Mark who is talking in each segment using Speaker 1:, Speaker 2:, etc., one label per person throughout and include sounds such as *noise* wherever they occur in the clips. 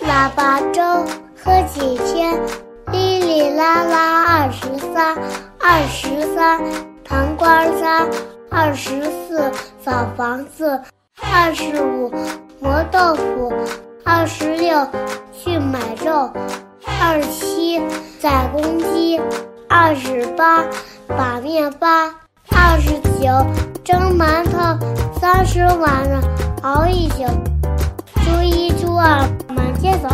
Speaker 1: 腊八粥喝几天？哩哩啦啦二十三，二十三糖瓜三，二十四扫房子，二十五磨豆腐，二十六去买肉，二十七宰公鸡，二十八把面发，二十九蒸馒头，三十晚上熬一宿，初一初二。接走。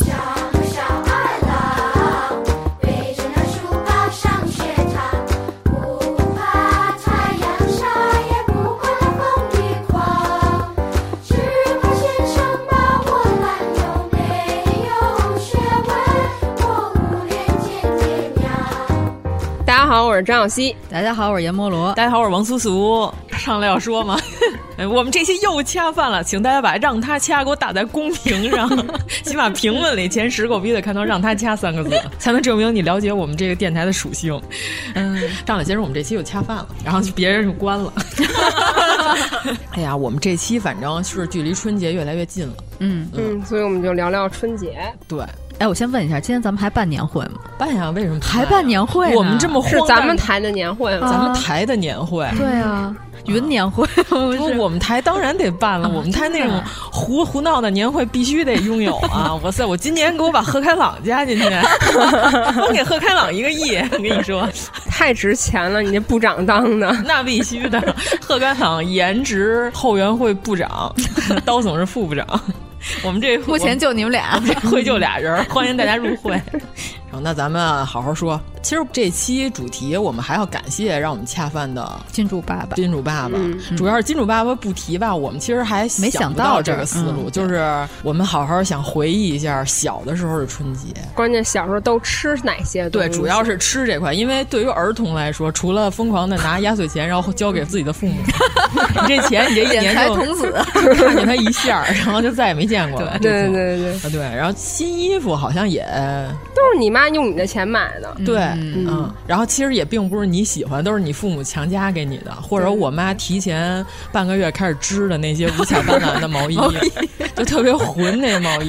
Speaker 2: 小小二郎背着那书包上学堂，不怕太阳晒，也不怕风雨狂，只怕先生骂我懒又没有学问，我无脸见爹娘。
Speaker 3: 大家好，我是张小希。
Speaker 4: 大家好，我是阎摩罗。
Speaker 5: 大家好，我是王苏苏。上来要
Speaker 6: *laughs*
Speaker 5: 说吗？哎我们这期又掐饭了，请大家把“让他掐”给我打在公屏
Speaker 6: *laughs*
Speaker 5: 上，起码评论里前十个我必须得看到“让他掐”
Speaker 6: *laughs*
Speaker 5: 三个字，才能证明你了解我们这个电台的属性。嗯，张磊先生，我们这期又掐饭了，然后就别人就关
Speaker 6: *laughs*
Speaker 5: 了。哎呀，我们这期反正是距离春节越来越近了。
Speaker 3: 嗯嗯，所以我们就聊聊春节。
Speaker 5: 对。
Speaker 4: 哎，我先问一下，今天咱们还办年会吗？
Speaker 5: 办呀，为什么
Speaker 4: 还办年会？
Speaker 5: 啊我们这么
Speaker 3: 是咱们台的年会吗？
Speaker 5: 咱们台的年会，
Speaker 4: 对啊，云年
Speaker 5: *laughs*
Speaker 4: 会。
Speaker 5: 不，我们台当然得办
Speaker 4: 啊
Speaker 5: 了，我们台那种胡胡闹的年会必须得拥有
Speaker 4: *laughs*
Speaker 5: 啊！哇塞，我今年给我把贺开朗加进去，我给贺开朗一个亿，我跟你说，
Speaker 3: 太值钱了！你这部长当
Speaker 5: *laughs*
Speaker 3: 的，
Speaker 5: 那必须的。贺开朗颜值后援会部长，刀总是副部长。我们这
Speaker 4: 目前就你们俩，
Speaker 5: 我们这会就俩人，欢迎大
Speaker 4: *laughs*
Speaker 5: 家入会。然后，那咱们好好说。其实这期主题我们还要感谢让我们恰饭的
Speaker 4: 金主爸 *laughs* 爸，
Speaker 5: 金主爸爸，嗯、主要是金主爸爸不提吧，我们其实还
Speaker 4: 没
Speaker 5: 想
Speaker 4: 到
Speaker 5: 这个思路，嗯、就是我们好好想回忆一下小的时候的春节。
Speaker 3: 关键小时候都吃哪些？
Speaker 5: 对，主要是吃这块，因为对于儿童来说，除了疯狂的拿压岁钱，然后交给自己的父母，你这钱你这一年就
Speaker 4: 童子
Speaker 5: 看见他一下，然后就再也没见过了。
Speaker 3: 对对对
Speaker 5: 啊对对，然后新衣服好像也
Speaker 3: 都是你妈用你的钱买的。
Speaker 5: 对。嗯，嗯然后其实也并不是你喜欢，都是你父母强加给你的，或者我妈提前半个月开始织的那些五彩斑斓的 *laughs* 毛衣，就特别混那毛 *laughs* 衣。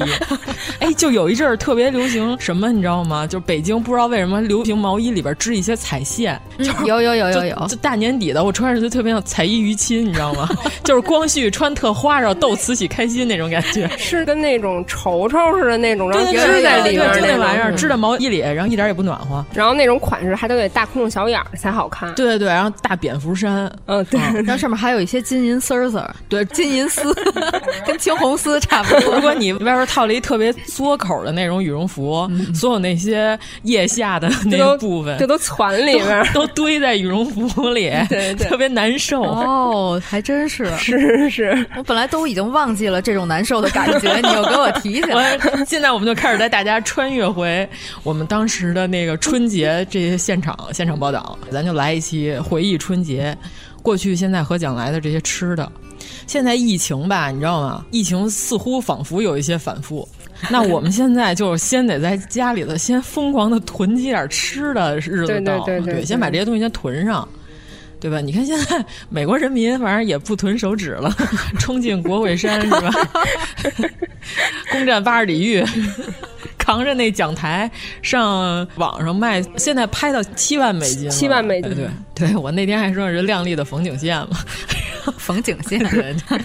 Speaker 5: 哎，就有一阵儿特别流行什么，你知道吗？就北京不知道为什么流行毛衣里边织一些彩线， *laughs* 就是、
Speaker 4: 有有有有有
Speaker 5: 就，就大年底的我穿上就特别像彩衣娱亲，你知道 *laughs* 吗？就是光绪穿特花哨逗慈禧开心那种感 *laughs* 觉，
Speaker 3: 是跟那种绸绸似的那种，然后
Speaker 5: 织
Speaker 3: 在里边
Speaker 5: 那嗯玩意儿，织到毛衣里，然后一点也不暖和，
Speaker 3: 然后。那种款式还得给大窟窿小眼儿才好看，
Speaker 5: 对对哦对，然后大蝙蝠衫，
Speaker 3: 嗯对，
Speaker 4: 然后上面还有一些金银丝丝儿，
Speaker 5: 对，
Speaker 4: 金银
Speaker 5: *laughs*
Speaker 4: 丝跟青红丝差不多。
Speaker 5: 如果你外边套了一特别缩口的那种羽绒服，所有那些腋下的那部分，
Speaker 3: 嗯这都攒里
Speaker 5: *laughs*
Speaker 3: 边，
Speaker 5: 都堆在羽绒服里，
Speaker 3: *laughs* 对对，
Speaker 5: 特别难受。
Speaker 4: 哦，还真是，
Speaker 3: 是是，
Speaker 4: 我本来都已经忘记了这种难受的感
Speaker 5: *laughs*
Speaker 4: 觉，你又给我提起来。
Speaker 5: 现在我们就开始带大家穿越回我们当时的那个春节。节这些现场现场报道，咱就来一期回忆春节，过去、现在和将来的这些吃的。现在疫情吧，你知道吗？疫情似乎仿佛有一些反复。那我们现在就先得在家里头先疯狂的囤积点吃的日子
Speaker 3: 到，
Speaker 5: 对,
Speaker 3: 对,对,对，
Speaker 5: 先把这些东西先囤上。对吧？你看现在美国人民反正也不囤手指了，冲进国会山是吧？攻占巴士底狱， *laughs* 扛着那讲台上网上卖，现在拍到七万美金，
Speaker 3: 七万美
Speaker 5: *laughs*
Speaker 3: 金。
Speaker 5: 对对，我那天还说是亮丽的冯景线嘛。
Speaker 4: 冯景县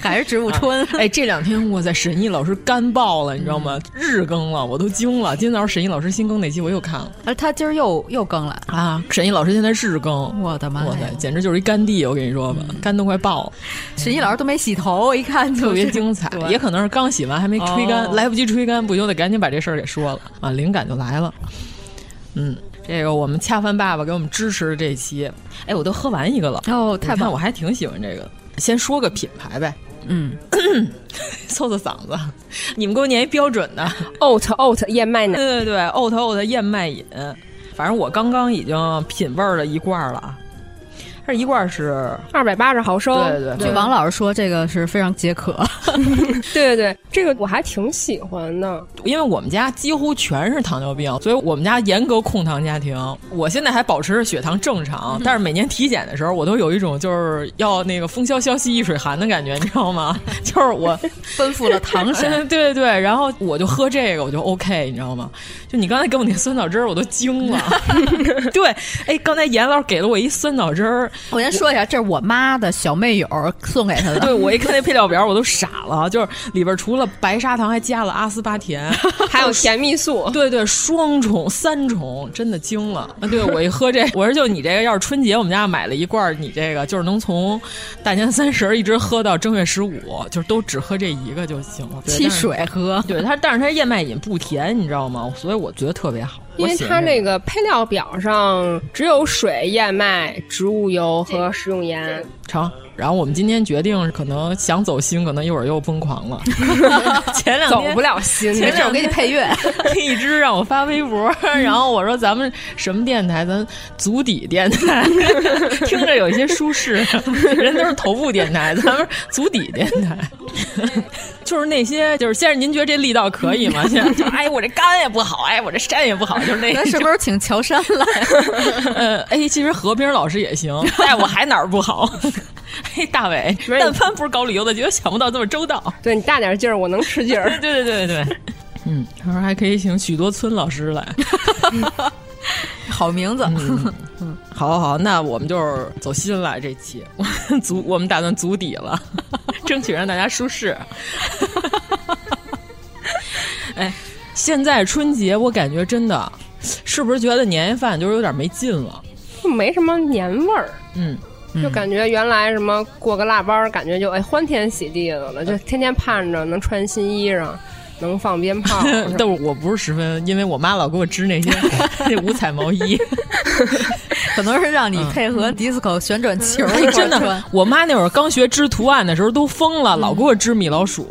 Speaker 4: 还是植物
Speaker 5: *laughs*
Speaker 4: 春、
Speaker 5: 哎，这两天我在沈毅老师干爆了，你知道吗？日更了，我都惊了。今天早上沈毅老师新更那期我又看了，
Speaker 4: 啊，他今儿又又更了
Speaker 5: 啊！沈毅老师现在日更，
Speaker 4: 我的妈呀！
Speaker 5: 哇塞，简直就是一干地，我跟你说吧，干都快爆了。
Speaker 4: 沈毅老师都没洗头，我一看就 *laughs*
Speaker 5: 特别精彩，也可能是刚洗完还没吹干，
Speaker 4: 哦
Speaker 5: 来不及吹干，不就得赶紧把这事儿给说了啊？灵感就来了，嗯。这个我们恰饭爸爸给我们支持的这期，哎，我都喝完一个了
Speaker 4: 哦，太
Speaker 5: 你看
Speaker 4: 棒
Speaker 5: 我
Speaker 4: 了！
Speaker 5: 还挺喜欢这个。先说个品牌呗，
Speaker 4: 嗯，
Speaker 5: 凑凑嗓子。你们给我念一标准的，
Speaker 3: oat oat 燕麦奶
Speaker 5: 对，对对，oat oat 燕麦饮。反正我刚刚已经品味儿了一罐儿了啊，这一罐儿是
Speaker 3: 二百八十毫升。
Speaker 5: 对对对
Speaker 4: 据王老师说，这个是非常解
Speaker 5: *laughs*
Speaker 4: 渴。
Speaker 3: 对对对，这个我还挺喜
Speaker 5: *laughs*
Speaker 3: 欢的。
Speaker 5: 因为我们家几乎全是糖尿病，所以我们家严格控糖家庭。我现在还保持着血糖正常，但是每年体检的时候，我都有一种就是要那个风萧萧兮易水寒的感觉，你知道吗？ *laughs* 就是我
Speaker 4: 奔赴了唐山，
Speaker 5: 嗯对对，然后我就喝这个，我就 OK，你知道吗？就你刚才给我那酸枣汁儿，我都惊了。对，哎，刚才严老师给了我一酸枣汁儿，
Speaker 4: 我先说一下，这是我妈的小妹友送给她的。
Speaker 5: 对我一看那配料表，我都傻了，就是里边除了白砂糖，还加了阿斯巴甜，
Speaker 3: 还有甜蜜素，
Speaker 5: 对对，双重、三重，真的惊了。啊！对我一喝这，我说就你这个，要是春节我们家买了一罐儿，你这个就是能从大年三十儿一直喝到正月十五，就是都只喝这一个就行了。对
Speaker 4: 沏。
Speaker 5: 但是
Speaker 4: 水喝，
Speaker 5: 对它，但是它燕麦饮不甜，你知道吗？所以我觉得特别好。
Speaker 3: 因为
Speaker 5: 我喜欢
Speaker 3: 它
Speaker 5: 这
Speaker 3: 那
Speaker 5: 个
Speaker 3: 个配料表上只有水、燕麦、植物油和食用盐。
Speaker 5: 成，然后我们今天决定，可能想走心，可能一会儿又疯狂
Speaker 3: *laughs*
Speaker 5: 了。前两
Speaker 3: 走
Speaker 5: 天
Speaker 3: 不了心，
Speaker 4: 没事，我给你配乐。
Speaker 5: *laughs* 荔枝让我发微博，然后我说咱们什么电台？咱足底电台， *laughs* 听着有一些舒适，人都是头部电台，咱们足底电台， *laughs* 就是那些就是先生，您觉得这力道可以吗？现在就哎，我这肝也不好，哎，我这肾也不好，就是那
Speaker 4: 咱是不是请乔杉来？
Speaker 5: *laughs* 呃，哎，其实何冰老师也行，哎，我还哪儿不好？ *laughs* 哎，大伟，
Speaker 3: 没有
Speaker 5: 但凡不是搞旅游的，觉得想不到这么周到。
Speaker 3: *laughs*
Speaker 5: *laughs*
Speaker 3: 对你大点劲儿，我能吃劲儿。
Speaker 5: 对对对对对，嗯，他说还可以请许多村老师来。
Speaker 4: 好名字，
Speaker 5: 嗯好好好，那我们就是走心了这期， *laughs* 我们足我们打算足底了， *laughs* 争取让大家舒适。 *laughs* 哎，现在春节我感觉真的，是不是觉得年夜饭就是有点没劲了？
Speaker 3: 就没什么年味儿，
Speaker 5: 嗯，。
Speaker 3: 就感觉原来什么过个腊八儿，感觉就哎欢天喜地的了，就天天盼着能穿新衣裳，能放鞭炮
Speaker 5: *laughs* 但我哦不是十分，因为我妈老给我织那些 *laughs* 那五彩毛衣， *laughs*
Speaker 4: 可能是让你配合
Speaker 5: *laughs*
Speaker 4: disco 旋转球一块
Speaker 5: 嗯哎
Speaker 4: 儿
Speaker 5: 真的
Speaker 4: 穿，
Speaker 5: 我妈那会儿刚学织图案的时候都疯了，老给我织米老鼠，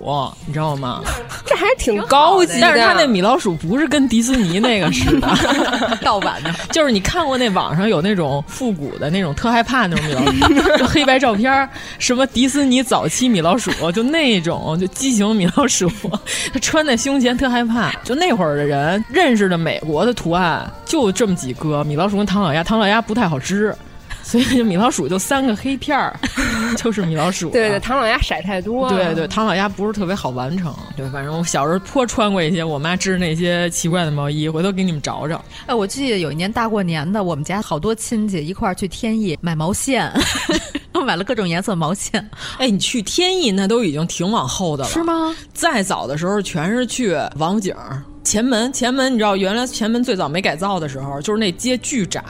Speaker 5: 你知道吗？
Speaker 3: 这还挺高级的，
Speaker 5: 但是她那米老鼠不是跟迪士尼那个似的。 *laughs*
Speaker 4: 盗版的。
Speaker 5: 就是你看过那网上有那种复古的那种特害怕那种米老鼠，就 *laughs* 黑白照片儿，什么迪斯尼早期米老鼠，就那种就畸形米老鼠， *laughs* 穿在胸前特害怕。就那会儿的人认识的美国的图案就这么几个，米老鼠跟唐老鸭，唐老鸭不太好吃。所以就米老鼠就三个黑片儿， *laughs* 就是米老鼠。
Speaker 3: 对对，唐老鸭色太多了。啊
Speaker 5: 对对，唐老鸭不是特别好完成。对，反正我小时候颇穿过一些我妈织那些奇怪的毛衣，回头给你们找找。
Speaker 4: 哎，我记得有一年大过年的，我们家好多亲戚一块儿去天意买毛线， *laughs* 买了各种颜色毛线，
Speaker 5: 哎，你去天意那都已经挺往后的了，
Speaker 4: 是？吗？
Speaker 5: 再早的时候全是去王府井儿、前门，前门你知道，原来前门最早没改造的时候，就是那街巨窄，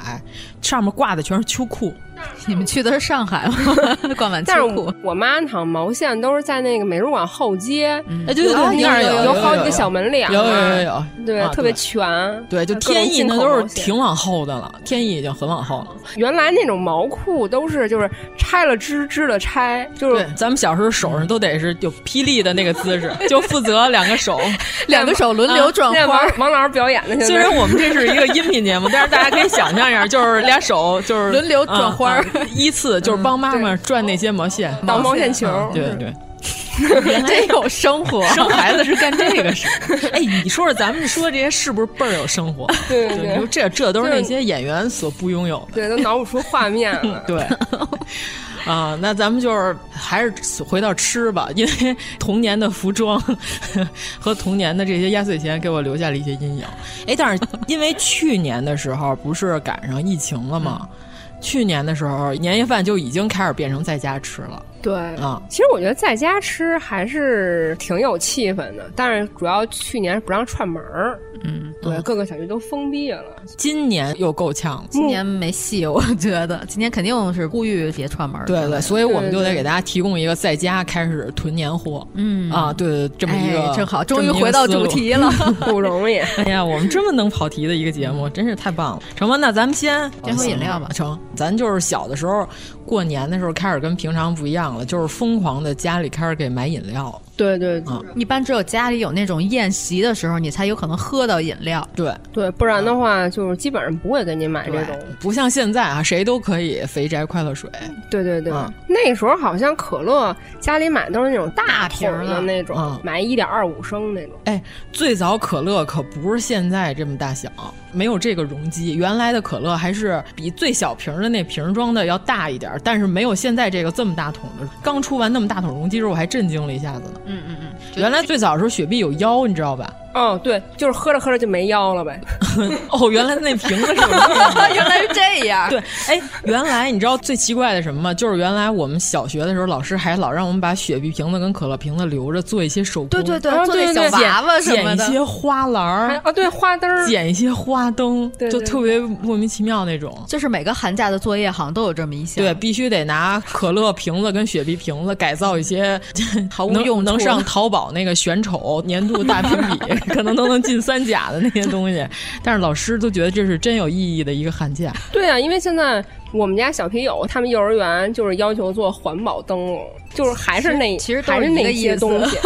Speaker 5: 上面挂的全是秋裤。
Speaker 4: *laughs* 你们去的是上海吗？ *laughs* 逛晚
Speaker 3: 但是
Speaker 4: 秋裤
Speaker 3: 我。我妈好像毛线都是在那个美术馆后街，
Speaker 5: 哎，对对
Speaker 3: 然后
Speaker 5: 对，那儿
Speaker 3: 嗯有
Speaker 5: 有
Speaker 3: 好几个小门脸儿，啊
Speaker 5: 有有有有，
Speaker 3: 对，
Speaker 5: 啊
Speaker 3: 特别全。
Speaker 5: 对，就
Speaker 3: 还有各种
Speaker 5: 天意
Speaker 3: 进
Speaker 5: 那
Speaker 3: 口
Speaker 5: 都是
Speaker 3: 毛线
Speaker 5: 挺往后的了，天意已经很往后了。
Speaker 3: 原来那种毛裤都是就是拆了织，织了拆，就是
Speaker 5: 对，咱们小时候手上都得是有霹雳的那个姿势，
Speaker 3: 嗯
Speaker 5: 就负责两个
Speaker 3: *laughs*
Speaker 5: 手。
Speaker 4: 两个手轮流转
Speaker 3: 那
Speaker 4: 花儿，
Speaker 3: 王王老师表演
Speaker 4: *laughs*
Speaker 3: 的，
Speaker 5: 虽然我们这是一个音频节目，但是大家可以想象一下，就是俩手就是
Speaker 4: 轮流转花儿嗯
Speaker 5: 啊啊依次就是帮妈妈转那些毛线。啊
Speaker 3: 导毛线球，
Speaker 5: 对对，
Speaker 4: *laughs* 真有生活。
Speaker 5: *laughs* 生孩子是干这个事。
Speaker 4: *laughs*
Speaker 5: 哎，你说说咱们说这些是不是倍儿有生活？
Speaker 3: 对
Speaker 5: 对，你
Speaker 3: 对
Speaker 5: 说这这都是
Speaker 3: 就是
Speaker 5: 那些演员所不拥有的。
Speaker 3: 对，都脑补出画面了。
Speaker 5: *laughs* 对。啊，那咱们就是还是回到吃吧，因为童年的服装和童年的这些压岁钱给我留下了一些阴影。哎，但是因为去年的时候不是
Speaker 4: 嗯
Speaker 5: 赶上疫情了吗？去年的时候年夜饭就已经开始变成在家吃了。
Speaker 3: 对
Speaker 5: 啊，
Speaker 3: 其实我觉得在家吃还是挺有气氛的，但是主要去年不让串门儿，
Speaker 5: 嗯，
Speaker 3: 对，各个小区都封闭了。
Speaker 5: 今年又够呛了，
Speaker 4: 今年没戏，我觉得今年肯定是呼吁别串门儿。
Speaker 5: 对对，所以我们就
Speaker 4: 对
Speaker 5: 得
Speaker 4: 对
Speaker 5: 给大家提供一个在家开始囤年货，
Speaker 4: 嗯
Speaker 5: 啊，对，这么一个、
Speaker 4: 哎正好
Speaker 5: 这么
Speaker 4: 终于
Speaker 5: 一个
Speaker 4: 回到
Speaker 5: 思路
Speaker 4: 主题了 *laughs*
Speaker 3: 不容易。
Speaker 5: *laughs* 哎呀，我们这么能跑题的一个节目，真是太棒了。成吧，那咱们先
Speaker 4: 嗯
Speaker 5: 啊
Speaker 4: 先喝饮料吧
Speaker 5: 成，咱就是小的时候过年的时候开始跟平常不一样了，就是疯狂的家里开始给买饮料了。
Speaker 3: 对对
Speaker 5: 对，
Speaker 4: 一般只有家里有那种宴席的时候，你才有可能喝到饮料。
Speaker 5: 对，
Speaker 3: 对，不然的话就是基本上不会给你买这
Speaker 5: 对
Speaker 3: 种。，
Speaker 5: 不像现在啊，谁都可以肥宅快乐水。
Speaker 4: 嗯
Speaker 3: 对对对，那时候好像可乐家里买都是那种大
Speaker 5: 瓶
Speaker 3: 瓶
Speaker 5: 儿的
Speaker 3: 的那种，
Speaker 5: 嗯
Speaker 3: 买一点二五升那种。
Speaker 5: 哎，最早可乐可不是现在这么大小，没有这个容积。原来的可乐还是比最小瓶儿的那瓶装的要大一点儿，但是没有现在这个这么大桶的。刚出完那么大桶容积之后，我还震惊了一下子呢。
Speaker 4: 嗯嗯嗯，
Speaker 5: 原来最早的时候雪碧有腰，你知道吧？
Speaker 3: 哦，对，就是喝着喝着就没腰了呗。
Speaker 5: 哦，原来那瓶子是有
Speaker 4: *laughs* 原来是这样。
Speaker 5: 对，哎，原来你知道最奇怪的什么吗？就是原来我们小学的时候，老师还老让我们把雪碧瓶子跟可乐瓶子留着做一些手工，
Speaker 4: 对对对
Speaker 3: 啊
Speaker 4: 做
Speaker 3: 对
Speaker 4: 那
Speaker 3: 对
Speaker 4: 小
Speaker 3: 对
Speaker 4: 娃娃什么的
Speaker 5: 剪一些花篮
Speaker 3: 还
Speaker 5: 儿
Speaker 3: 啊，对，花灯儿。
Speaker 5: 剪一些花灯，
Speaker 3: 对
Speaker 5: 就
Speaker 3: 对
Speaker 5: 特别莫名其妙那种。
Speaker 4: 就是每个寒假的作业好像都有这么一项。
Speaker 5: 对，必须得拿可乐瓶子跟雪碧瓶子改造一些
Speaker 4: 毫无
Speaker 5: 能
Speaker 4: 用处
Speaker 5: 能上淘宝那个选丑年度大评
Speaker 4: *laughs*
Speaker 5: 比，可能都能进三甲的那些东西。但是老师都觉得这是真有意义的一个寒假。
Speaker 3: 对啊，因为现在我们家小皮友他们幼儿园就是要求做环保灯笼，就是还是那
Speaker 4: 其实都
Speaker 3: 还是
Speaker 4: 一个
Speaker 3: 那
Speaker 4: 意
Speaker 3: 些
Speaker 4: 思
Speaker 3: 东 *laughs* 西。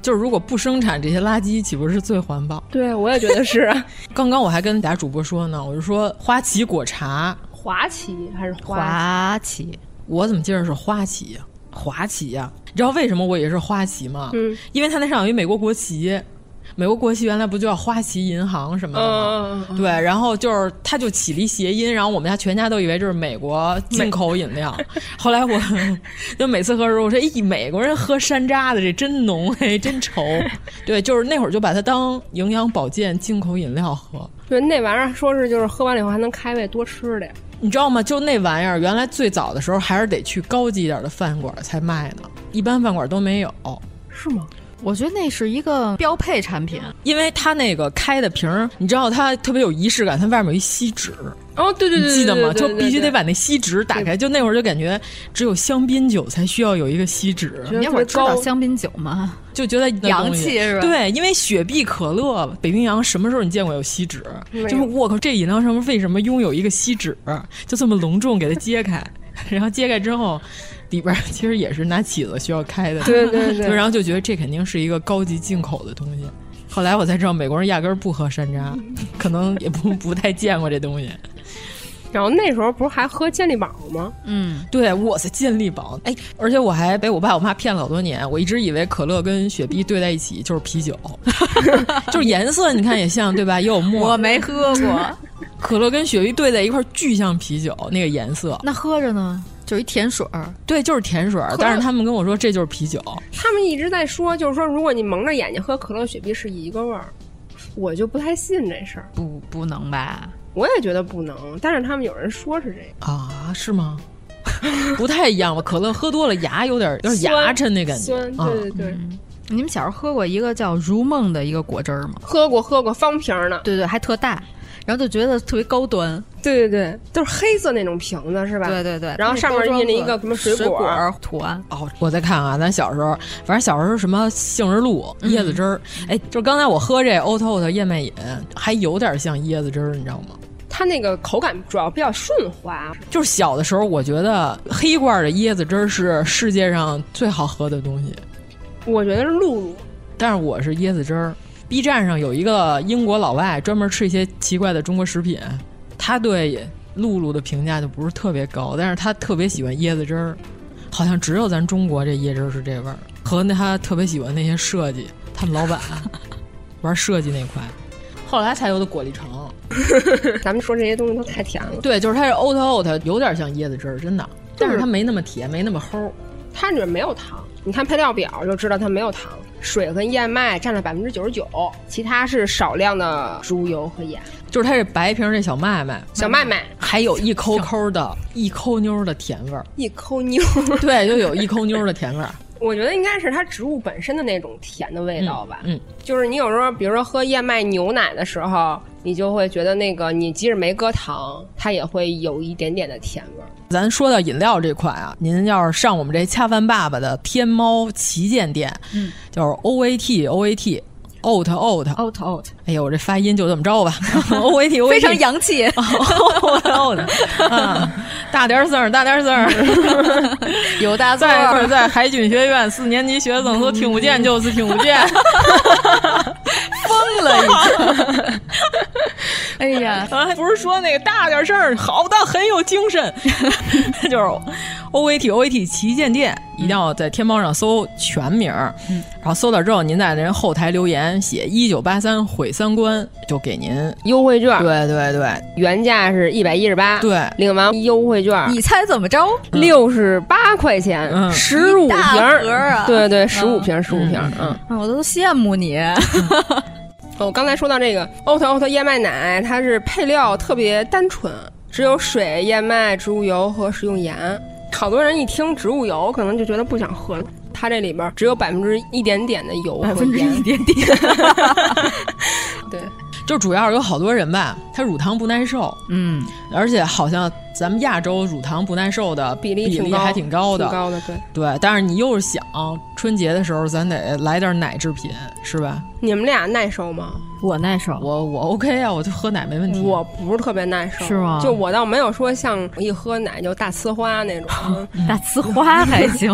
Speaker 5: 就是如果不生产这些垃圾，岂不是最环保？
Speaker 3: 对，我也觉得 *laughs* 是
Speaker 5: 刚刚我还跟俩主播说呢，我就说花旗果茶，
Speaker 3: 华旗还是华旗？
Speaker 4: 华旗，
Speaker 5: 我怎么记着是花旗呀？华旗呀、你知道为什么我也是花旗吗？
Speaker 3: 嗯，
Speaker 5: 因为它那上有一美国国旗，美国国旗原来不就叫花旗银行什么的吗？
Speaker 3: 嗯，
Speaker 5: 对，然后就是它就起了一谐音，然后我们家全家都以为这是美国进口饮料。后来我就每次喝的时候，我说：“咦，美国人喝山楂的这真浓，哎，真稠。”对，就是那会儿就把它当营养保健进口饮料喝。
Speaker 3: 对，那玩意儿说是就是喝完了以后还能开胃多吃的呀。
Speaker 5: 你知道吗？就那玩意儿，原来最早的时候还是得去高级一点的饭馆才卖呢，一般饭馆都没有。
Speaker 3: 是吗？
Speaker 4: 我觉得那是一个标配产品。
Speaker 5: 因为它那个开的瓶儿，你知道它特别有仪式感，它外面有一锡纸，
Speaker 3: 哦，对对
Speaker 5: 你
Speaker 3: 对，
Speaker 5: 记得吗？
Speaker 3: 对对
Speaker 5: 就
Speaker 3: 对
Speaker 5: 必须
Speaker 3: 对
Speaker 5: 得把那锡纸打开。就那会儿就感觉只有香槟酒才需要有一个锡纸，
Speaker 3: 觉得
Speaker 4: 你那会儿知道
Speaker 3: 高
Speaker 4: 香槟酒吗？
Speaker 5: 就觉得那
Speaker 4: 洋
Speaker 5: 东西
Speaker 4: 气是吧
Speaker 5: 对，因为雪碧、可乐、北冰洋什么时候你见过有锡纸？
Speaker 3: 没有
Speaker 5: 就是我靠，这饮料上面为什么拥有一个锡纸？啊就这么隆重给它揭开， *laughs* 然后揭开之后。里边儿其实也是拿起子需要开的，
Speaker 3: *laughs* 对对对
Speaker 5: 然后就觉得这肯定是一个高级进口的东西。后来我才知道，美国人压根儿不喝山楂，可能也不不太见过这东西。
Speaker 3: 然后那时候不是还喝健力宝吗？
Speaker 4: 嗯，
Speaker 5: 对，哇塞，健力宝，哎，而且我还被我爸我妈骗了好多年，我一直以为可乐跟雪碧兑在一起就是啤酒， *laughs* 就是颜色你看也像对吧？也有
Speaker 4: 我
Speaker 5: 沫，
Speaker 4: 没喝过。
Speaker 5: 可乐跟雪碧兑在一块儿巨像啤酒那个颜色，
Speaker 4: *laughs* 那喝着呢，就是一甜水儿。
Speaker 5: 对，就是甜水儿，
Speaker 3: 乐
Speaker 5: 但是他们跟我说这就是啤酒，
Speaker 3: 他们一直在说，就是说如果你蒙着眼睛喝可乐、雪碧是一个味儿，我就不太信这事儿。
Speaker 4: 不，不能吧？
Speaker 3: 我也觉得不能，但是他们有人说是这
Speaker 5: 啊，是吗？ *laughs* 不太一样吧？可乐喝多了牙有点有
Speaker 3: 个，
Speaker 5: 点牙碜那感觉
Speaker 3: 酸，
Speaker 5: 啊
Speaker 3: 对。对对，
Speaker 4: 你们小时候喝过一个叫如梦的一个果汁儿吗？
Speaker 3: 喝过喝过方瓶儿呢，
Speaker 4: 对对，还特大，然后就觉得特别高端。
Speaker 3: 对对对，都是黑色那种瓶子是吧？
Speaker 4: 对对对，
Speaker 3: 然后上面印着一个什么
Speaker 4: 水
Speaker 3: 水果
Speaker 4: 果
Speaker 3: 儿
Speaker 4: 儿啊图案。
Speaker 5: 哦，我再看看，咱小时候，反正小时候什么杏仁露、椰子汁儿，哎、就是刚才我喝这 o t o 的燕麦饮，还有点像椰子汁儿，你知道吗？
Speaker 3: 它那个口感主要比较顺滑，
Speaker 5: 就是小的时候，我觉得黑罐的椰子汁儿是世界上最好喝的东西，
Speaker 3: 我觉得是露露。
Speaker 5: 但是我是椰子汁儿。B 站上有一个英国老外专门吃一些奇怪的中国食品，他对露露的评价就不是特别高，但是他特别喜欢椰子汁儿，好像只有咱中国这椰汁儿是这味儿，和那他特别喜欢那些设计，他们老板玩设计那块，后来才有的果粒橙。
Speaker 3: 咱们说这些东西都太甜了，
Speaker 5: 对，就是它是 oat oat，有点像椰子汁儿，真的，但是它没那么甜，没那么齁。
Speaker 3: 它里面没有糖，你看配料表就知道它没有糖。水和燕麦占了百分之九十九，其他是少量的植物油和盐。
Speaker 5: 就是它这白瓶儿这小麦麦，
Speaker 3: 小麦麦
Speaker 5: 还有一抠抠的、一抠妞儿的甜味儿，
Speaker 3: 一抠妞，
Speaker 4: *laughs*
Speaker 5: 对，就有一抠妞儿的甜味儿。
Speaker 3: 我觉得应该是它植物本身的那种甜的味道吧。
Speaker 5: 嗯，
Speaker 3: 就是你有时候，比如说喝燕麦牛奶的时候，你就会觉得那个你即使没搁糖，它也会有一点点的甜味儿。
Speaker 5: 咱说到饮料这块啊，您要是上我们这恰饭爸爸的天猫旗舰店，
Speaker 4: 嗯，
Speaker 5: 就是 O A T O A T。oat oat
Speaker 4: oat oat，
Speaker 5: 哎呦，我这发音就这么着吧。O A T O
Speaker 4: 哦 *laughs*
Speaker 5: A T，
Speaker 4: 非常洋气。
Speaker 5: oat
Speaker 4: *laughs*
Speaker 5: oat，啊，大点声儿，大点声儿。
Speaker 4: 有大字
Speaker 5: 在
Speaker 4: 儿，
Speaker 5: 在在海军学院四年级学生说听
Speaker 4: 嗯
Speaker 5: 不见就是听不见，
Speaker 4: 疯了已 *laughs* 经。哎呀，
Speaker 5: 啊，不是说那个大点声儿，好的，很有精
Speaker 3: *laughs*
Speaker 5: 神， *laughs* 就是 O A T O A T 旗舰店，
Speaker 3: 嗯
Speaker 5: 一定要在天猫上搜全名儿，然后搜到之后，您在人后台留言写一九八三毁三观，就给您。
Speaker 3: 优惠券，
Speaker 5: 对对对
Speaker 3: 原价是一百一十八，
Speaker 5: 对，
Speaker 3: 领完优惠券，
Speaker 4: 你猜怎么着？
Speaker 3: 六十八块钱
Speaker 5: 嗯，
Speaker 3: 十五
Speaker 4: 一
Speaker 3: 瓶
Speaker 4: 大
Speaker 3: 儿
Speaker 4: 盒儿啊
Speaker 3: 对对，十五瓶，十五瓶，
Speaker 5: 嗯
Speaker 3: 嗯。
Speaker 4: 啊我都羡慕你。
Speaker 3: 我哦刚才说到这个 oat oat 燕麦奶，它是配料特别单纯，只有水、燕麦、植物油和食用盐。好多人一听植物油，可能就觉得不想喝了。它这里边只有百分之一点点的油和盐，
Speaker 4: 点点，
Speaker 3: 对，
Speaker 5: 就主要有好多人吧，他乳糖不耐受，
Speaker 4: *laughs* 嗯，
Speaker 5: 而且好像咱们亚洲乳糖不耐受的
Speaker 3: 比例
Speaker 5: 比
Speaker 3: 挺
Speaker 5: 例
Speaker 3: 高，
Speaker 5: 还挺高的，
Speaker 3: 挺高的，对。
Speaker 5: 对，但是你又是想春节的时候，咱得来点奶制品，是吧？
Speaker 3: 你们俩耐受吗？
Speaker 4: 我耐受。
Speaker 5: 我我 OK 啊，我就喝奶没问题。
Speaker 3: 我不是特别耐受，
Speaker 4: 是吗
Speaker 3: 就我倒没有说像一喝奶就大呲花那种，
Speaker 4: *laughs* 大呲花还行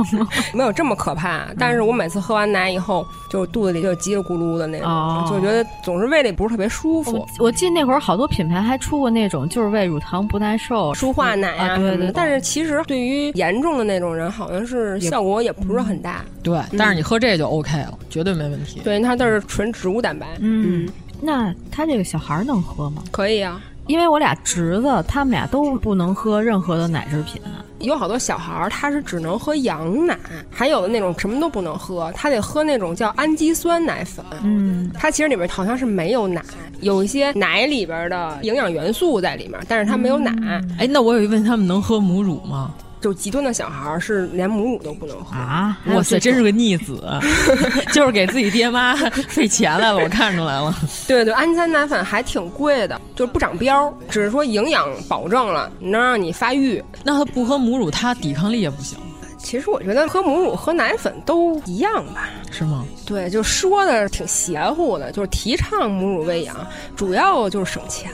Speaker 3: 没有这么可怕。
Speaker 4: 嗯
Speaker 3: 但是我每次喝完奶以后，就肚子里就叽里咕噜的那种，
Speaker 4: 哦
Speaker 3: 就觉得总是胃里不是特别舒服
Speaker 4: *laughs* 我。我记得那会儿好多品牌还出过那种，就是为乳糖不耐受
Speaker 3: 舒化奶
Speaker 4: 啊，
Speaker 3: 什
Speaker 4: 对
Speaker 3: 么
Speaker 4: 对
Speaker 3: 的，
Speaker 4: 对，
Speaker 3: 但是其实对于严重的那种人，好像是效果也不是很大。
Speaker 4: 嗯
Speaker 5: 对，但是你喝这就 OK 了，绝对没问题。
Speaker 3: 对，它这是纯植物蛋白，
Speaker 4: 嗯，那他这个小孩儿能喝吗？
Speaker 3: 可以啊。
Speaker 4: 因为我俩侄子，他们俩都不能喝任何的奶制品。
Speaker 3: 有好多小孩儿他是只能喝羊奶，还有的那种什么都不能喝，他得喝那种叫氨基酸奶粉。
Speaker 4: 嗯，
Speaker 3: 它其实里边好像是没有奶，有一些奶里边的营养元素在里面，但是它没有奶。
Speaker 4: 嗯
Speaker 5: 哎，那我有一问，他们能喝母乳吗？
Speaker 3: 就极端的小孩儿是连母乳都不能喝。
Speaker 4: 啊，还有
Speaker 5: 哇
Speaker 4: 这
Speaker 5: 塞，真
Speaker 4: 种
Speaker 5: 是个逆子，啊 *laughs* 就是给自己爹妈 *laughs* 费钱来了，我看出来了。
Speaker 3: 对对，氨基酸奶粉还挺贵的，就是不长膘，只是说营养保证了，能让你发育。
Speaker 5: 那他不喝母乳，他抵抗力也不行，
Speaker 3: 其实我觉得喝母乳和奶粉都一样吧。
Speaker 5: 是吗？
Speaker 3: 对，就说的挺邪乎的，就是提倡母乳喂养，主要就是省钱。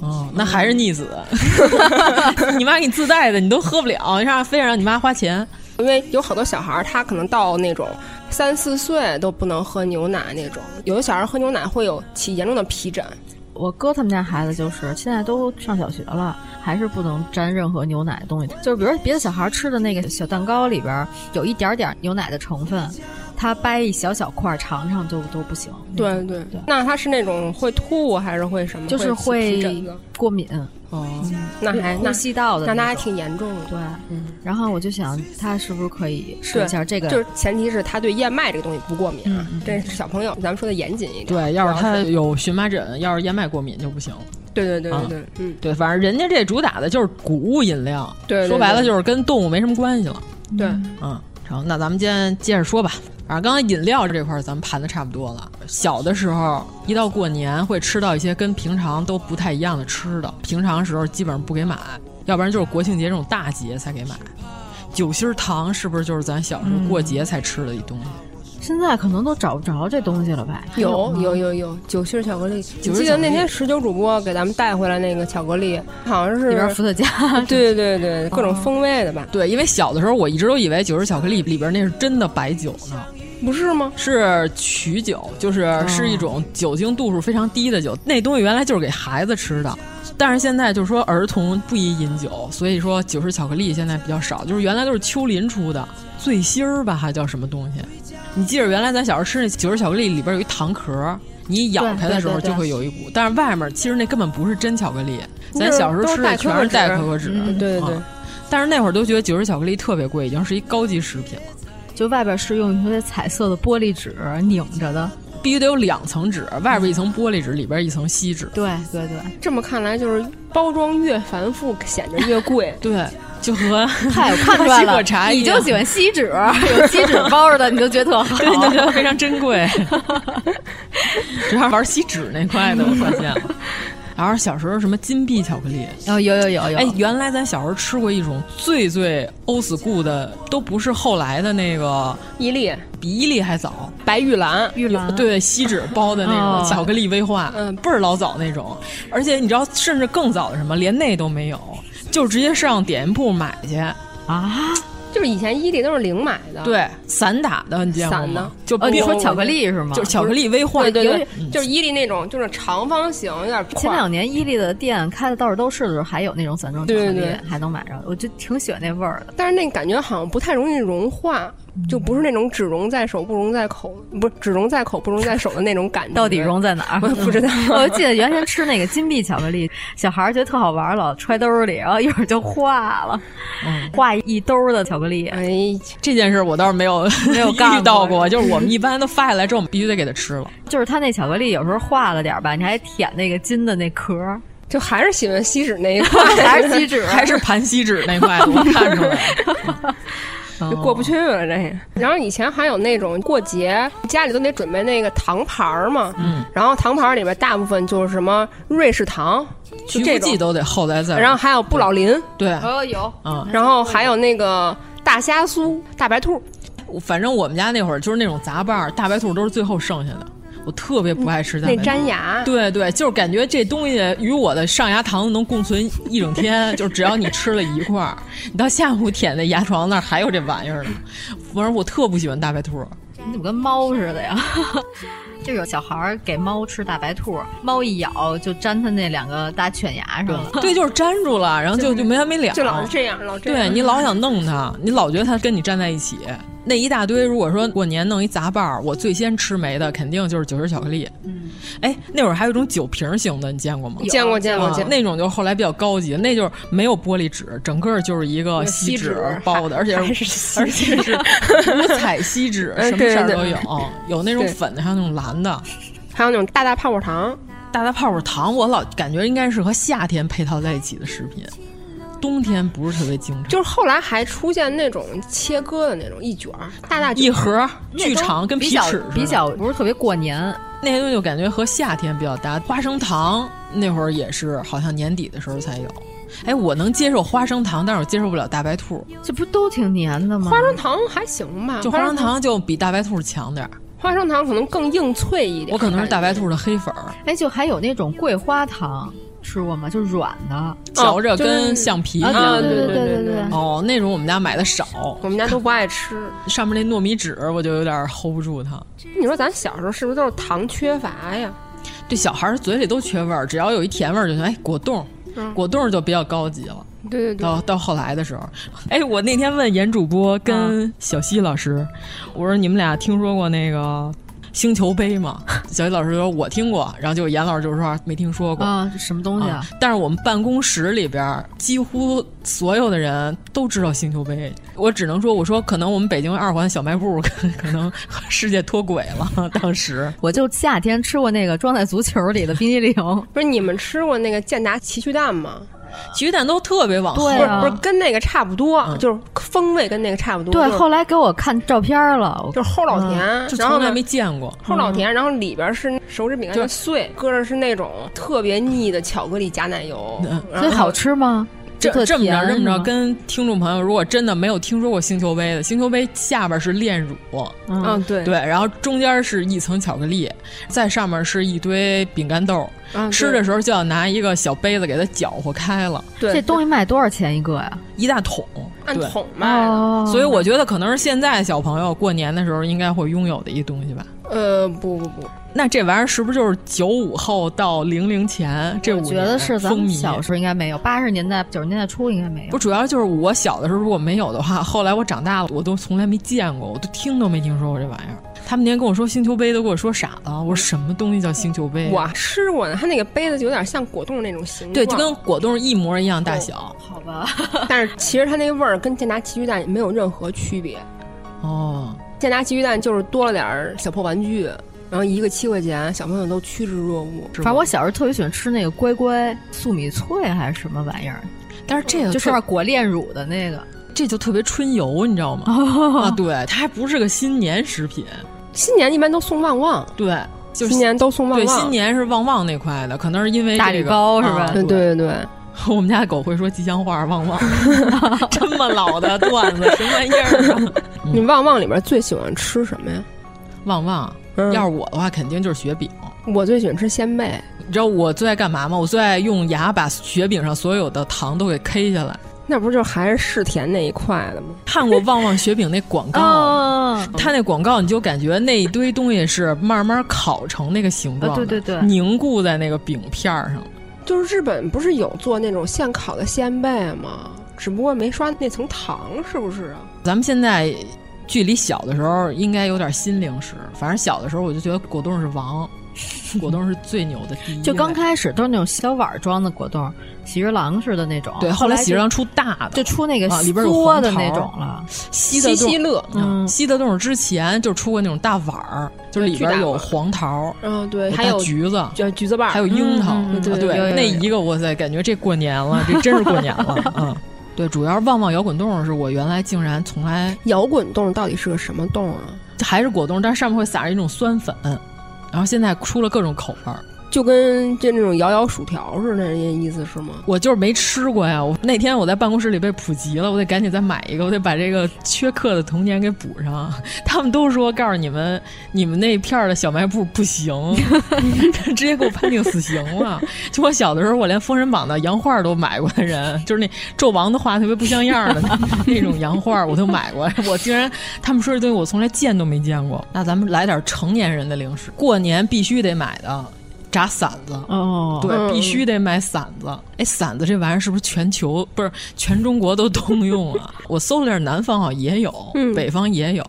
Speaker 5: 哦，那还是逆子。 *laughs* 你妈给你自带的，你都喝不了，你让非得让你妈花钱。
Speaker 3: 因为有好多小孩儿，他可能到那种三四岁都不能喝牛奶那种，有的小孩儿喝牛奶会有起严重的皮疹。
Speaker 4: 我哥他们家孩子就是现在都上小学了，还是不能沾任何牛奶的东西。就是比如说别的小孩吃的那个小蛋糕里边有一点点牛奶的成分，他掰一小小块儿尝尝就都不行。
Speaker 3: 对对
Speaker 4: 嗯对
Speaker 3: 那他是那种会吐还是会什么？
Speaker 4: 就是
Speaker 3: 会起
Speaker 4: 会
Speaker 3: 皮疹的。
Speaker 4: 过敏，
Speaker 5: 哦，
Speaker 3: 那还
Speaker 4: 呼
Speaker 3: 那
Speaker 4: 吸道的
Speaker 3: 那他还
Speaker 4: 种
Speaker 3: 挺严重的。
Speaker 4: 对。然后我就想，他是不是可以试
Speaker 3: 对
Speaker 4: 一下这个？
Speaker 3: 就是前提是他对燕麦这个东西不过敏，啊
Speaker 4: 嗯
Speaker 3: 这是小朋友，咱们说的严谨一点。
Speaker 5: 对，要是
Speaker 3: 然
Speaker 5: 他
Speaker 3: 后是
Speaker 5: 有荨麻疹，要是燕麦过敏就不行。
Speaker 3: 对对对
Speaker 5: 啊
Speaker 3: 对对，嗯，
Speaker 5: 对，反正人家这主打的就是谷物饮料，
Speaker 3: 对对
Speaker 5: 说白了
Speaker 3: 对
Speaker 5: 就是跟动物没什么关系了。
Speaker 3: 对，
Speaker 5: 嗯，然后那咱们今天接着说吧。反正刚刚饮料这块儿咱们盘的差不多了。小的时候，一到过年会吃到一些跟平常都不太一样的吃的，平常时候基本上不给买，要不然就是国庆节这种大节才给买。酒心儿糖是不是就是咱小时候过节才吃的一东西？
Speaker 4: 现在可能都找不着这东西了吧？还
Speaker 3: 有
Speaker 4: 吗
Speaker 3: 有有有酒心儿巧克力，
Speaker 5: 酒心儿巧
Speaker 3: 你记得
Speaker 5: 克力
Speaker 3: 那天十九主播给咱们带回来那个巧克力，好像是
Speaker 4: 里边伏特加，
Speaker 3: 对对对，各种风味的吧？
Speaker 5: 对，因为小的时候我一直都以为酒心儿巧克力里边那是真的白酒呢。
Speaker 3: 不是吗？
Speaker 5: 是曲酒，就是是一
Speaker 3: 哦
Speaker 5: 种酒精度数非常低的酒。那东西原来就是给孩子吃的，但是现在就是说儿童不宜饮酒，所以说酒是巧克力现在比较少。就是原来都是秋林出的醉心儿吧，还叫什么东西？
Speaker 3: 嗯
Speaker 5: 你记着，原来咱小时候吃那酒是巧克力里边有一糖壳。你一咬开的时候
Speaker 4: 对对对
Speaker 5: 就会有一股，但是外面其实那根本不是真巧克力，咱
Speaker 3: 就是
Speaker 5: 小时候
Speaker 3: 都是
Speaker 5: 吃的
Speaker 3: 带
Speaker 5: 全
Speaker 3: 可可
Speaker 5: 是带
Speaker 3: 脂
Speaker 5: 可可脂。
Speaker 3: 对对对
Speaker 5: 啊但是那会儿都觉得酒是巧克力特别贵，已经是一高级食品了。
Speaker 4: 就外边是用一些彩色的玻璃纸拧着的。
Speaker 5: 必须得有两层纸，外边一层玻璃纸，里边一层锡纸。
Speaker 4: 对对对， *laughs*
Speaker 3: 这么看来就是包装越繁复，显得越贵。
Speaker 5: 对，就 *laughs* 和
Speaker 4: 嗨， *laughs* 我看出来了，
Speaker 5: 茶
Speaker 4: 你就喜欢锡 *laughs* 纸，有锡纸包着的，你就觉得特 *laughs* 好，
Speaker 5: 对，你就觉得非常珍 *laughs* 贵。主要玩锡纸那块的，我发现 *laughs* 了。然后小时候什么金币巧克力，
Speaker 4: 哦，有有有有，
Speaker 5: 哎，原来咱小时候吃过一种最最 old school 的，都不是后来的那个
Speaker 3: 伊利，
Speaker 5: 比伊利还早，
Speaker 3: 白玉兰，
Speaker 4: 玉兰，
Speaker 5: 对，锡纸包的那种巧克力威化，哦嗯，倍儿老早那种，而且你知道，甚至更早的什么，连那都没有，就直接上点心铺买去
Speaker 4: 啊。
Speaker 3: 就是以前伊利都是零买的，
Speaker 5: 对，散打的，你见过呃
Speaker 3: 吗？
Speaker 5: 就
Speaker 4: 哦，你说巧克力是吗？
Speaker 5: 就是巧克力微化，
Speaker 3: 对对对，就是伊利那种，就是长方形，有点。
Speaker 4: 前两年伊利的店开的到处都是的时候，还有那种散装巧克力，还能买着，我就挺喜欢那味儿的。
Speaker 3: 但是那感觉好像不太容易融化，就不是那种只溶在手不溶在口，不只溶在口不溶在手的那种感觉。
Speaker 4: 到底溶在哪儿？
Speaker 3: 我也不知道。
Speaker 4: *laughs* 我记得原先吃那个金币巧克力，小孩觉得特好玩，老揣兜里，然后一会儿就化了，化一兜的巧克力。
Speaker 3: 哎，
Speaker 5: 这件事我倒是没有
Speaker 4: 没有
Speaker 5: *laughs* 遇到过，就是我们一般都发下来之后，我们必须得给它吃了。
Speaker 4: 就是它那巧克力有时候化了点吧，你还舔那个金的那壳， *laughs*
Speaker 3: 就还是喜欢锡纸那一块，
Speaker 4: 还是锡纸，
Speaker 5: *laughs* 还是盘锡纸那块，我看出来了。
Speaker 3: *laughs*
Speaker 5: 嗯
Speaker 3: 就过不去了这个。然后以前还有那种过节，家里都得准备那个糖盘儿嘛。嗯。然后糖盘儿里面大部分就是什么瑞士糖，
Speaker 5: 就这种都得后来再。
Speaker 3: 然后还有不老林，
Speaker 5: 对，
Speaker 4: 哦有，
Speaker 5: 嗯。
Speaker 3: 然后还有那个大虾酥、大白兔。
Speaker 5: 反正我们家那会儿就是那种杂拌儿，大白兔都是最后剩下的。我特别不爱吃大白
Speaker 3: 兔，那粘牙。
Speaker 5: 对对，就是感觉这东西与我的上牙膛能共存一整天， *laughs* 就是只要你吃了一块儿，你到下午舔那牙床那儿还有这玩意儿呢。反正我特不喜欢大白
Speaker 3: *laughs*
Speaker 5: 兔。
Speaker 4: 你怎么跟猫似的呀？就有小孩儿给猫吃大白兔，猫一咬就粘它那两个大犬牙上了。
Speaker 5: 对，就是粘住了，然后就就没完没了，
Speaker 3: 就老是这样，老这
Speaker 5: 嗯样。对你老想弄它，你老觉得它跟你粘在一起。那一大堆，如果说过年弄一杂拌儿，我最先吃没的肯定就是九十巧克力。嗯，哎，那会儿还有一种酒瓶型的，你见过吗？
Speaker 3: 见过，见过，见过。
Speaker 5: 那种就是后来比较高级，那就是没有玻璃纸，整个就是一个
Speaker 3: 锡
Speaker 5: 纸包的，而且 *laughs*
Speaker 3: 是
Speaker 5: 而且是五彩锡纸，什么色儿都有，嗯有那种粉的，还有那种蓝的，
Speaker 3: 还有那种大大泡泡糖。
Speaker 5: 大大泡泡糖，我老感觉应该是和夏天配套在一起的食品。冬天不是特别经常，
Speaker 3: 就是后来还出现那种切割的那种一卷儿，大大
Speaker 5: 一盒巨长，跟皮尺似的，
Speaker 4: 比较不是特别过年。
Speaker 5: 那些东西就感觉和夏天比较搭。花生糖那会儿也是，好像年底的时候才有。哎，我能接受花生糖，但是我接受不了大白兔。
Speaker 4: 这不都挺黏的吗？
Speaker 3: 花生糖还行吧，
Speaker 5: 就花生糖就比大白兔强点儿。
Speaker 3: 花生糖可能更硬脆一点，
Speaker 5: 我可能是大白兔的黑粉儿。
Speaker 4: 哎，就还有那种桂花糖。吃过吗？就软的，
Speaker 5: 嚼着跟橡皮一样。
Speaker 4: 啊对对对对对。
Speaker 5: 哦，那种我们家买的少，
Speaker 3: 我们家都不爱吃。
Speaker 5: 上面那糯米纸，我就有点 hold 不住它。
Speaker 3: 你说咱小时候是不是都是糖缺乏呀？
Speaker 5: 对，小孩嘴里都缺味儿，只要有一甜味儿就行。哎，果冻，果冻就比较高级了。
Speaker 3: 对对对。
Speaker 5: 到到后来的时候，哎，我那天问严主播跟小西老师，我说你们俩听说过那个？星球杯嘛， *laughs* 小雨老师说我听过，然后就严老师就说没听说过
Speaker 4: 啊，这什么东西、啊、
Speaker 5: 啊？但是我们办公室里边几乎所有的人都知道星球杯，我只能说，我说可能我们北京二环小卖部可 *laughs* 能和世界脱轨了。当时
Speaker 4: 我就夏天吃过那个装在足球里的冰激凌，
Speaker 3: 不是你们吃过那个健达奇趣蛋吗？
Speaker 5: 奇趣蛋都特别往后，
Speaker 4: 对
Speaker 3: 啊、不是不是跟那个差不多，嗯、就是风味跟那个差不多。
Speaker 4: 对，
Speaker 3: 就是、
Speaker 4: 后来给我看照片了，
Speaker 3: 就是齁老甜，嗯、
Speaker 5: 就从来没见过
Speaker 3: 齁老甜，然后里边是手指饼干碎，搁着是那种特别腻的巧克力加奶油，
Speaker 4: 嗯所以好吃吗？
Speaker 5: 嗯这这么着，这么着，跟听众朋友，如果真的没有听说过星球杯的，星球杯下边是炼乳，
Speaker 3: 嗯，对
Speaker 5: 对，然后中间是一层巧克力，在上面是一堆饼干豆，
Speaker 3: 嗯、
Speaker 5: 吃的时候就要拿一个小杯子给它搅和开了。
Speaker 3: 对，
Speaker 4: 这东西卖多少钱一个呀、啊？
Speaker 5: 一大桶，
Speaker 3: 按桶卖。
Speaker 4: 哦、
Speaker 5: 所以我觉得可能是现在小朋友过年的时候应该会拥有的一东西吧。
Speaker 3: 呃，不不不。
Speaker 5: 那这玩意儿是不是就是九五后到零零前这
Speaker 4: 我觉得是咱们小时候应该没有，八十年代九十年代初应该没有。
Speaker 5: 不，主要就是我小的时候如果没有的话，后来我长大了我都从来没见过，我都听都没听说过这玩意儿。他们那天跟我说星球杯都给我说傻了，我说什么东西叫星球杯？
Speaker 3: 我吃过呢，它那个杯子有点像果冻那种形状，
Speaker 5: 对，就跟果冻一模一样大小。
Speaker 4: 哦、好吧，
Speaker 3: 但是其实它那个味儿跟健达奇趣蛋没有任何区别。
Speaker 5: 哦，
Speaker 3: 健达奇鱼蛋就是多了点儿小破玩具，然后一个七块钱，小朋友都趋之若鹜。
Speaker 4: 反正我小时候特别喜欢吃那个乖乖粟米脆还是什么玩意儿，
Speaker 5: 但是这个
Speaker 4: 就是裹炼乳的那个，
Speaker 5: 这就特别春游，你知道吗？
Speaker 4: 哦
Speaker 5: 啊，对，它还不是个新年食品，
Speaker 3: 新年一般都送旺旺，
Speaker 5: 对。就
Speaker 3: 新年都送旺
Speaker 5: 旺，对，新年是旺旺那块的，可能是因为、这个、啊
Speaker 4: 大礼包是吧？
Speaker 3: 对嗯对对，
Speaker 5: *laughs* 我们家的狗会说吉祥话
Speaker 4: *laughs*
Speaker 5: 旺旺，这么老的段子，什么玩意
Speaker 4: *laughs*
Speaker 5: 儿啊？
Speaker 3: 你旺旺里边最喜欢吃什么呀？嗯
Speaker 5: 旺旺，要是我的话，肯定就是雪饼。
Speaker 3: 我最喜欢吃鲜贝。
Speaker 5: 你知道我最爱干嘛吗？我最爱用牙把雪饼上所有的糖都给 K 下来。
Speaker 3: 那不就还是世田那一块的吗？
Speaker 5: 看过旺旺雪饼那广
Speaker 4: *laughs*
Speaker 5: 告，
Speaker 4: 嗯
Speaker 5: 它哦、那广告你就感觉那一堆东西是慢慢烤成那个形状、哦，
Speaker 4: 啊对对对，
Speaker 5: 凝固在那个饼片上。
Speaker 3: 就是日本不是有做那种现烤的鲜贝吗？只不过没刷那层糖，是不是啊？
Speaker 5: 咱们现在距离小的时候应该有点新零食，反正小的时候我就觉得果冻是王。果冻是最牛的第一，
Speaker 4: 就刚开始都是那种小碗装的果冻，喜之郎似的那种。
Speaker 5: 对，后来喜之郎出大的，
Speaker 4: 就出那个
Speaker 5: 啊里边
Speaker 4: 有的那种了。
Speaker 5: 西西
Speaker 3: 西乐，
Speaker 5: 嗯，西德冻之前就出过那种大碗儿，就是里边有黄桃，
Speaker 3: 嗯，对，
Speaker 5: 还有橘子，
Speaker 3: 橘子瓣，
Speaker 5: 还有樱桃。啊
Speaker 3: 对，
Speaker 5: 那一个哇塞，感觉这过年了，这真是过年了。嗯，对，主要是旺旺摇滚冻是我原来竟然从来
Speaker 3: 摇滚冻到底是个什么冻啊？
Speaker 5: 还是果冻，但是上面会撒上一种酸粉。然后现在出了各种口味儿，
Speaker 3: 就跟就那种摇摇薯条似的，那意思是吗？
Speaker 5: 我就是没吃过呀。我那天我在办公室里被普及了，我得赶紧再买一个，我得把这个缺课的童年给补上。 *laughs* 他们都说告诉你们，你们那片儿的小卖部不行， *laughs* 直接给我判定死刑了。就我小的时候，我连封神榜的洋画都买过的人，就是那纣王的画特别不像样的 *laughs* 那种洋画，我都买过。我竟然他们说这东西我从来见都没见过。那咱们来点成年人的零食，过年必须得买的。炸馓子
Speaker 4: 哦，
Speaker 5: 对，嗯、必须得买馓子。哎，馓子这玩意儿是不是全球不是全中国都通用 *laughs* 啊？我搜了点，南方好像也有，嗯、北方也有，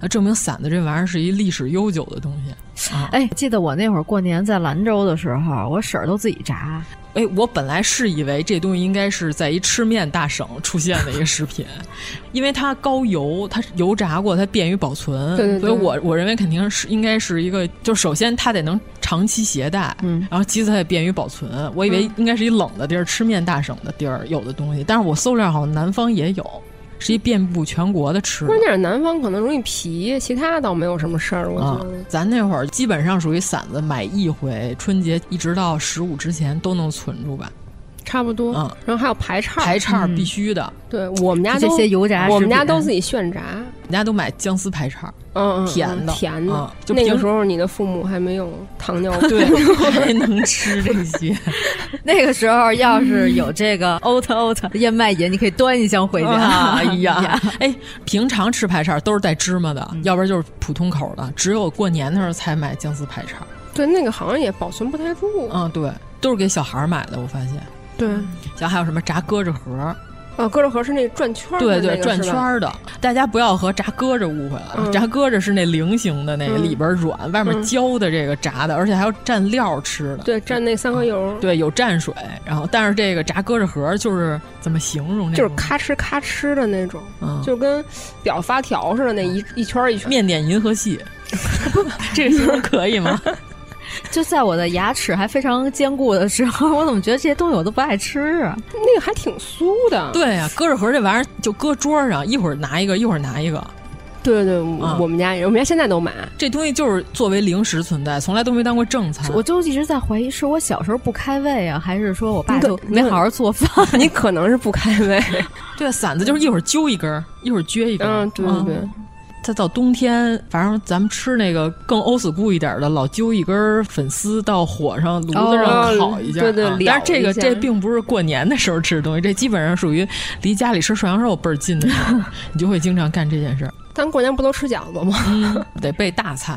Speaker 5: 啊，证明馓子这玩意儿是一历史悠久的东西。啊、
Speaker 4: 哎，记得我那会儿过年在兰州的时候，我婶儿都自己炸。 *laughs*
Speaker 5: 哎，我本来是以为这东西应该是在一吃面大省出现的一个食品，因为它高油，它油炸过，它便于保存，
Speaker 3: 对对对
Speaker 5: 所以我我认为肯定是应该是一个，就首先它得能长期携带，嗯，然后其次它也便于保存。我以为应该是一冷的地儿、嗯、吃面大省的地儿有的东西，但是我搜料好像南方也有，是一遍布全国的吃。
Speaker 3: 关键是南方可能容易皮，其他倒没有什么事儿，我觉得。
Speaker 5: 嗯、咱那会儿基本上属于散子买一回，春节一直到十五之前都能存住吧。
Speaker 3: 差不多，嗯，然后还有排叉，
Speaker 5: 啊排叉必须的。
Speaker 3: 对我们家
Speaker 4: 这些油炸，
Speaker 3: 我们家都自己炫炸，我
Speaker 5: 们家都买姜丝排叉，
Speaker 3: 嗯，
Speaker 5: 甜的，啊
Speaker 3: 甜的。
Speaker 5: 就
Speaker 3: 那个时候，你的父母还没有糖尿
Speaker 5: *laughs*
Speaker 3: 病，
Speaker 5: 还能吃这
Speaker 3: *laughs*
Speaker 5: 些。
Speaker 4: 那个时候要是有这个欧特欧特燕麦饮，你可以端一箱
Speaker 5: *laughs*
Speaker 4: 回 *laughs* 家。
Speaker 5: 哎
Speaker 3: *laughs*
Speaker 5: 呀，哎，平常吃排叉都是带芝麻
Speaker 3: 嗯
Speaker 5: 的，要不然就是普通口的，只有过年的时候才买姜丝排叉。
Speaker 3: 对，那个好像也保存不太住。
Speaker 5: 嗯，对，都是给小孩买的，我发现。
Speaker 3: 对，
Speaker 5: 像还有什么炸胳肢核儿，
Speaker 3: 啊，胳肢核嗯是那嗯转圈儿，
Speaker 5: 对对，转圈儿的。大家不要和炸胳肢误会了，炸胳肢是那菱形的，那
Speaker 3: 嗯
Speaker 5: 里边软，外面焦的这个炸的，而且还要蘸料吃的。
Speaker 3: 对，蘸那三合油。
Speaker 5: 对，有蘸水，然后但是这个炸胳肢核就是怎么形容？
Speaker 3: 就是咔哧咔哧的那种，就跟表发条似的，那一一圈一圈。
Speaker 5: 面点银河系， *laughs* 这个形容可以
Speaker 3: *laughs*
Speaker 5: 吗？
Speaker 4: 就在我的牙齿还非常坚固的时候，我怎么觉得这些东西我都不爱吃啊？
Speaker 3: 那个还挺酥的。
Speaker 5: 对呀、啊，胳肢盒这玩意儿就搁桌上，一会儿拿一个，一会儿拿一个。
Speaker 3: 对对，嗯、我们家也，我们家现在都买。
Speaker 5: 这东西就是作为零食存在，从来都没当过正餐。
Speaker 4: 我就一直在怀疑，是我小时候不开胃啊，还是说我爸就没好好做饭？
Speaker 3: 你可能是不开胃。
Speaker 5: 对，馓子就是一会儿揪一根，一会儿撅一根。
Speaker 3: 嗯，对对对。嗯
Speaker 5: 再到冬天，反正咱们吃那个更欧死固一点的，老揪一根粉丝到火上炉子上烤一下。啊
Speaker 3: 哦对对，
Speaker 5: 但是这个这并不是过年的时候吃的东西，这基本上属于离家里吃涮羊肉倍儿近的时候，你就会经常干这件事。
Speaker 3: 咱过年不都吃饺子
Speaker 5: 吗？ *laughs* 得备大菜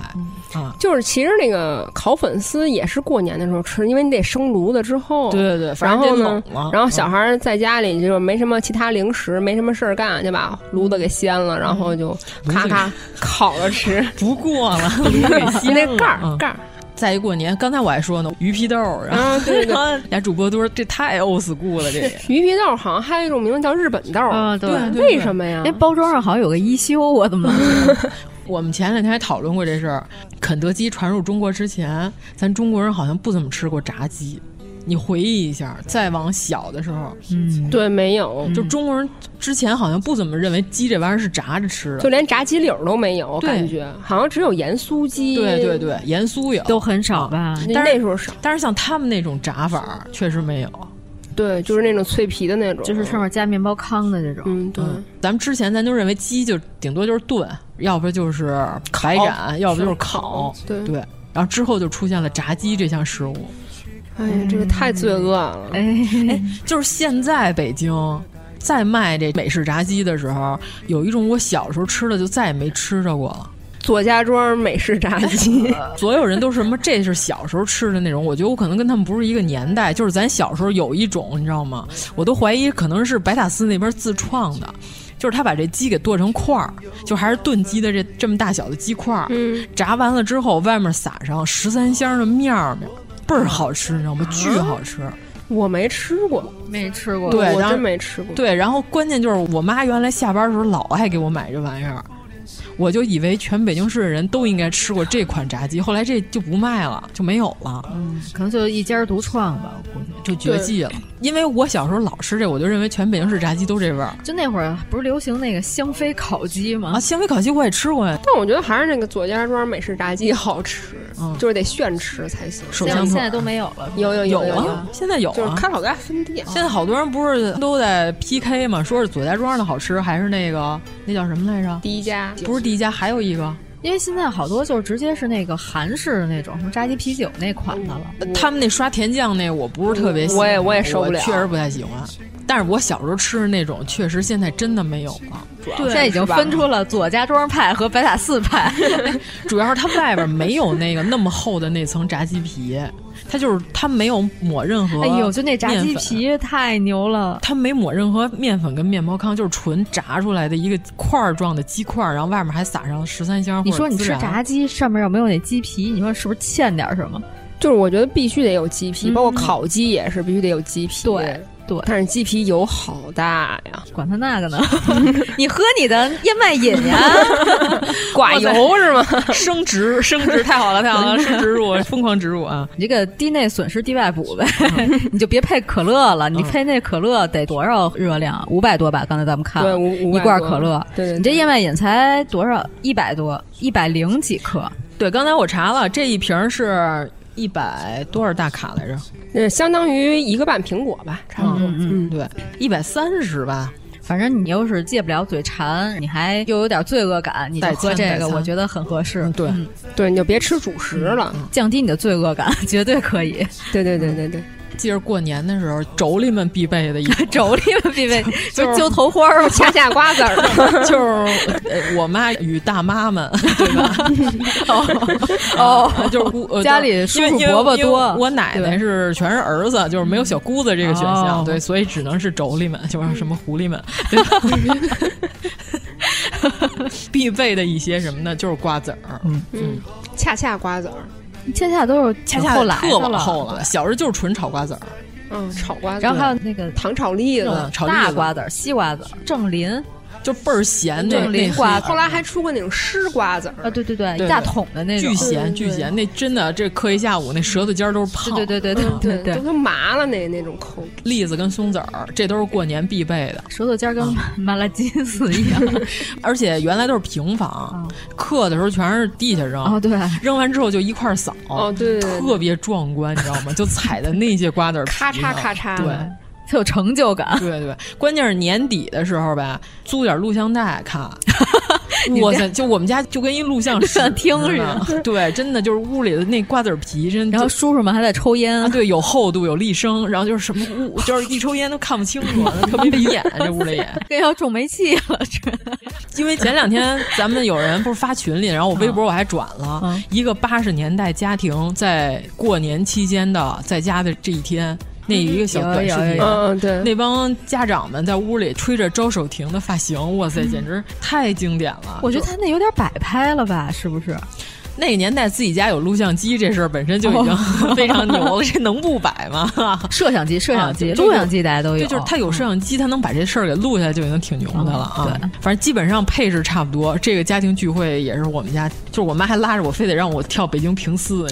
Speaker 5: 啊。
Speaker 3: *laughs* 就是其实那个烤粉丝也是过年的时候吃，因为你得生炉子之后。
Speaker 5: 对对对，
Speaker 3: 哦然后
Speaker 5: 呢，
Speaker 3: 然后小孩在家里就没什么其他零食，没什么事儿干，就把炉子给掀了，然后就咔咔烤着吃。
Speaker 5: 不过了，炉子给掀 *laughs*
Speaker 3: 那盖儿盖儿。
Speaker 5: 再一过年，刚才我还说呢，鱼皮豆，然
Speaker 3: *laughs*
Speaker 5: 后、
Speaker 3: 啊对对对
Speaker 5: 俩主播都说这太 old school 了，这
Speaker 3: *laughs*
Speaker 5: 个。
Speaker 3: 鱼皮豆好像还有一种名字叫日本豆
Speaker 5: 啊对对
Speaker 3: 为什么呀？
Speaker 5: 哎
Speaker 4: 包装上好像有个一休，我怎么？
Speaker 5: 我们前两天还讨论过这事儿，肯德基传入中国之前，咱中国人好像不怎么吃过炸鸡。你回忆一下，再往小的时候，
Speaker 4: 嗯，
Speaker 3: 对，没有，
Speaker 5: 就中国人之前好像不怎么认为鸡这玩意儿是炸着吃的，
Speaker 3: 就连炸鸡柳都没有，
Speaker 5: 对
Speaker 3: 感觉好像只有盐酥鸡。
Speaker 5: 对对对，盐酥有，
Speaker 4: 都很少吧
Speaker 3: 那
Speaker 5: 但是
Speaker 3: 那时候少，
Speaker 5: 但是像他们那种炸法儿确实没有。
Speaker 3: 对，就是那种脆皮的那种，
Speaker 4: 就是上面加面包糠的这种。
Speaker 3: 嗯，对。
Speaker 5: 咱们之前咱就认为鸡就顶多就是炖，要不就是白斩，要不就是烤，
Speaker 3: 对
Speaker 5: 然后之后就出现了炸鸡这项食物，
Speaker 3: 哎呀，这个太罪恶了。
Speaker 5: 嗯
Speaker 4: 哎，
Speaker 5: 就是现在北京在卖这美式炸鸡的时候，有一种我小时候吃的就再也没吃着过了。
Speaker 3: 左家庄美式炸鸡，
Speaker 5: 所有人都是什么？这是小时候吃的那种。我觉得我可能跟他们不是一个年代，就是咱小时候有一种，你知道吗？我都怀疑可能是白塔寺那边自创的，就是他把这鸡给剁成块儿，就还是炖鸡的这这么大小的鸡块儿，
Speaker 3: 嗯
Speaker 5: 炸完了之后外面撒上十三香的面儿面，倍儿好吃，你知道吗？巨好吃。
Speaker 3: *laughs* 我没吃过，
Speaker 4: 没吃过
Speaker 5: 对，
Speaker 3: 我
Speaker 5: 然后
Speaker 3: 真没吃过。
Speaker 5: 对，然后关键就是我妈原来下班的时候老爱给我买这玩意儿，我就以为全北京市的人都应该吃过这款炸鸡，后来这就不卖了，就没有了，
Speaker 4: 可能就一家独创吧，我估计。
Speaker 5: 就绝迹了。因为我小时候老吃这，我就认为全北京市炸鸡都这味儿
Speaker 4: 就那会儿不是流行那个香妃烤鸡吗？
Speaker 5: 啊。香妃烤鸡我也吃过呀，
Speaker 3: 但我觉得还是那个左家庄美式炸鸡好吃，
Speaker 5: 嗯
Speaker 3: 就是得炫吃才行。
Speaker 5: 手
Speaker 4: 现在
Speaker 5: 枪
Speaker 4: 现
Speaker 5: 腿
Speaker 4: 在
Speaker 5: 儿
Speaker 4: 都没有了。
Speaker 3: 有有
Speaker 5: 有
Speaker 3: 有
Speaker 5: 啊，现在有
Speaker 3: 就是
Speaker 5: 啊。
Speaker 3: 开老家分店。
Speaker 5: 现在好多人不是都在 PK 嘛，说是左家庄的好吃，还是那个那叫什么来着？
Speaker 3: 第一家
Speaker 5: 不是第一家，还有一个，
Speaker 4: 因为现在好多就是直接是那个韩式的那种，什么炸鸡啤酒那款的了。
Speaker 5: 他们那刷甜酱那我不是特别喜欢，
Speaker 3: 我也我也受不了
Speaker 5: 确实不太喜欢。但是我小时候吃的那种，确实现在真的没有啊了。
Speaker 4: 现在已经分出了左家庄派和白塔寺派。
Speaker 5: 主要是它外边没有那个那么厚的那层炸鸡皮，它就是它没有抹任
Speaker 4: *laughs*
Speaker 5: 何。
Speaker 4: 哎呦，就那炸鸡，皮太牛了！
Speaker 5: 它没抹任何面粉跟面包糠，就是纯炸出来的一个块儿状的鸡块儿，然后外面还撒上十三香或
Speaker 4: 你
Speaker 5: 者孜
Speaker 4: 说
Speaker 5: 然。
Speaker 4: 你吃炸鸡上面要没有那鸡皮，你说是不是欠点什么？
Speaker 3: 就是我觉得必须得有鸡皮，
Speaker 4: 嗯
Speaker 3: 包括烤鸡也是必须得有鸡皮。
Speaker 4: 对对
Speaker 3: 但是鸡皮油好大呀，
Speaker 4: 管他那个呢， *laughs* 你喝你的燕麦饮呀，
Speaker 3: 寡油是
Speaker 4: *laughs*
Speaker 3: 吗？
Speaker 5: 升 *laughs* 值升值太好了太好了，升植入疯狂植入啊！
Speaker 4: 你这个低内损失低外补呗， *laughs* 你就别配可乐了，你配那可乐得多少热量？啊五百多吧，刚才咱们看
Speaker 3: 对 *laughs* 五
Speaker 4: 一
Speaker 3: 500
Speaker 4: 罐可乐，嗯
Speaker 3: 对对对
Speaker 4: 你这燕麦饮才多少？一百多，一百零几克。
Speaker 5: 对，刚才我查了，这一瓶是一百多少大卡来着？
Speaker 3: 呃，相当于一个半苹果吧，差不多。
Speaker 5: 嗯嗯，对，一百三十吧。
Speaker 4: 反正你又是戒不了嘴馋，你还又有点罪恶感，你就喝
Speaker 5: 代餐
Speaker 4: 这
Speaker 5: 代
Speaker 4: 个，
Speaker 5: 餐
Speaker 4: 我觉得很合适。
Speaker 5: 对，
Speaker 4: 嗯
Speaker 3: 对，你就别吃主食了。
Speaker 4: 降低你的罪恶感， *laughs* 绝对可以。
Speaker 3: 对对对对对，
Speaker 4: 嗯
Speaker 5: 记着过年的时候，妯娌们必备的一
Speaker 4: *laughs*
Speaker 5: 种
Speaker 4: 妯娌们必备，
Speaker 5: 就
Speaker 4: 就是揪头花儿吗？
Speaker 3: 掐下瓜子
Speaker 4: *laughs*
Speaker 3: 儿。
Speaker 5: 就是呃我妈与大妈们，对吧？ *laughs*
Speaker 4: 哦
Speaker 5: 啊就是
Speaker 4: *laughs*
Speaker 5: 姑呃
Speaker 4: 家里
Speaker 5: 就是
Speaker 4: 叔叔
Speaker 5: 因为
Speaker 4: 伯伯
Speaker 5: 因为
Speaker 4: 多
Speaker 5: 我奶奶是全是儿子，就是没有小姑子这个选项，
Speaker 4: 哦
Speaker 5: 对，所以只能是妯娌们，就是什么
Speaker 4: *laughs*
Speaker 5: 狐狸们，对吧？必备的一些什么呢？就是瓜子儿，
Speaker 3: 嗯，恰恰瓜子儿，
Speaker 4: 恰恰都是
Speaker 5: 恰恰
Speaker 4: 后来
Speaker 5: 特
Speaker 4: 的
Speaker 5: 往
Speaker 4: 了，
Speaker 5: 后了，小时候就是纯炒瓜子儿，
Speaker 3: 嗯，炒瓜子儿，
Speaker 4: 然后还有那个
Speaker 3: 糖炒栗
Speaker 5: 嗯
Speaker 3: 子。
Speaker 5: 炒栗
Speaker 4: 大
Speaker 5: 子
Speaker 4: 瓜子儿、西瓜子儿、正林
Speaker 5: 就倍儿咸那
Speaker 4: 对
Speaker 5: 那
Speaker 4: 林瓜
Speaker 5: 黑
Speaker 3: 后来还出过那种湿瓜子
Speaker 4: 啊，
Speaker 3: 儿，
Speaker 4: 对对对，
Speaker 5: 对
Speaker 4: 一大桶的那种
Speaker 5: 巨。咸
Speaker 3: 对
Speaker 5: 巨咸，那真的这嗑一下午，那舌头尖儿都是泡。
Speaker 4: 对对对对对
Speaker 3: 都
Speaker 4: 对，
Speaker 3: 都麻了那那种口感。
Speaker 5: 栗子跟松子儿，这都是过年必备的，
Speaker 4: 舌头尖儿跟麻辣鸡丝一样。
Speaker 5: 而且原来都是平房，嗑的时候全是地下扔，
Speaker 4: 哦，对，
Speaker 5: 扔完之后就一块儿扫，
Speaker 3: 哦对对对
Speaker 5: 特别壮观，你知道吗？就踩在那些瓜子儿皮
Speaker 3: 咔
Speaker 5: 上，
Speaker 3: 嚓咔嚓
Speaker 5: 对。
Speaker 4: 特有成就感。
Speaker 5: 对对，关键是年底的时候吧，租点录像带
Speaker 3: *laughs*
Speaker 5: 看。哇塞！就我们家就跟一录像
Speaker 4: 录
Speaker 5: 室
Speaker 4: 像厅
Speaker 5: 似
Speaker 4: 似
Speaker 5: 的，对，真的就是屋里的那瓜子儿皮，真
Speaker 4: 然后叔叔们还在抽
Speaker 5: 嗯啊，
Speaker 4: 烟，
Speaker 5: 对，有厚度，有立声，然后就是什么屋，就是一抽烟都看不清楚，
Speaker 3: *laughs*
Speaker 5: 特别逼眼这屋里也。
Speaker 4: *laughs* 跟要中煤气了，这
Speaker 5: 因为前两天咱们有人不是发群里，然后我微博我还转了、
Speaker 4: 嗯
Speaker 5: 一个八十年代家庭在过年期间的在家的这一天，那有一个小
Speaker 4: 有
Speaker 5: 短视
Speaker 4: 有
Speaker 5: 频。
Speaker 4: 有
Speaker 3: 嗯，对，
Speaker 5: 那帮家长们在屋里吹着周守婷的发型，哇塞，简直太经典了！
Speaker 4: 我觉得他那有点摆拍了吧？是不是？
Speaker 5: 那个年代自己家有录像机这事儿本身就已
Speaker 4: 哦
Speaker 5: 经非常牛了，这能不摆吗？
Speaker 4: 摄像机、摄像机、录像机大家都有，
Speaker 5: 对，
Speaker 3: 啊
Speaker 5: 就是他有摄像机，他能把这事儿给录下来，就已经挺牛的了
Speaker 3: 嗯
Speaker 5: 啊。
Speaker 4: 对，
Speaker 5: 反正基本上配置差不多。这个家庭聚会也是我们家，就是我妈还拉着我，非得让我跳北京平四，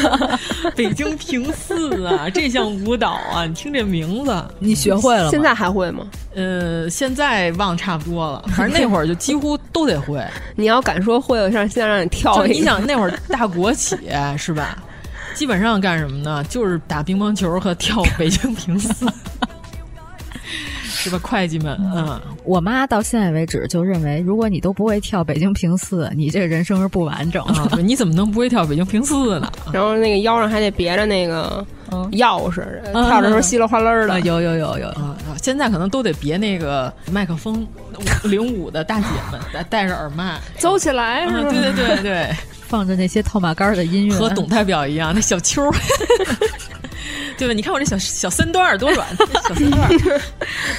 Speaker 3: *laughs*
Speaker 5: 北京平四啊，这项舞蹈啊，你听这名字，
Speaker 4: 你学会了吗？
Speaker 3: 现在还会吗？
Speaker 5: 呃，现在忘差不多
Speaker 3: *laughs*
Speaker 5: 了，反正那会儿就几乎都得会。
Speaker 3: 你要敢说会了，上现在让你跳
Speaker 5: 就
Speaker 3: 一个，
Speaker 5: 你想那会儿大国企是吧？基本上干什么呢？就是打乒乓球和跳北京平
Speaker 3: *laughs*
Speaker 5: 四，是吧？会计们，嗯，
Speaker 4: 我妈到现在为止就认为，如果你都不会跳北京平四，你这人生是不完整的。
Speaker 5: *laughs* 啊你怎么能不会跳北京平四呢？
Speaker 3: 然后那个腰上还得别着那个
Speaker 5: 嗯
Speaker 3: 钥匙，呃跳的时候稀里哗啦
Speaker 4: *laughs*
Speaker 3: 的。
Speaker 4: 有有有有，
Speaker 5: 啊，现在可能都得别那个麦克风，零五的大姐们戴戴着耳麦，
Speaker 3: 走起来啊是
Speaker 5: 嗯，
Speaker 3: 吧？
Speaker 5: 对对对对。
Speaker 4: 放着那些套马杆儿的音乐，
Speaker 5: 和董代表一样，那小秋儿，对吧？你看我这小小三段儿多软，小三段儿。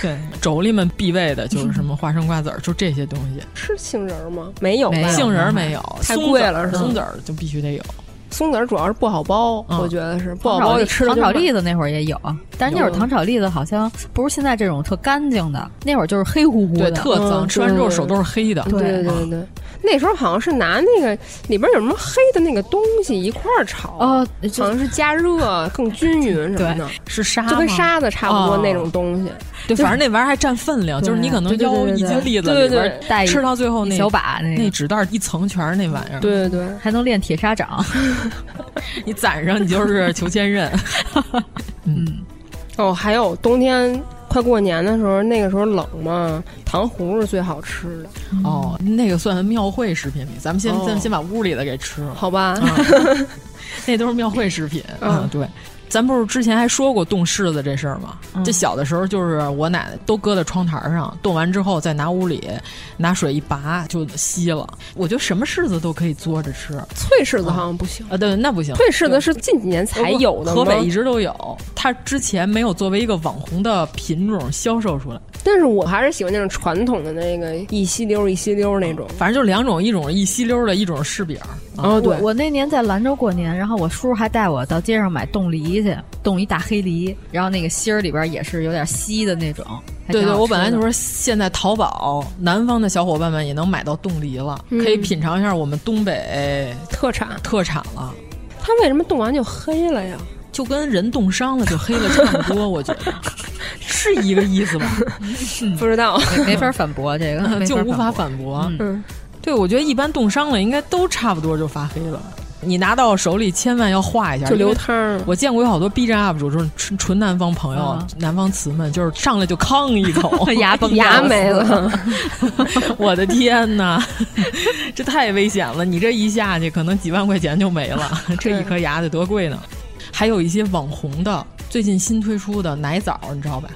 Speaker 5: 对，妯娌们必备的就是什么花生瓜子儿，就这些东西。
Speaker 3: 是杏仁儿吗？没有吧，
Speaker 4: 没有
Speaker 5: 杏仁儿没有，
Speaker 3: 太
Speaker 5: 松子
Speaker 3: 贵
Speaker 5: 儿
Speaker 3: 了是吧
Speaker 5: 松子儿就必须得有。
Speaker 3: 松子儿主要是不好剥，
Speaker 5: 嗯
Speaker 3: 我觉得是不
Speaker 4: 糖
Speaker 3: 好
Speaker 4: 炒
Speaker 3: 剥
Speaker 4: 栗
Speaker 3: 就吃了
Speaker 4: 糖
Speaker 3: 就
Speaker 4: 炒
Speaker 3: 慢
Speaker 4: 栗子那会儿也有，啊但是那会儿
Speaker 3: 有
Speaker 4: 糖炒栗子好像不是现在这种特干净的，那会儿就是黑乎乎
Speaker 5: 对，
Speaker 4: 的，
Speaker 5: 特脏，
Speaker 3: 嗯
Speaker 5: 吃完之后
Speaker 3: 对
Speaker 5: 手都是黑的。啊
Speaker 4: 对
Speaker 3: 对对
Speaker 5: 嗯
Speaker 3: 对，那时候好像是拿那个里边有什么黑的那个东西一块儿炒，
Speaker 4: 哦，就
Speaker 3: 好像是加热更均匀什么的，
Speaker 5: 是沙吗，
Speaker 3: 就跟沙子差不多那种东西。
Speaker 5: 对，反正那玩意儿还占分量，
Speaker 4: 对
Speaker 5: 就是你可能腰
Speaker 4: 对对对
Speaker 5: 一
Speaker 4: 对
Speaker 5: 斤栗子
Speaker 3: 对对
Speaker 5: 里边
Speaker 3: 对
Speaker 4: 带一
Speaker 5: 吃到最后那
Speaker 4: 一小把那
Speaker 5: 那
Speaker 4: 个，
Speaker 5: 纸袋儿一层全是那玩意儿，
Speaker 3: 对对对，
Speaker 4: 还能练铁砂掌，
Speaker 5: 你攒上你就是裘千
Speaker 3: *laughs*
Speaker 5: 仞。嗯，
Speaker 3: 哦，还有冬天快过年的时候，那个时候冷嘛，糖葫芦是最好吃的，
Speaker 5: 哦，那个算庙会食品里，咱们先
Speaker 3: 嗯哦
Speaker 5: 咱们先把屋里的给吃
Speaker 3: *laughs*
Speaker 5: 了。
Speaker 3: 好吧？
Speaker 5: 啊， *laughs* 那都是庙会食品。嗯，对。咱不是之前还说过冻柿子这事儿吗？
Speaker 3: 嗯
Speaker 5: 这小的时候就是我奶奶都搁在窗台上，冻完之后再拿屋里拿水一拔就稀了。我觉得什么柿子都可以嘬着吃啊，
Speaker 3: 脆柿子好像不行，
Speaker 5: 对，那不行。
Speaker 3: 脆柿子是近几年才有的吗
Speaker 5: 河北一直都有，它之前没有作为一个网红的品种销售出来。
Speaker 3: 但是我还是喜欢那种传统的那个一吸溜儿一吸溜儿那种。
Speaker 5: 反正就两种，一种是一吸溜儿的，一种是柿饼儿。啊
Speaker 3: 哦，
Speaker 4: 我
Speaker 3: 对，
Speaker 4: 我那年在兰州过年，然后我叔叔还带我到街上买冻梨去，冻一大黑梨，然后那个芯儿里边也是有点稀的那种。还
Speaker 5: 对
Speaker 4: 挺
Speaker 5: 对，
Speaker 4: 好
Speaker 5: 我本来
Speaker 4: 吃
Speaker 5: 就
Speaker 4: 的
Speaker 5: 说，现在淘宝南方的小伙伴们也能买到冻梨了，可以品尝一下我们东北
Speaker 3: 特产，
Speaker 5: 特产了，
Speaker 3: 它为什么冻完就黑了呀？
Speaker 5: 就跟人冻伤了就黑了差不多，我觉得是一个意思吧，嗯
Speaker 3: 不知道，
Speaker 4: 没没法反驳
Speaker 5: *laughs*
Speaker 4: 这个，没
Speaker 5: 就无法
Speaker 4: 反
Speaker 5: 反驳。
Speaker 4: 嗯
Speaker 3: 嗯，
Speaker 5: 对，我觉得一般冻伤了应该都差不多就发黑了。你拿到手里千万要化一下，
Speaker 3: 就
Speaker 5: 因
Speaker 3: 流
Speaker 5: 为
Speaker 3: 汤儿了。
Speaker 5: 我见过有好多 B 站 UP 主，就是纯纯南方朋友、
Speaker 4: 啊
Speaker 5: 南方词们，就是上来就吭一口，
Speaker 4: *laughs*
Speaker 5: *laughs*
Speaker 4: 牙崩
Speaker 3: 牙
Speaker 4: 掉
Speaker 3: 没了，
Speaker 5: 我的天呐，这太危险了！你这一下去，可能几万块钱就
Speaker 4: *laughs*
Speaker 5: 没了，这一颗牙得多贵呢？还有一些网红的，最近新推出的奶枣，你知道吧？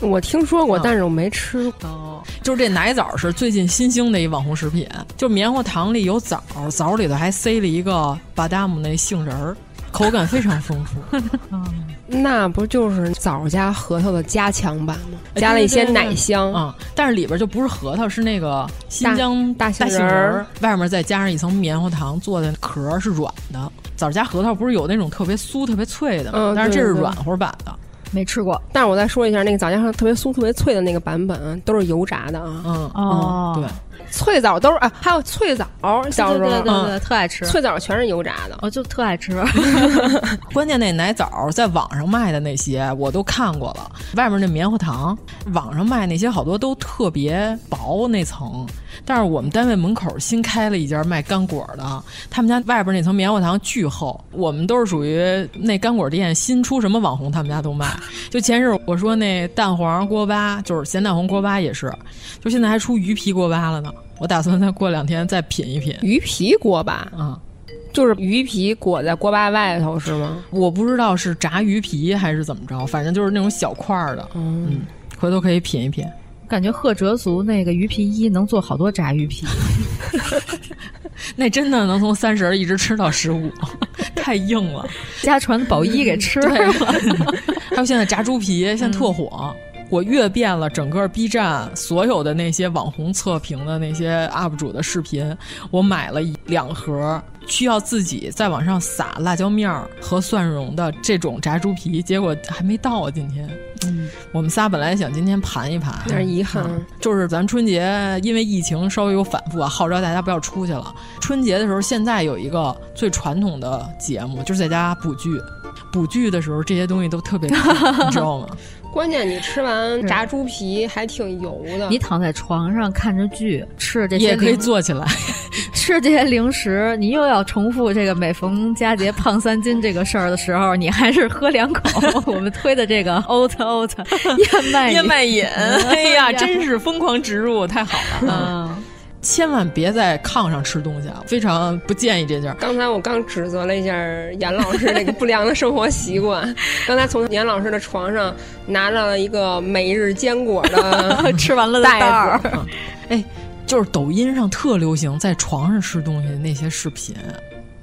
Speaker 3: 我听说过，
Speaker 5: 嗯
Speaker 3: 但是我没吃过。
Speaker 5: 哦，就是这奶枣是最近新兴的一网红食品，就棉花糖里有枣，枣里头还塞了一个巴达姆那杏仁儿，口感非常丰富。
Speaker 3: 那不就是枣加核桃的加强版吗？
Speaker 5: 哎
Speaker 3: 加了一些
Speaker 5: 对对对对
Speaker 3: 奶香，
Speaker 5: 啊、但是里边就不是核桃，是那个新
Speaker 3: 嗯大
Speaker 5: 疆
Speaker 3: 大杏
Speaker 5: 杏
Speaker 3: 仁儿
Speaker 5: 儿，外面再加上一层棉花糖做的壳儿是软的。枣夹核桃不是有那种特别酥、特别脆的吗？
Speaker 3: 嗯
Speaker 5: 但是这
Speaker 3: 对
Speaker 5: 是
Speaker 3: 对
Speaker 5: 软和版的。
Speaker 4: *laughs* 没吃过
Speaker 3: 但是我再说一下，那个枣加上特别酥、特别脆的那个版本啊，都是油炸的啊。
Speaker 5: 嗯，
Speaker 4: 哦
Speaker 5: 嗯对，
Speaker 3: 脆枣都是啊，还有脆枣，小时候
Speaker 4: 对对对
Speaker 3: 嗯
Speaker 4: 对，特爱吃，
Speaker 3: 脆枣全是油炸的。
Speaker 4: 我就特爱吃。
Speaker 5: 关键那奶枣儿在网上卖的那些我都看过了，外面那棉花糖，网上卖那些好多都特别薄那层。但是我们单位门口新开了一家卖干果儿的，他们家外边那层棉花糖巨厚，我们都是属于那干果店新出什么网红，他们家都卖。就前日我说那蛋黄锅巴，就是咸蛋黄锅巴也是，就现在还出鱼皮锅巴了呢。我打算再过两天再品一品。
Speaker 3: 鱼皮锅巴
Speaker 5: 嗯，
Speaker 3: 就是鱼皮裹在锅巴外头是吗？
Speaker 5: 我不知道是炸鱼皮还是怎么着，反正就是那种小块儿的，嗯，回头可以品一品。
Speaker 4: 感觉赫哲族那个鱼皮衣能做好多炸鱼 *laughs* 皮，
Speaker 5: 那真的能从三十儿一直吃到十五， *laughs* 太硬了。
Speaker 4: 家传宝一给吃
Speaker 5: 对
Speaker 4: 了。
Speaker 5: 还有现在炸猪皮，现在特
Speaker 3: 嗯
Speaker 5: 火。我阅遍了整个 B 站所有的那些网红测评的那些 UP 主的视频，我买了一两盒，需要自己再往上撒辣椒面儿和蒜蓉的这种炸猪皮，结果还没到啊今天。
Speaker 4: 嗯，
Speaker 5: 我们仨本来想今天盘一盘，
Speaker 3: 有点遗憾
Speaker 5: 嗯就是咱春节因为疫情稍微有反复啊，号召大家不要出去了。春节的时候，现在有一个最传统的节目，就是在家补剧。补剧的时候，这些东西都特别甜，你知 *laughs* 道吗？
Speaker 3: 关键你吃完炸猪皮还挺油的，
Speaker 4: *laughs* 你躺在床上看着剧，吃着这些
Speaker 5: 也可以
Speaker 4: 零
Speaker 5: 坐起来。
Speaker 4: 吃这些零食，你又要重复这个每逢佳节胖三斤这个事儿的时候，你还是喝两口 *laughs* 我们推的这个 oat oat 燕麦饮
Speaker 5: 燕麦饮，哎呀，真
Speaker 4: 是
Speaker 5: 是疯狂植入，太好了！
Speaker 4: 嗯，
Speaker 5: 千万别在炕上吃东西啊，非常不建议这件儿。
Speaker 3: 刚才我刚指责了一下严老师那个不良的生活习惯，刚才从严老师的床上拿了一个每日坚果的
Speaker 4: *laughs* *laughs* 吃完了的
Speaker 3: 袋
Speaker 4: 袋
Speaker 3: 子
Speaker 4: 儿，
Speaker 5: 哎，就是抖音上特流行在床上吃东西的那些视频，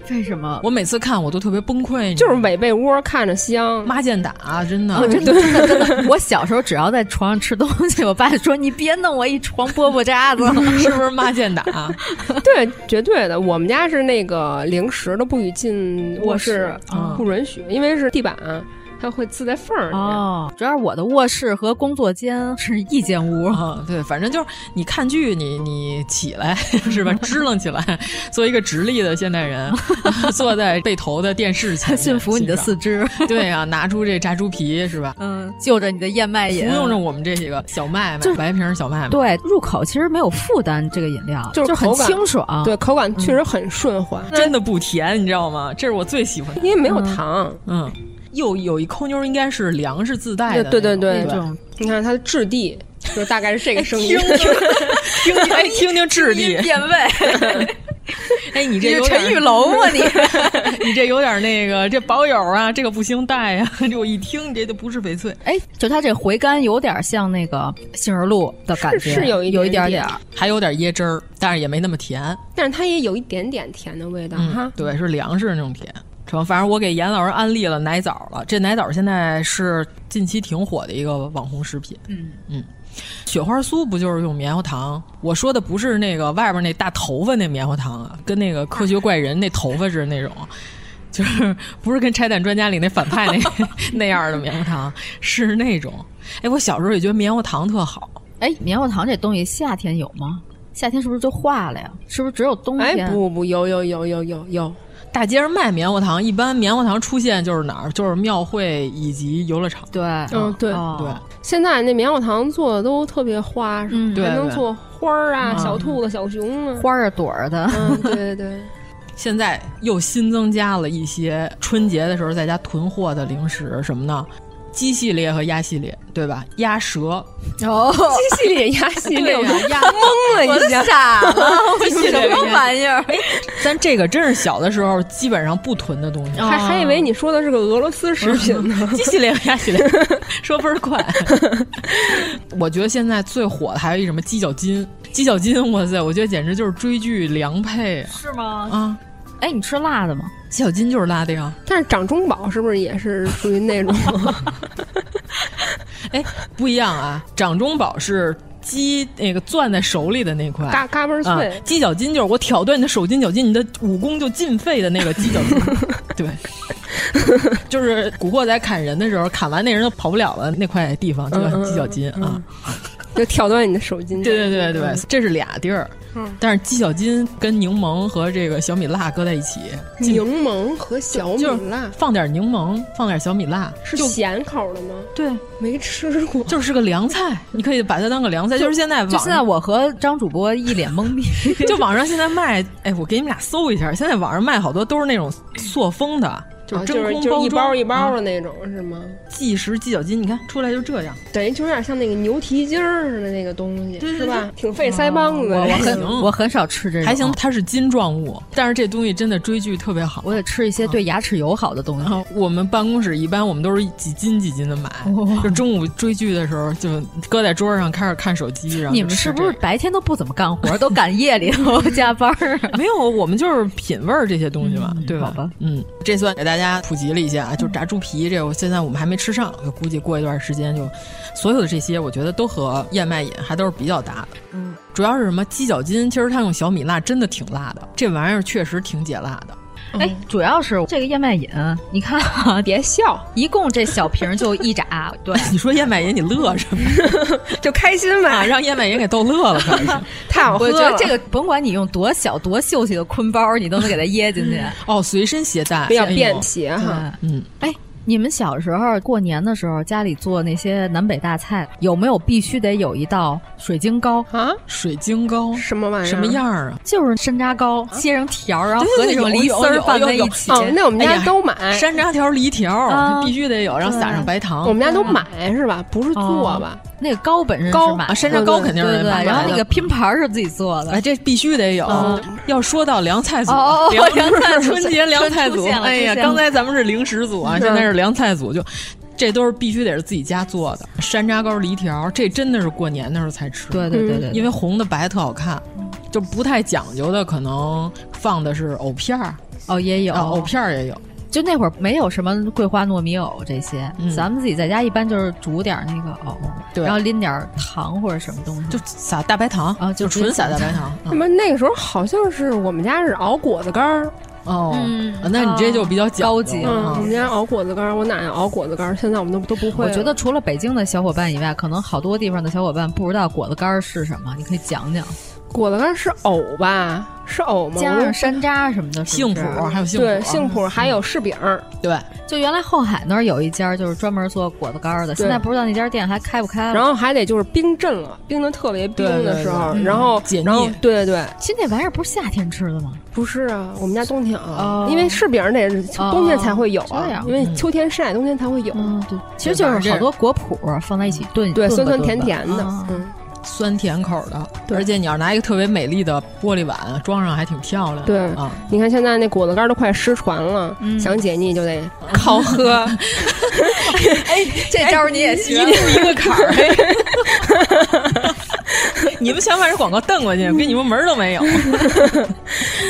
Speaker 4: 为什么？
Speaker 5: 我每次看我都特别崩溃。
Speaker 3: 就是尾被窝看着香，
Speaker 5: 妈见打，哦真的，
Speaker 4: 我哦真 *laughs* 的真的真的，我小时候只要在床上吃东西，我爸就说：“你别弄我一床饽饽渣子。
Speaker 5: *laughs* 是不是妈见打？
Speaker 3: 对，绝对的。我们家是那个零食都不许进卧室
Speaker 4: 卧室啊，
Speaker 3: 不允许，因为是地板，它会自带缝儿”里。
Speaker 4: 哦，主要是我的卧室和工作间是一间屋，
Speaker 5: 啊，对，反正就是你看剧，你你起来
Speaker 4: *laughs*
Speaker 5: 是吧？支棱起来，做一个直立的现代人， *laughs* 坐在背投的电视前面，
Speaker 4: 驯服你的四肢。
Speaker 5: 哎欣赏。对啊，拿出这炸猪皮是吧？
Speaker 4: 嗯，就着你的燕麦
Speaker 5: 服
Speaker 4: 饮，
Speaker 5: 用着我们这几个小麦
Speaker 4: 就
Speaker 5: 麦，
Speaker 4: 是
Speaker 5: 白瓶小麦麦。
Speaker 4: 对，入口其实没有负担，这个饮料
Speaker 3: 就是
Speaker 4: 很
Speaker 3: 口感
Speaker 4: 清爽。
Speaker 3: 对，，口感确实很顺滑，
Speaker 5: 真的不甜，你知道吗？这是我最喜欢的。
Speaker 3: 因为没有糖。
Speaker 5: 嗯嗯，又有一抠妞儿，应该是粮食自带的那种。
Speaker 3: 对对对
Speaker 5: 吧
Speaker 4: 这种
Speaker 3: 你看它的质地，就大概是这个声音。
Speaker 4: *laughs*
Speaker 5: 听听 *laughs* 哎，听听质地。
Speaker 4: 变味，
Speaker 5: 哎，你这
Speaker 4: 你
Speaker 5: 有
Speaker 4: 是
Speaker 5: 点
Speaker 4: 陈玉楼吗？你
Speaker 5: 你这有点那个，这保友啊， *laughs* 这个不兴带呀、这我一听你这就不是翡翠。
Speaker 4: *laughs* 哎，就它这回甘有点像那个杏仁露的感觉，
Speaker 3: 是是有一
Speaker 4: 有一点
Speaker 3: 点
Speaker 4: 点
Speaker 3: 点
Speaker 4: 儿。
Speaker 5: 还有点椰汁儿，但是也没那么甜。
Speaker 3: 但是它也有一点点甜的味道
Speaker 5: 嗯
Speaker 3: 哈。
Speaker 5: 对，是粮食那种甜。成，反正我给严老师安利了奶枣了，这奶枣现在是近期挺火的一个网红食品。
Speaker 4: 嗯
Speaker 5: 嗯，雪花酥不就是用棉花糖？我说的不是那个外边那大头发那棉花糖啊，跟那个科学怪人那头发似的那种。就是 *laughs* 不是跟拆弹专家里那反派那 *laughs* 那样的棉花糖，是那种。哎，我小时候也觉得棉花糖特好，
Speaker 4: 哎，棉花糖这东西夏天有吗？夏天是不是就化了呀？是不是只有冬
Speaker 3: 哎
Speaker 4: 天？，
Speaker 3: 不不，有有有有有有，
Speaker 5: 大街上卖棉花糖，一般棉花糖出现就是哪儿？就是庙会以及游乐场。
Speaker 4: 对，
Speaker 3: 嗯对
Speaker 5: 对
Speaker 4: 哦，
Speaker 3: 现在那棉花糖做的都特别花哨，
Speaker 4: 嗯
Speaker 5: 对
Speaker 3: 还能
Speaker 5: 对
Speaker 3: 做花儿啊、
Speaker 5: 嗯
Speaker 3: 小兔子、小熊啊。
Speaker 4: 花儿朵儿的，
Speaker 3: 嗯，对对对，
Speaker 5: 现在又新增加了一些春节的时候在家囤货的零食，什么呢？鸡系列和鸭系列，对吧？鸭舌，
Speaker 4: *laughs* 哦，
Speaker 3: 系列鸭系
Speaker 5: 对
Speaker 3: 列，
Speaker 5: 呀、鸭。
Speaker 4: 懵了一下，傻了， *laughs* 我
Speaker 5: 信了
Speaker 4: 什么玩意儿？
Speaker 5: 咱这个真是小的时候基本上不囤的东西。
Speaker 3: 还还以为你说的是个俄罗斯食品呢。
Speaker 5: *laughs* 鸡系列和鸭系列，说倍儿快。 *laughs* 我觉得现在最火的还有一什么鸡脚筋，鸡脚筋，哇塞，我觉得简直就是追剧良配啊！
Speaker 4: 是吗？
Speaker 5: 啊，
Speaker 4: 哎，你吃辣的吗？
Speaker 5: 鸡脚筋就是辣的呀。
Speaker 3: *laughs* 但是掌中宝是不是也是属于那种？
Speaker 5: 哎，不一样啊！掌中宝是鸡那个攥在手里的那块，
Speaker 3: 嘎嘎嘣
Speaker 5: 啊
Speaker 3: 脆，
Speaker 5: 鸡脚筋就是我挑断你的手筋脚筋，你的武功就尽废的那个鸡脚筋。对，就是古惑仔砍人的时候，砍完那人都跑不了了那块地方，就叫鸡脚筋啊。
Speaker 3: 就挑断你的手筋。
Speaker 5: 对对对对，这是俩地儿。
Speaker 3: 嗯
Speaker 5: 但是鸡脚筋跟柠檬和这个小米辣搁在一起，
Speaker 3: 柠檬和小米
Speaker 5: 就是
Speaker 3: 辣
Speaker 5: 放点柠檬，放点小米辣，
Speaker 3: 是
Speaker 5: 就
Speaker 3: 咸口的吗？
Speaker 5: 对，
Speaker 3: 没吃过。
Speaker 5: 就是个凉菜，你可以把它当个凉菜。就是现在网
Speaker 4: 就现
Speaker 5: 上
Speaker 4: 在我和张主播一脸懵逼， *laughs*
Speaker 5: *laughs* 就网上现在卖，哎，我给你们俩搜一下，现在网上卖好多都是那种塑封的，就是
Speaker 3: 啊
Speaker 5: 真
Speaker 3: 就是
Speaker 5: 空
Speaker 3: 就是
Speaker 5: 包
Speaker 3: 一
Speaker 5: 装
Speaker 3: 包一包
Speaker 5: 啊
Speaker 3: 的那种是吗？
Speaker 5: 即食鸡脚筋，你看出来就这样。
Speaker 3: 等于就有点像那个牛蹄筋儿似的那个东西，
Speaker 5: 对对
Speaker 3: 是吧？挺费腮帮子
Speaker 4: 我
Speaker 3: 的。
Speaker 4: 我很
Speaker 5: 行
Speaker 4: 我很少吃这
Speaker 3: 嗯
Speaker 4: 种，
Speaker 5: 还
Speaker 3: 哦
Speaker 5: 行，，它是筋状物，但是这东西真的追剧特别好。
Speaker 4: 我得吃一些对牙齿友好的东
Speaker 5: 然
Speaker 4: 西。
Speaker 5: 后我们办公室一般我们都是几斤几斤的买，
Speaker 3: 哦
Speaker 5: 就中午追剧的时候就搁在桌上开始看手机，然后
Speaker 4: 你
Speaker 5: 就
Speaker 4: 们
Speaker 5: 吃
Speaker 4: 是不是
Speaker 5: 这个
Speaker 4: 白天都不怎么干活，都赶夜里头 *laughs* 加班儿？
Speaker 5: *laughs* 没有？我们就是品味儿这些东西嘛，对
Speaker 4: 好吧
Speaker 5: 嗯，这算给大家家普及了一下啊，就是炸猪皮这，我现在我们还没吃上，估计过一段时间就，所有的这些我觉得都和燕麦饮还都是比较搭的。
Speaker 4: 嗯，
Speaker 5: 主要是什么鸡脚筋，其实它用小米辣真的挺辣的，这玩意儿确实挺解辣的。 *laughs*
Speaker 4: 哎，主要是这个燕麦饮，你看啊，别笑，一共这小瓶就一扎，对，
Speaker 5: 你说燕麦饮你乐什么？
Speaker 3: 就开心吧，
Speaker 5: 让燕麦饮给逗乐了，可能是
Speaker 3: 太好喝
Speaker 4: 我
Speaker 3: 了。
Speaker 4: 觉得这个甭管你用多小多秀气的坤包，你都能给它掖进去。
Speaker 5: 哦，随身携带，
Speaker 3: 比较便携哈。
Speaker 5: 嗯，
Speaker 4: 哎。你们小时候过年的时候，家里做那些南北大菜，有没有必须得有一道水晶糕
Speaker 3: 啊？
Speaker 5: 水晶糕
Speaker 3: 什么玩意儿？
Speaker 5: 什么样儿啊？
Speaker 4: 就是山楂
Speaker 5: 啊
Speaker 4: 糕，切成条儿，然后和那种梨丝儿
Speaker 5: 放
Speaker 4: 在一起。
Speaker 3: 哦，那我们家都买
Speaker 5: 山楂条、梨条，
Speaker 4: 啊
Speaker 5: 它必须得有，然后撒上白
Speaker 4: 哦
Speaker 5: 糖。
Speaker 3: 我们家都买是吧？不是做吧？
Speaker 4: 那个糕本身
Speaker 5: 糕啊
Speaker 4: 是买，
Speaker 5: 山楂糕肯定是
Speaker 4: 对对。然后那个拼盘是自己做的，
Speaker 5: 哎，这必须得有。要说到凉菜组，
Speaker 4: 嗯哦哦哦
Speaker 5: *laughs* 凉
Speaker 4: 凉菜组
Speaker 5: 春节凉菜
Speaker 4: 出
Speaker 5: 组，
Speaker 4: 现了
Speaker 5: 哎呀，
Speaker 4: 出现了嗯
Speaker 5: 刚才咱们是零食组啊，现在是凉菜组，就这都是必须得是自己家做的。山楂糕、梨条，这真的是过年的时候才吃。
Speaker 4: 对对对对，
Speaker 5: 嗯因为红的白特好看，就不太讲究的，可能放的是藕片儿，
Speaker 4: 哦也有
Speaker 5: 啊藕片儿也有。
Speaker 4: 就那会儿没有什么桂花糯米藕这些，
Speaker 5: 嗯
Speaker 4: 咱们自己在家一般就是煮点儿那个藕，
Speaker 5: 对
Speaker 4: 然后拎点儿糖或者什么东西，
Speaker 5: 就撒大白糖
Speaker 4: 啊就
Speaker 5: 就纯撒大白糖。嗯
Speaker 3: 那么那个时候好像是我们家是熬果子干儿，
Speaker 5: 哦
Speaker 4: 嗯，
Speaker 5: 那你这就比较讲究
Speaker 4: 高级
Speaker 5: 啊
Speaker 3: 嗯，我们家熬果子干儿，我奶奶熬果子干儿，现在我们都都不会
Speaker 4: 我
Speaker 3: 了。
Speaker 4: 觉得除了北京的小伙伴以外，可能好多地方的小伙伴不知道果子干儿是什么，你可以讲讲。
Speaker 3: 果子干儿是藕吧？是藕吗？
Speaker 4: 加
Speaker 3: 我都
Speaker 4: 上山楂什么的，是
Speaker 5: 杏
Speaker 4: 不
Speaker 5: 脯
Speaker 4: 是
Speaker 5: 儿还有杏脯儿，
Speaker 3: 对杏
Speaker 4: 嗯
Speaker 3: 脯，还有柿饼儿，
Speaker 5: 对，
Speaker 4: 就原来后海那儿有一家就是专门做果子干儿的，
Speaker 3: 对
Speaker 4: 现在不知道那家店还开不开了。
Speaker 3: 然后还得就是冰镇了，冰的特别冰的时
Speaker 5: 对
Speaker 3: 候，
Speaker 5: 对对
Speaker 3: 然
Speaker 4: 嗯
Speaker 3: 后
Speaker 5: 解腻
Speaker 3: 然后对对对，
Speaker 4: 其实那玩意儿不是夏天吃的吗？
Speaker 3: 不是啊，我们家冬天啊
Speaker 4: 哦，
Speaker 3: 因为柿饼儿得是
Speaker 4: 哦
Speaker 3: 冬天才会有
Speaker 4: 这
Speaker 3: 啊
Speaker 4: 样，
Speaker 3: 因为秋天晒，冬天才会有。
Speaker 4: 嗯，对，其实就是好多果脯儿放在一起炖，
Speaker 3: 对，
Speaker 4: 炖吧
Speaker 3: 酸酸
Speaker 4: 炖
Speaker 3: 甜
Speaker 4: 吧
Speaker 3: 甜的
Speaker 4: 啊，
Speaker 3: 嗯，
Speaker 5: 酸甜口的，
Speaker 3: 对
Speaker 5: 而且你要拿一个特别美丽的玻璃碗装上，还挺漂亮的。
Speaker 3: 对
Speaker 5: 啊，
Speaker 3: 你看现在那果子干儿都快失传了，
Speaker 5: 嗯
Speaker 3: 想解腻
Speaker 5: *laughs*
Speaker 3: 就得靠喝。
Speaker 4: 哎这招儿你也
Speaker 5: 哎一
Speaker 4: 学
Speaker 5: 步一个坎
Speaker 4: *laughs*
Speaker 5: 儿。 *laughs* 你们想把这广告瞪过去，跟你们门儿
Speaker 4: *laughs*
Speaker 5: 都没有。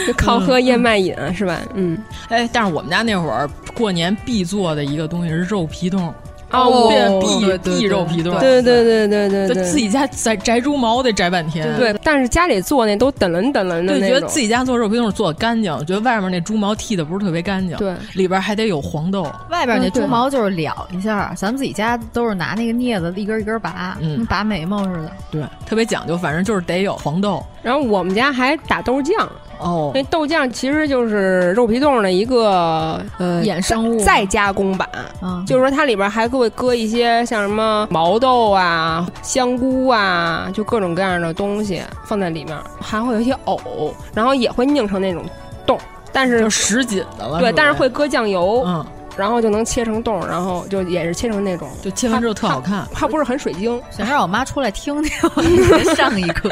Speaker 3: 就靠喝燕麦饮是吧？嗯，
Speaker 5: 哎，但是我们家那会儿过年必做的一个东西是肉皮冻，
Speaker 3: 哦
Speaker 5: 必
Speaker 4: 对对
Speaker 5: 必
Speaker 4: 对
Speaker 5: 肉皮冻，
Speaker 3: 对对对对对
Speaker 5: 就
Speaker 3: 对，
Speaker 5: 自己家摘摘猪毛得摘半天。
Speaker 3: 对，但是家里做那都等lần等lần的
Speaker 5: 对，
Speaker 3: 那
Speaker 5: 觉得
Speaker 3: 种
Speaker 5: 自己家做肉皮冻做的干净，觉得外面那猪毛剃的不是特别干净，
Speaker 3: 对
Speaker 5: 里边还得有黄豆，
Speaker 4: 外边那
Speaker 3: 嗯对
Speaker 4: 猪毛就是燎一下，咱们自己家都是拿那个镊子一根一根拔，
Speaker 5: 嗯
Speaker 4: 跟拔眉毛似的。
Speaker 5: 对，特别讲究，反正就是得有黄豆。
Speaker 3: 然后我们家还打豆酱，
Speaker 5: 哦
Speaker 3: 那豆酱其实就是肉皮冻的一个呃
Speaker 4: 衍生
Speaker 5: 嗯
Speaker 4: 物
Speaker 3: 再再加工版，
Speaker 4: 嗯
Speaker 3: 就是说它里边还会搁一些像什么毛豆啊、香菇啊，就各种各样的东西放在里面，还会有一些藕，然后也会拧成那种冻，但
Speaker 5: 就是实紧的了。
Speaker 3: 对，
Speaker 5: 不
Speaker 3: 但是会搁酱油，
Speaker 5: 嗯，
Speaker 3: 然后就能切成冻，然后就也是切成那种，
Speaker 5: 就切完之后特好看。
Speaker 3: 它不是很水晶，
Speaker 4: 想让我妈出来听听，我给上一课。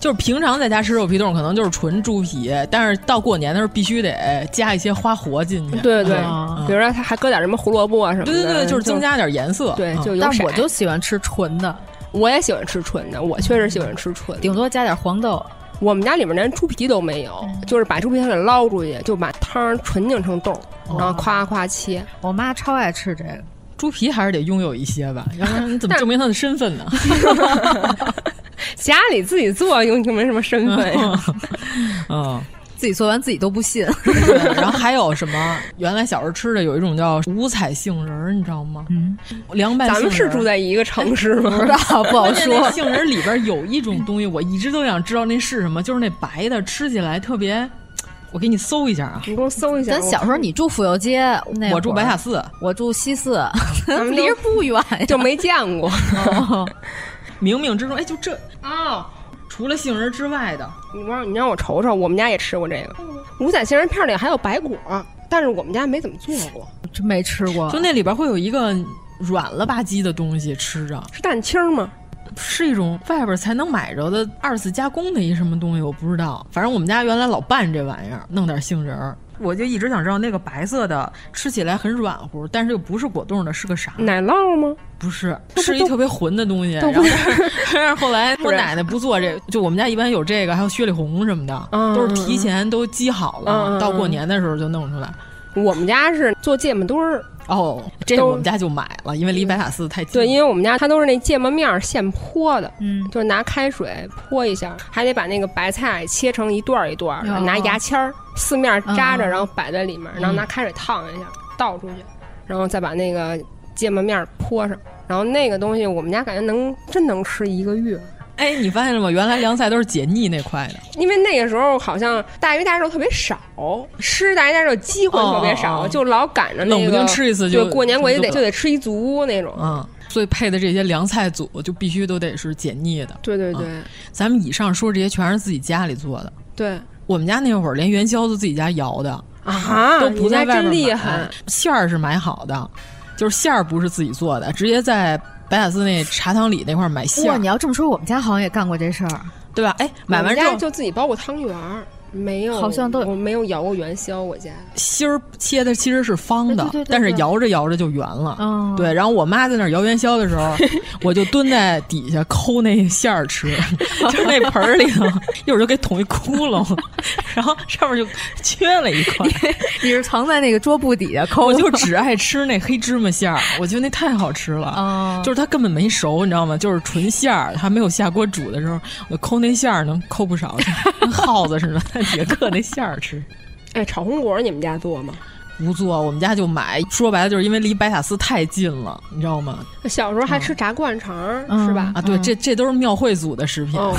Speaker 5: 就是平常在家吃肉皮冻，可能就是纯猪皮，但是到过年的时候必须得加一些花活进去。
Speaker 3: 对对对
Speaker 5: 嗯
Speaker 3: 比如说它还搁点什么胡萝卜啊什么的，
Speaker 5: 对对对，就是增加点颜色。
Speaker 3: 对
Speaker 5: 嗯
Speaker 3: 就有
Speaker 4: 但
Speaker 3: 色
Speaker 4: 我就喜欢吃纯的，
Speaker 3: 我也喜欢吃纯的，我确实喜欢吃纯
Speaker 5: 嗯
Speaker 3: 的。
Speaker 4: 顶多加点黄豆。
Speaker 3: 我们家里面连猪皮都没有，
Speaker 5: 嗯
Speaker 3: 就是把猪皮给捞出去，就把汤儿纯拧成冻儿，
Speaker 5: 哦
Speaker 3: 然后夸夸切。
Speaker 4: 我妈超爱吃这个，
Speaker 5: 猪皮还是得拥有一些 *laughs* 吧，要不然你怎么证明他的身份 *laughs* 呢？
Speaker 3: 家里自己做又就没什么身份
Speaker 4: 嗯
Speaker 3: 呀。
Speaker 5: 嗯。
Speaker 4: 自己做完自己都不信。 *laughs*
Speaker 5: 对，然后还有什么？原来小时候吃的有一种叫五彩杏仁儿，你知道吗？
Speaker 4: 嗯，
Speaker 5: 凉拌杏
Speaker 3: *laughs* 咱
Speaker 5: 仁儿。
Speaker 3: 们是住在一个城市吗？
Speaker 4: 不知道，啊不好
Speaker 5: 关键那
Speaker 4: 说。
Speaker 5: 杏仁儿里边有一种东西，我一直都想知道那是什么，就是那白的，吃起来特别。我给你搜一下啊，
Speaker 3: *laughs* 你给我搜一下。
Speaker 4: 咱小时候你住府右街，那会儿
Speaker 5: 我住白塔，寺，
Speaker 4: 我住西四，
Speaker 5: *laughs*
Speaker 3: 咱们都
Speaker 4: 离 *laughs* 着不远呀。
Speaker 3: 就没见过， *laughs*
Speaker 5: 冥冥之中，哎，就这哦，除了杏仁儿之外的，
Speaker 3: 你让你让我瞅瞅，我们家也吃过这个五彩杏仁片儿里还有白果，但是我们家没怎么做过，
Speaker 4: 真没吃过
Speaker 5: 就。那里边会有一个软了吧唧的东西，吃着
Speaker 3: 是蛋清儿吗？
Speaker 5: 是一种外边才能买着的二次加工的一什么东西，我不知道。反正我们家原来老拌这玩意儿，弄点杏仁儿，我就一直想知道那个白色的，吃起来很软乎，但是又不是果冻的，是个
Speaker 4: 嗯
Speaker 5: 啥？
Speaker 3: 奶酪吗？
Speaker 5: 不是，是一特别浑的东西。
Speaker 3: 都
Speaker 5: 然
Speaker 3: 不
Speaker 5: 后
Speaker 3: 是，
Speaker 5: 但是
Speaker 3: *laughs*
Speaker 5: 后 *laughs* 来
Speaker 3: 不
Speaker 5: 我
Speaker 3: 是
Speaker 5: 奶奶不做这个，就我们家一般有这个，还有雪里红什么的，
Speaker 3: 嗯
Speaker 5: 都是提前都积好
Speaker 3: 嗯
Speaker 5: 了，
Speaker 3: 嗯
Speaker 5: 到过年的时候就弄出来。
Speaker 3: 我们家是做芥末墩儿。
Speaker 5: 哦，这个我们家就买了，因为离白塔寺太
Speaker 4: 嗯
Speaker 5: 近。
Speaker 3: 对，因为我们家它都是那芥末面儿现泼的，
Speaker 5: 嗯，
Speaker 3: 就是拿开水泼一下，还得把那个白菜切成一段儿一段儿的，
Speaker 5: 哦
Speaker 3: 拿牙签儿四面儿扎着，
Speaker 5: 嗯
Speaker 3: 然后摆在里面，
Speaker 5: 嗯
Speaker 3: 然后拿开水烫一下，倒出去，然后再把那个芥末面儿泼上。然后那个东西，我们家感觉能真能吃一个月，
Speaker 5: 哎，你发现了吗？原来凉菜都是解腻那块的。
Speaker 3: 因为那个时候好像大鱼大肉特别少，吃大鱼大肉机会特别少，
Speaker 5: 哦哦哦
Speaker 3: 就老赶着那个
Speaker 5: 冷不丁吃一次就
Speaker 3: 对过年过节
Speaker 5: 就
Speaker 3: 得
Speaker 5: 不
Speaker 3: 就得吃一足那种。
Speaker 5: 嗯，所以配的这些凉菜组就必须都得是解腻的。
Speaker 3: 对对对、
Speaker 5: 嗯咱们以上说这些全是自己家里做的。
Speaker 3: 对
Speaker 5: 我们家那会儿连元宵都自己家摇的
Speaker 3: 啊
Speaker 5: 都不在外面哎买
Speaker 3: 你家真厉害，
Speaker 5: 馅儿是买好的，就是馅儿不是自己做的，直接在白塔寺那茶汤里那块儿买馅
Speaker 4: 哇，
Speaker 5: 儿
Speaker 4: 你，要这么说，我们家好像也干过这事
Speaker 5: *laughs*
Speaker 4: 儿。
Speaker 5: 对吧？哎，买完
Speaker 3: 我
Speaker 5: 之
Speaker 3: 们家
Speaker 5: 后
Speaker 3: 就自己包过汤圆儿，没有，
Speaker 4: 好像
Speaker 3: 都我没有摇过元宵，我家
Speaker 5: 芯儿切的其实是方的，
Speaker 3: 哎对对对对
Speaker 5: 但是摇着摇着就圆了。
Speaker 3: 哦
Speaker 5: 对，然后我妈在那儿摇元宵的时
Speaker 3: *laughs*
Speaker 5: 候，我就蹲在底下抠那馅儿吃，就是那盆儿里头，一会儿就给捅一窟窿， *laughs* 然后上面就缺了一块。
Speaker 4: 你是藏在那个桌布底下抠？
Speaker 5: 我就只爱吃那黑芝麻馅儿，我觉得那太好吃了。
Speaker 4: 哦
Speaker 5: 就是它根本没熟，你知道吗？就是纯馅儿，还没有下锅煮的时候，我抠那馅儿能抠不少， *laughs* 跟耗子似的，在底下嗑那馅儿吃。
Speaker 3: 哎，炒红果儿你们家做吗？
Speaker 5: 不做，我们家就买。说白了，就是因为离白塔寺太近了，你知道吗？
Speaker 3: 小时候
Speaker 5: 嗯
Speaker 3: 还吃炸灌肠儿、是吧？
Speaker 5: 啊，对，这这都是庙会组的食品。
Speaker 3: 哦，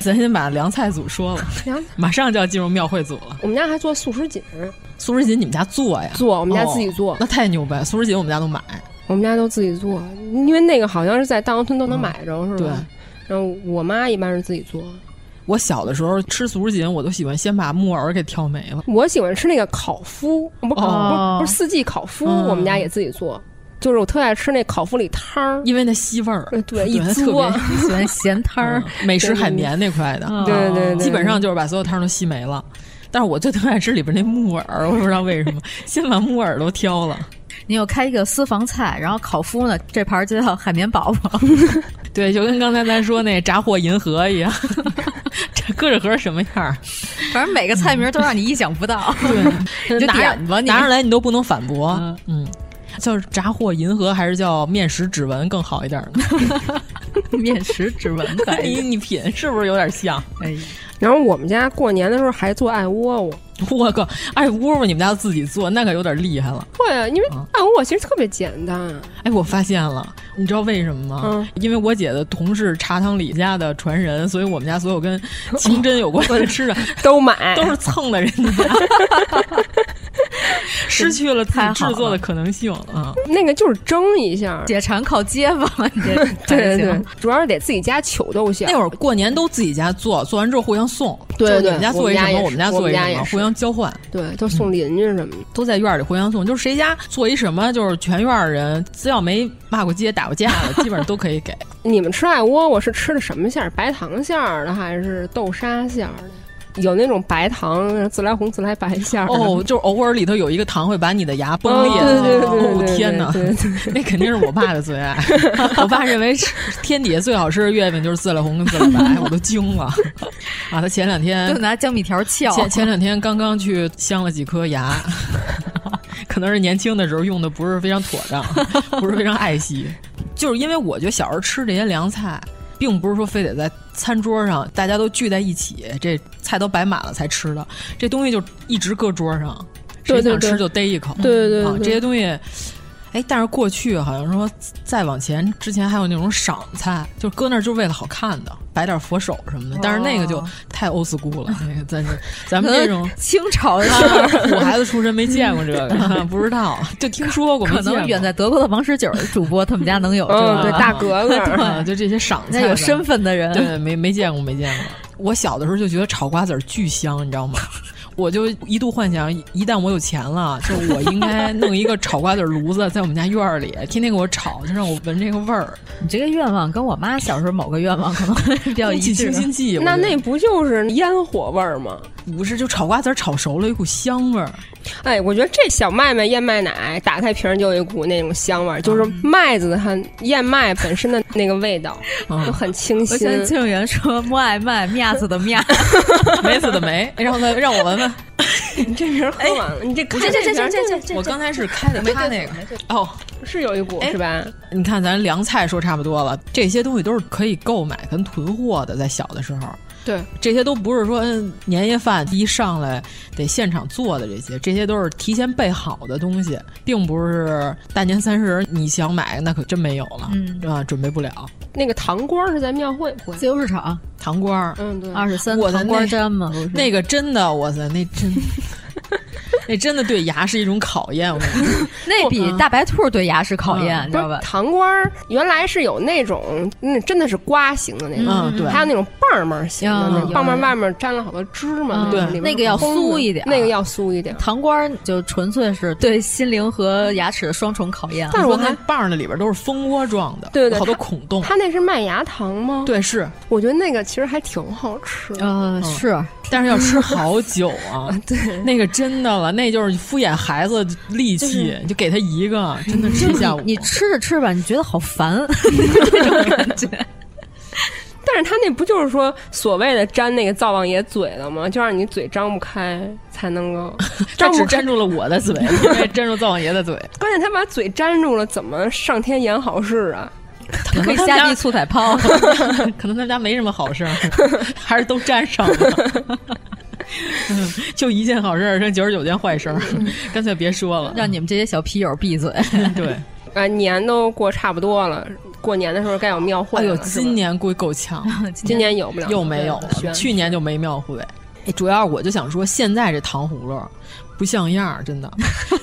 Speaker 5: 咱先把凉菜组说 *laughs* 了，
Speaker 3: 凉菜
Speaker 5: 马上就要进入庙会组了。
Speaker 3: 我们家还做素食锦，
Speaker 5: 素食锦你们家做呀？
Speaker 3: 做我们家自己做
Speaker 5: 哦那太牛掰！素食锦我们家都买。
Speaker 3: 我们家都自己做，因为那个好像是在大王村都能买着，是
Speaker 5: 嗯对
Speaker 3: 吧？然后我妈一般是自己做，
Speaker 5: 我小的时候吃素食锦，我都喜欢先把木耳给挑没了。
Speaker 3: 我喜欢吃那个烤麸，不烤、
Speaker 5: 哦
Speaker 3: 不是不是四季烤麸，
Speaker 5: 嗯
Speaker 3: 我们家也自己做，就是我特爱吃那烤麸里汤儿，
Speaker 5: 因为那吸味儿
Speaker 3: 对，一
Speaker 5: 它特
Speaker 3: 嘬
Speaker 5: 别
Speaker 4: 喜欢咸汤儿
Speaker 5: 嗯美食海绵那块的，
Speaker 3: 对对对对对
Speaker 5: 嗯基本上就是把所有汤都吸没了。但是我最特爱吃里边那木耳， *laughs* 我也不知道为什么，先把木耳都挑了。
Speaker 4: 你有开一个私房菜，然后烤麸呢，这盘儿就叫海绵宝宝。 *laughs*
Speaker 5: 对，就跟刚才咱说那炸货银河一 *laughs* 样，这搁着盒什么样儿？
Speaker 4: 反正每个菜名都让你意想不到。
Speaker 5: 对
Speaker 4: 你就
Speaker 5: 拿
Speaker 4: 点吧，你
Speaker 5: 拿上来你都不能反驳。嗯，叫炸货银河还是叫面食指纹更好一点儿 *laughs* 呢？
Speaker 4: *laughs* 面食指纹可以
Speaker 5: 你你品是不是有点像？
Speaker 4: 哎，
Speaker 3: 然后我们家过年的时候还做艾窝窝。
Speaker 5: 我靠！哎，窝窝你们家自己做那可有点厉害了。
Speaker 3: 会啊，因为按我其实特别简单，
Speaker 5: 哎，我发现了，你知道为什么吗？
Speaker 3: 嗯
Speaker 5: 因为我姐的同事茶汤里家的传人，所以我们家所有跟清真有关的吃
Speaker 3: *laughs*
Speaker 5: 的
Speaker 3: 都买
Speaker 5: 都是蹭的人家，
Speaker 3: *laughs*
Speaker 5: 失去了自己制作的可能性啊。
Speaker 3: 那个就是蒸
Speaker 5: *laughs*
Speaker 3: 一下。
Speaker 4: 解馋靠街坊，啊你这
Speaker 3: 对对
Speaker 5: 还
Speaker 3: 对
Speaker 5: 行，
Speaker 3: 主要是得自己家糗豆馅。
Speaker 5: 那会儿过年都自己家做，做完之后互相送，
Speaker 3: 对
Speaker 5: 就是你
Speaker 3: 对
Speaker 5: 们家
Speaker 3: 我
Speaker 5: 做
Speaker 3: 们
Speaker 5: 一
Speaker 3: 家
Speaker 5: 什么，
Speaker 3: 也
Speaker 5: 我们家
Speaker 3: 是
Speaker 5: 做一
Speaker 3: 我们家
Speaker 5: 什
Speaker 3: 也
Speaker 5: 么，
Speaker 3: 是
Speaker 5: 互相交换。
Speaker 3: 对，都送邻居什么的。
Speaker 5: 都在院儿里互相送，就是谁家做一什么，就是全院儿人，只要没骂过街、打过架的，
Speaker 3: *laughs*
Speaker 5: 基本上都可以给。
Speaker 3: 你们吃艾窝窝是吃的什么馅儿？白糖馅儿的还是豆沙馅儿的？有那种白糖自来红、自来白馅儿的
Speaker 5: 哦，，就是偶尔里头有一个糖会把你的牙崩裂，
Speaker 3: 哦对对对对对
Speaker 5: 哦天哪
Speaker 3: 对
Speaker 5: *laughs*
Speaker 3: 对，
Speaker 5: 那肯定是我爸的最爱。 *laughs* 我爸认为吃天底下最好吃的月饼就是自来红跟自来白，我都惊了。 *laughs* 啊，他前两天
Speaker 4: 就拿江米条撬。
Speaker 5: 前前两天刚刚去镶了几颗牙， *laughs* 可能是年轻的时候用的不是非常妥
Speaker 3: *laughs*
Speaker 5: 当，不是非常爱惜。就是因为我觉得小时候吃这些凉菜，并不是说非得在餐桌上大家都聚在一起，这菜都摆满了才吃的，这东西就一直搁桌上，谁
Speaker 3: 对
Speaker 5: 想
Speaker 3: 对对
Speaker 5: 吃就逮一口。
Speaker 3: 对对对
Speaker 5: 啊，
Speaker 3: 对
Speaker 5: 这些东西。哎，但是过去好像说再往前之前还有那种赏菜，就搁那儿就是为了好看的，摆点佛手什么的。但是那个就
Speaker 4: 哦
Speaker 5: 太 old school 了，嗯那个哎咱咱们这种
Speaker 4: 清朝的
Speaker 5: 我孩子出身没见过这个， *laughs* 不知道，就听说过，没
Speaker 4: 可
Speaker 5: 见过
Speaker 4: 能远
Speaker 5: *laughs*
Speaker 4: 在德国的王十九主播他们家能有这
Speaker 3: 嗯，
Speaker 4: 个
Speaker 3: 对，大格格
Speaker 5: 啊就这些赏
Speaker 4: 那
Speaker 5: 菜
Speaker 4: 有
Speaker 5: 吧
Speaker 4: 身份的人，
Speaker 5: 对，没没见过，没见过。我小的时候就觉得炒瓜子儿巨香，你知道吗？我就一度幻想，一旦我有钱了，就我应该弄一个炒瓜子炉子在我们家院儿里，天天给我炒，就让我闻这个味儿。
Speaker 4: 你这个愿望跟我妈小时候某个愿望可能 *laughs* 比较一致。
Speaker 5: 清新剂，
Speaker 3: 那那不就是烟火味儿吗？
Speaker 5: 不是，就炒瓜子炒熟了，一股香味儿。
Speaker 3: 哎，我觉得这小麦麦燕麦奶打开瓶就有一股那种香味儿，就是
Speaker 4: 嗯
Speaker 3: 麦子和燕麦本身的那个味道，嗯、就很清新。
Speaker 4: 我听人说“麦麦面子的面，
Speaker 5: 梅子的梅”， *laughs* 让他让我闻闻。
Speaker 3: 你这瓶喝完了，哎你这
Speaker 4: 这这这这这，
Speaker 5: 我刚才是开的他那个哦，
Speaker 3: 是有一股是吧？
Speaker 5: 你看咱凉菜说差不多了，这些东西都是可以购买跟囤货的，在小的时候。
Speaker 3: 对，
Speaker 5: 这些都不是说嗯年夜饭一上来得现场做的，这些这些都是提前备好的东西，并不是大年三十你想买那可真没有了，
Speaker 4: 嗯，
Speaker 5: 啊，准备不了。
Speaker 3: 那个糖瓜是在庙会不会？
Speaker 4: 自由市场
Speaker 5: 糖瓜，
Speaker 3: 嗯，对，
Speaker 4: 二十三
Speaker 5: 我的
Speaker 4: 糖瓜粘嘛，
Speaker 5: 那个真的，我操，那
Speaker 3: *laughs*
Speaker 5: 真。那真的对牙是一种考验，我嗯跟你说，
Speaker 4: 那比大白兔对牙是考验，你知道吧？
Speaker 3: 糖瓜原来是有那种，那真的是瓜形的
Speaker 4: 嗯
Speaker 3: 那
Speaker 5: 种，对，
Speaker 3: 嗯还有那种棒棒形的，那棒棒外面沾了好多芝麻，
Speaker 5: 对，
Speaker 4: 嗯那个要酥一点，
Speaker 3: 那个要酥一点。
Speaker 4: 糖瓜就纯粹是对心灵和牙齿的双重考验。啊
Speaker 3: 但是我那
Speaker 5: 棒的里边都是蜂窝状的，
Speaker 3: 对对，
Speaker 5: 好多孔洞。
Speaker 3: 它那是麦芽糖吗？
Speaker 5: 对，是。
Speaker 3: 我觉得那个其实还挺好吃，
Speaker 4: 呃，是， *laughs*
Speaker 5: 但是要吃好久啊。
Speaker 3: 对，
Speaker 5: 那个真的了，那就是。敷衍孩子力气，你就给他一个，真的吃下午。
Speaker 4: 你吃着吃着吧，你觉得好烦，
Speaker 5: *laughs*
Speaker 4: 那种感觉。
Speaker 3: 但是他那不就是说所谓的粘那个灶王爷嘴了吗？就让你嘴张不开才能够，
Speaker 5: *laughs* 他只粘住了我
Speaker 4: *laughs*
Speaker 5: 的嘴，没粘住灶王爷的嘴。 *laughs*
Speaker 3: 关键他把嘴粘住了，怎么上天言好事啊？
Speaker 4: 可以下地醋彩泡，
Speaker 5: 可能他们家没什么好事， *laughs* 还是都沾上了。 *laughs* 嗯，就一件好事儿，剩九十九件坏事儿，干脆别说了，
Speaker 4: 嗯让你们这些小皮友闭
Speaker 5: *laughs*
Speaker 4: 嘴。
Speaker 5: 对，
Speaker 3: 啊，年都过差不多了，过年的时候该有庙会。
Speaker 5: 哎呦，今年估计够呛，
Speaker 3: 今年有不了，
Speaker 5: 又没有了，去年就没庙会。哎主要我就想说，现在这糖葫芦不像样儿，
Speaker 4: *laughs*
Speaker 5: 真的。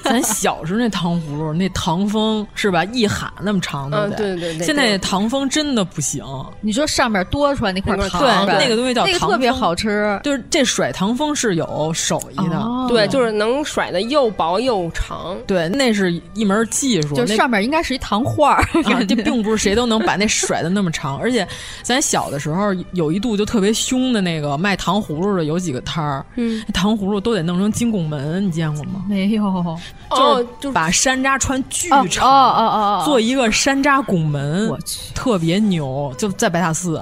Speaker 5: 咱小时候那糖葫芦，那糖封是吧？一喊那么长，
Speaker 4: 嗯
Speaker 5: 对不
Speaker 3: 啊对？对对对。
Speaker 5: 现在糖封真的不行。
Speaker 4: 你说上面多出来那块糖，
Speaker 5: 对，那个东西叫
Speaker 4: 嗯那个特别好吃。
Speaker 5: 就是这甩糖封是有手艺的，
Speaker 4: 哦
Speaker 3: 对，就是能甩的又薄又长。
Speaker 5: 对，那是一门技术。
Speaker 4: 就上面应该是一糖画儿， *laughs*
Speaker 5: 啊这并不是谁都能把那甩的那么长。而且咱小的时候有一度就特别凶的那个卖糖葫芦的有几。几个摊儿，
Speaker 3: 嗯，
Speaker 5: 糖葫芦都得弄成金拱门，你见过吗？
Speaker 4: 没有，
Speaker 5: 就是哦把山楂穿巨长，
Speaker 4: 哦哦哦，
Speaker 5: 做一个山楂拱门，
Speaker 4: 我去，
Speaker 5: 特别牛，就在白塔寺。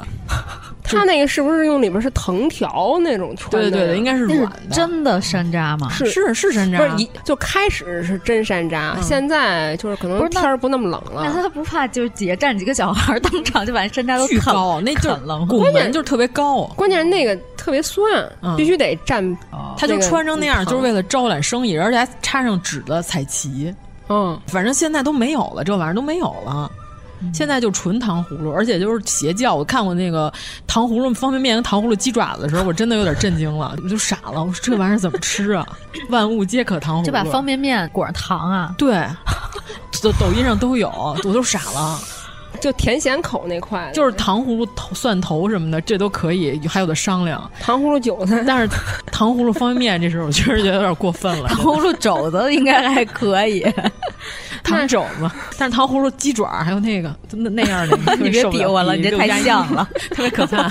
Speaker 3: 它那个是不是用里边是藤条那种穿
Speaker 5: 的？对对对，应该是软的。
Speaker 4: 真的山楂吗？
Speaker 3: 是
Speaker 5: 是是嗯山楂，
Speaker 3: 不是一就开始是真山楂，现在就是可能天儿不那么冷了。
Speaker 4: *laughs* 那他不怕就是底下站几个小孩，当场就把山楂都
Speaker 5: 巨高，那就拱门就是特别高，
Speaker 3: 关键是那个特别酸，必须得站。
Speaker 5: 他就穿成那样，就是为了招揽生意，而且还插上纸的彩旗。
Speaker 3: 嗯，
Speaker 5: 反正现在都没有了，这玩意儿都没有了。
Speaker 4: 嗯
Speaker 5: 现在就纯糖葫芦，而且就是邪教。我看过那个糖葫芦方便面跟糖葫芦鸡爪子的时候，我真的有点震惊
Speaker 4: *laughs*
Speaker 5: 了，我就傻了。我说这玩意儿怎么吃啊？万物皆可糖葫芦，
Speaker 4: 这把方便面裹上糖
Speaker 5: *laughs*
Speaker 4: 啊？ *laughs*
Speaker 5: 对，抖抖音上都有，我都傻了。
Speaker 3: 就甜咸口那块，
Speaker 5: 就是糖葫芦头、蒜头什么的，这都可以，还有的商量。
Speaker 3: 糖葫芦韭菜，
Speaker 5: 但是糖葫芦方便面这时候，我确实觉得有点过
Speaker 4: *laughs*
Speaker 5: 分了。
Speaker 4: 糖葫芦肘子应该还可以，
Speaker 5: 糖肘子，但是糖葫芦鸡爪还有那个那那样的，
Speaker 4: *laughs* 你别比我了，你这太像了，
Speaker 5: 特别可怕。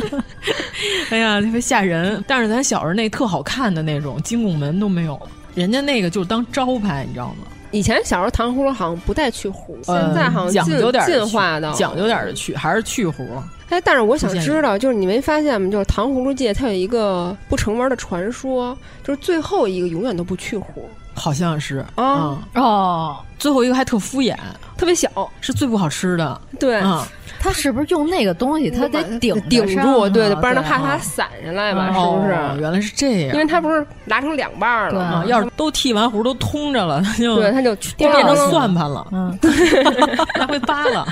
Speaker 5: *laughs* 哎呀，特别吓人。但是咱小时候那特好看的那种金拱门都没有了，人家那个就当招牌，你知道吗？
Speaker 3: 以前小时候糖葫芦好像不带去核，现在好像
Speaker 5: 呃讲究点
Speaker 3: 进化到
Speaker 5: 讲究点的去，还是去核。
Speaker 3: 哎，但是我想知道，就是你没发现吗？就是糖葫芦界它有一个不成文的传说，就是最后一个永远都不去核。
Speaker 5: 好像是嗯
Speaker 3: 啊
Speaker 4: *laughs* 哦，
Speaker 5: 最后一个还特敷衍，
Speaker 3: 特别小，
Speaker 5: 是最不好吃的。嗯
Speaker 3: 对，
Speaker 4: 他是不是用那个东西？他得啊顶
Speaker 3: 顶住，对，不然他怕
Speaker 4: 哦
Speaker 3: 它散下来吧？是
Speaker 5: 哦
Speaker 3: 不是？
Speaker 5: 原来是这样，
Speaker 3: 因为它不是拉成两半了吗？
Speaker 5: 啊要是都剃完胡都通着了，就
Speaker 3: 对，它就
Speaker 5: 变成算盘了， *laughs*
Speaker 4: 嗯，
Speaker 5: 来回扒了，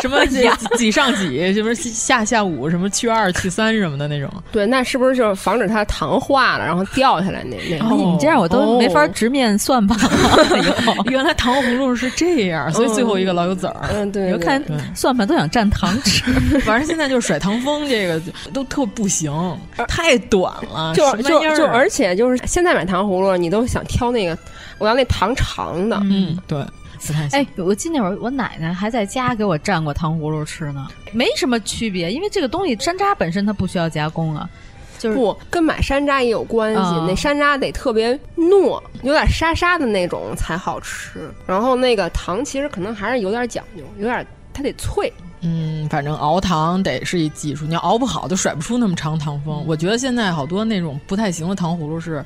Speaker 5: 什么几几上几，什么下下五，什么去二去三什么的那种。 *laughs*
Speaker 3: 对，那是不是就是防止它糖化
Speaker 5: 哦
Speaker 4: 哎
Speaker 3: 了，然后掉下来那那？ *laughs*
Speaker 4: 你这样我都没法直面算盘了。
Speaker 5: 原来糖葫初衷是这样，所以最后一个老有籽儿。
Speaker 3: 嗯，对，
Speaker 5: 你们看
Speaker 4: 算盘都想占糖吃，
Speaker 3: *laughs* 嗯
Speaker 5: 反正现在就是甩糖风，这个都特不行，太短了，
Speaker 3: 就
Speaker 5: 什么
Speaker 3: 就
Speaker 5: 玩意儿啊
Speaker 3: 就，而且就是现在买糖葫芦，你都想挑那个，我要那糖长的。
Speaker 5: 嗯，对。
Speaker 4: 哎，我记得那会儿我奶奶还在家给我蘸过糖葫芦吃呢，没什么区别，因为这个东西山楂本身它不需要加工啊，就是
Speaker 3: 不跟买山楂也有关系，
Speaker 5: 哦
Speaker 4: 啊
Speaker 3: 那山楂得特别糯，有点沙沙的那种才好吃。然后那个糖其实可能还是有点讲究，有点它得脆。
Speaker 5: 嗯，反正熬糖得是一技术，你要熬不好就甩不出那么长糖
Speaker 3: 嗯
Speaker 5: 风。我觉得现在好多那种不太行的糖葫芦是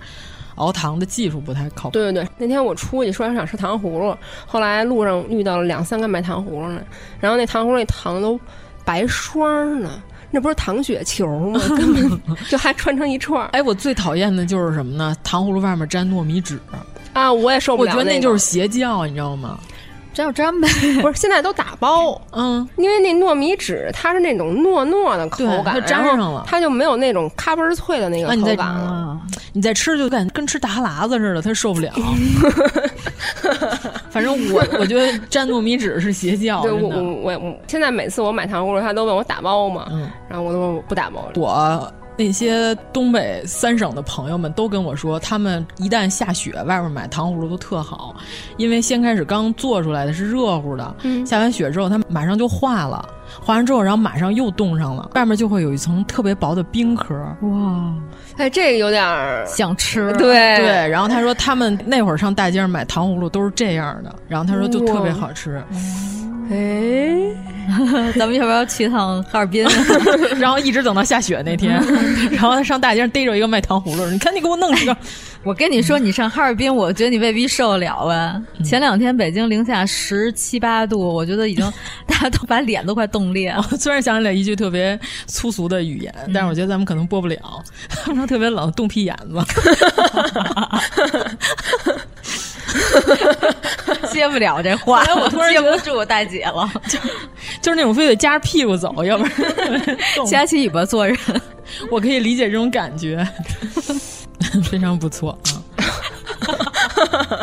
Speaker 5: 熬糖的技术不太靠谱。
Speaker 3: 对对对，那天我出去说想吃糖葫芦，后来路上遇到了两三个卖糖葫芦的，然后那糖葫芦那糖都白霜呢，那不是糖雪球
Speaker 5: *laughs*
Speaker 3: 吗？根本就还穿成一串儿
Speaker 5: 哎，我最讨厌的就是什么呢？糖葫芦外面粘糯米纸，
Speaker 3: 啊！我也受不
Speaker 5: 我
Speaker 3: 了、
Speaker 5: 觉
Speaker 3: 那
Speaker 5: 得
Speaker 3: 个，
Speaker 5: 那就是邪教，你知道吗？
Speaker 4: 粘就粘呗。
Speaker 3: 不是现在都打包，
Speaker 5: 嗯，
Speaker 3: 因为那糯米纸它是那种糯糯的口感，
Speaker 5: 对它粘上了啊
Speaker 3: 然后它就没有那种咔嘣儿脆的那个
Speaker 5: 那你哦再
Speaker 3: 口感了。
Speaker 4: 啊
Speaker 5: 你再吃就感觉跟吃大哈喇子似的，他受不
Speaker 3: *laughs*
Speaker 5: 了。反正我我觉得粘糯米纸是邪教，
Speaker 3: 对我
Speaker 5: 真的
Speaker 3: 我我我现在每次我买糖葫芦，他都问我打包吗？
Speaker 5: 嗯
Speaker 3: 然后我都说我不打包了。
Speaker 5: 我那些东北三省的朋友们都跟我说，他们一旦下雪，外面买糖葫芦都特好，因为先开始刚做出来的是热乎的，
Speaker 3: 嗯
Speaker 5: 下完雪之后它马上就化了，化完之后然后马上又冻上了，外面就会有一层特别薄的冰壳。
Speaker 4: *laughs* 哇，
Speaker 3: 哎，这个有点儿
Speaker 4: 想吃，
Speaker 3: 对
Speaker 5: 对，然后他说他们那会儿上大街上买糖葫芦都是这样的，然后他说就特别好吃，
Speaker 3: 哎，
Speaker 4: 咱们要不要去趟哈尔滨？啊
Speaker 5: 然后一直等到下雪那天，然后他上大街上逮着一个卖糖葫芦，你看你给我弄一个，
Speaker 4: 我跟你说，你上哈尔滨，我觉得你未必受得了啊。前两天北京零下十七八度，我觉得已经大家都把脸都快冻裂了。
Speaker 5: *laughs* 虽然想起来一句特别粗俗的语言，但是我觉得咱们可能播不了。 *laughs* 他们说特别冷，冻屁眼子，
Speaker 4: *laughs*
Speaker 5: *laughs*
Speaker 4: 接不了这 *laughs* 话，
Speaker 5: 后来我突然
Speaker 4: 接
Speaker 5: 觉
Speaker 4: 不
Speaker 5: 得
Speaker 4: 住大姐 *laughs* 了，
Speaker 5: 就是那种非得夹着屁股走，要不然
Speaker 4: 夹起尾巴做人。
Speaker 5: 我可以理解这种感觉， *laughs* 非常不错啊。
Speaker 3: *laughs*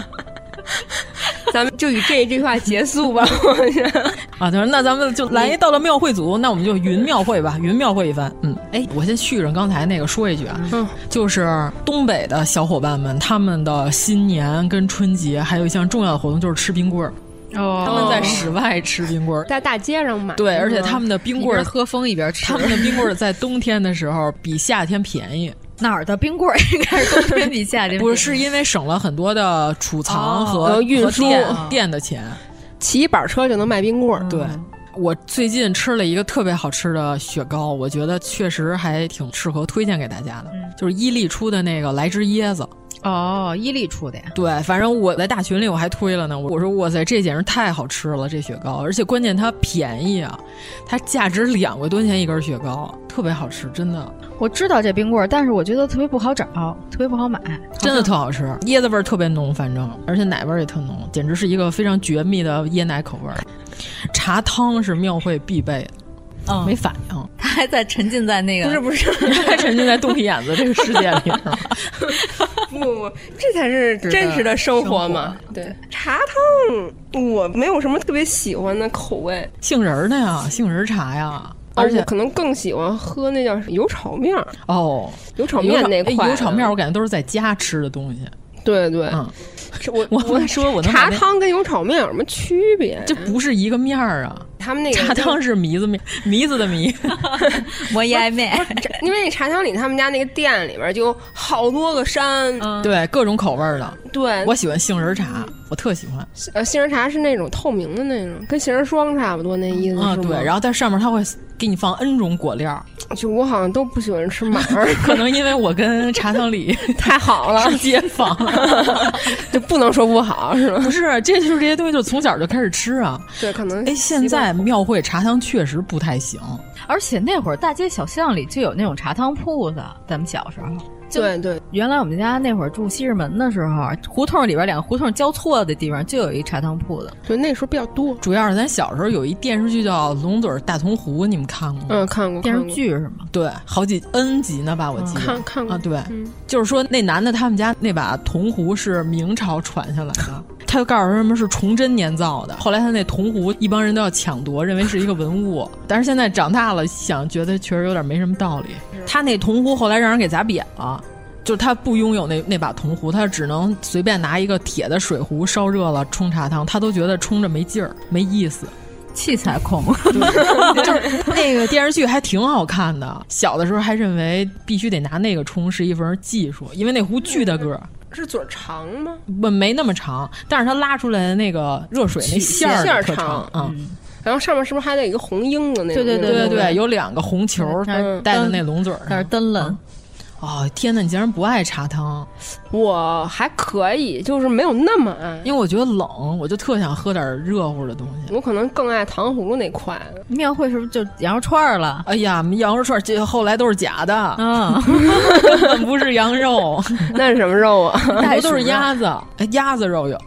Speaker 3: 咱们就以这一句话结束 *laughs* 吧。我觉得
Speaker 5: 啊，他说那咱们就来一到了庙会组，那我们就云庙会吧，云庙会一番。嗯，哎，我先续上刚才那个说一句啊，就是东北的小伙伴们，他们的新年跟春节还有一项重要的活动就是吃冰棍儿，
Speaker 4: 哦
Speaker 5: 他们在室外吃冰棍儿。
Speaker 3: 在大街上买，
Speaker 5: 对，而且他们的冰棍儿
Speaker 4: 一边喝风一边吃
Speaker 5: 他们的冰棍儿在冬天的时候比夏天便宜，
Speaker 4: 哪儿的冰棍儿应该是冬天比夏天 *laughs*
Speaker 5: 不是是因为省了很多的储藏和、
Speaker 3: 哦和
Speaker 5: 和
Speaker 3: 运输
Speaker 5: 电
Speaker 3: 啊
Speaker 5: 电的钱。
Speaker 3: 骑一板车就能卖冰棍儿。
Speaker 5: 对，我最近吃了一个特别好吃的雪糕，我觉得确实还挺适合推荐给大家的，
Speaker 3: 嗯
Speaker 5: 就是伊利出的那个来只椰子。
Speaker 4: 哦，伊利出的呀。
Speaker 5: 对，反正我在大群里我还推了呢，我说哇塞，这简直太好吃了，这雪糕，而且关键它便宜啊，它价值两块多钱一根雪糕，特别好吃，真的。
Speaker 4: 我知道这冰棍儿，但是我觉得特别不好找，特别不好买。
Speaker 5: 真的特好吃，椰子味儿特别浓，反正而且奶味儿也特浓，简直是一个非常绝密的椰奶口味儿。茶汤是庙会必备的，
Speaker 4: 嗯
Speaker 5: 没反应，
Speaker 4: 他还在沉浸在那个
Speaker 3: 不是 *laughs* 不是，
Speaker 5: 太沉浸在肚皮眼子这个世界里了。
Speaker 3: 不不，这才是真实的生活嘛。对，茶汤我没有什么特别喜欢的口味，
Speaker 5: *laughs* 杏仁儿的呀，杏仁儿茶呀，而
Speaker 3: 哦
Speaker 5: 且
Speaker 3: 我可能更喜欢喝那叫油炒面儿，
Speaker 5: 哦，
Speaker 3: 油炒面那块
Speaker 5: 哎油炒面，
Speaker 3: 儿。
Speaker 5: 我感觉都是在家吃的东西。
Speaker 3: 对对，
Speaker 5: 嗯，
Speaker 3: 是我
Speaker 5: 我跟你说我能把
Speaker 3: 茶
Speaker 5: 那
Speaker 3: 汤跟油炒面有什么区别？
Speaker 5: 这不是一个面儿啊，
Speaker 3: 他们那个
Speaker 5: 茶
Speaker 3: 就
Speaker 5: 汤是糜子面， *laughs* 糜子的糜。
Speaker 4: 摩耶妹，
Speaker 3: 因为那茶汤里他们家那个店里边儿就有好多个山，
Speaker 5: *laughs* 对，各种口味儿的。
Speaker 3: 对，
Speaker 5: 我喜欢杏仁儿茶，我特喜欢。
Speaker 3: 呃杏仁茶是那种透明的那种，跟杏仁霜差不多那意思
Speaker 5: 啊、
Speaker 3: 是吗？
Speaker 5: 对，然后在上面它会给你放 N 种果料儿，
Speaker 3: 后就我好像都不喜欢吃麻儿， *laughs*
Speaker 5: 可能因为我跟茶汤里
Speaker 3: 太好了
Speaker 5: 是，街
Speaker 3: *laughs*
Speaker 5: 坊，
Speaker 3: 就不能说不好是吧？
Speaker 5: 不是，这就是这些东西，就是从小就开始吃啊。
Speaker 3: 对，可能
Speaker 5: 哎，现在庙会茶汤确实不太行，
Speaker 4: 而且那会儿大街小巷里就有那种茶汤铺子，咱们小时候。就
Speaker 3: 对对，
Speaker 4: 原来我们家那会儿住西直门的时候，胡同里边两个胡同交错的地方就有一茶汤铺子。
Speaker 3: 对那时候比较多。
Speaker 5: 主要是咱小时候有一电视剧叫《龙嘴儿大铜壶》，你们看过吗？
Speaker 3: 嗯，看过
Speaker 4: 电视
Speaker 3: 看过
Speaker 4: 剧是吗？
Speaker 5: 对，好几 N 集呢吧，我记得。
Speaker 3: 嗯看看过
Speaker 5: 啊，对，
Speaker 3: 嗯
Speaker 5: 就是说那男的他们家那把铜壶是明朝传下来的， *laughs* 他就告诉人们是崇祯年造的。后来他那铜壶，一帮人都要抢夺，认为是一个文物。但是现在长大了想，觉得确实有点没什么道理。他那铜壶后来让人给砸瘪了。就是他不拥有那那把铜壶，他只能随便拿一个铁的水壶烧热了冲茶汤，他都觉得冲着没劲儿、没意思。
Speaker 4: 器材 *laughs* 控，
Speaker 5: 就是那个电视剧还挺好看的。小的时候还认为必须得拿那个冲是一门技术，因为那壶巨大个儿，
Speaker 3: 是嘴儿长吗？
Speaker 5: 不没那么长，但是它拉出来的那个热水那
Speaker 3: 线
Speaker 5: 儿
Speaker 3: 儿
Speaker 5: 可长啊。
Speaker 3: *laughs* 然后上面是不是还得有一个红缨的那种？
Speaker 5: 对
Speaker 3: 那
Speaker 5: 对
Speaker 3: 种
Speaker 5: 对
Speaker 3: 东
Speaker 5: 对，
Speaker 3: 西
Speaker 5: 有两个红球儿
Speaker 3: 嗯
Speaker 5: 戴在那龙嘴儿
Speaker 4: 那
Speaker 5: 上
Speaker 4: 是。灯笼。
Speaker 5: 哦天哪，你竟然不爱茶汤！
Speaker 3: 我还可以，就是没有那么爱，
Speaker 5: 因为我觉得冷，我就特想喝点热乎的东西。
Speaker 3: 我可能更爱糖葫芦那块。
Speaker 4: 嗯庙会是不是就羊肉串儿了？
Speaker 5: 哎呀，羊肉串儿这后来都是假的，
Speaker 4: *laughs* 啊，
Speaker 5: 根本不是羊肉，
Speaker 3: 那是什么肉啊？ *laughs*
Speaker 5: 那都是鸭子，哎鸭子肉有，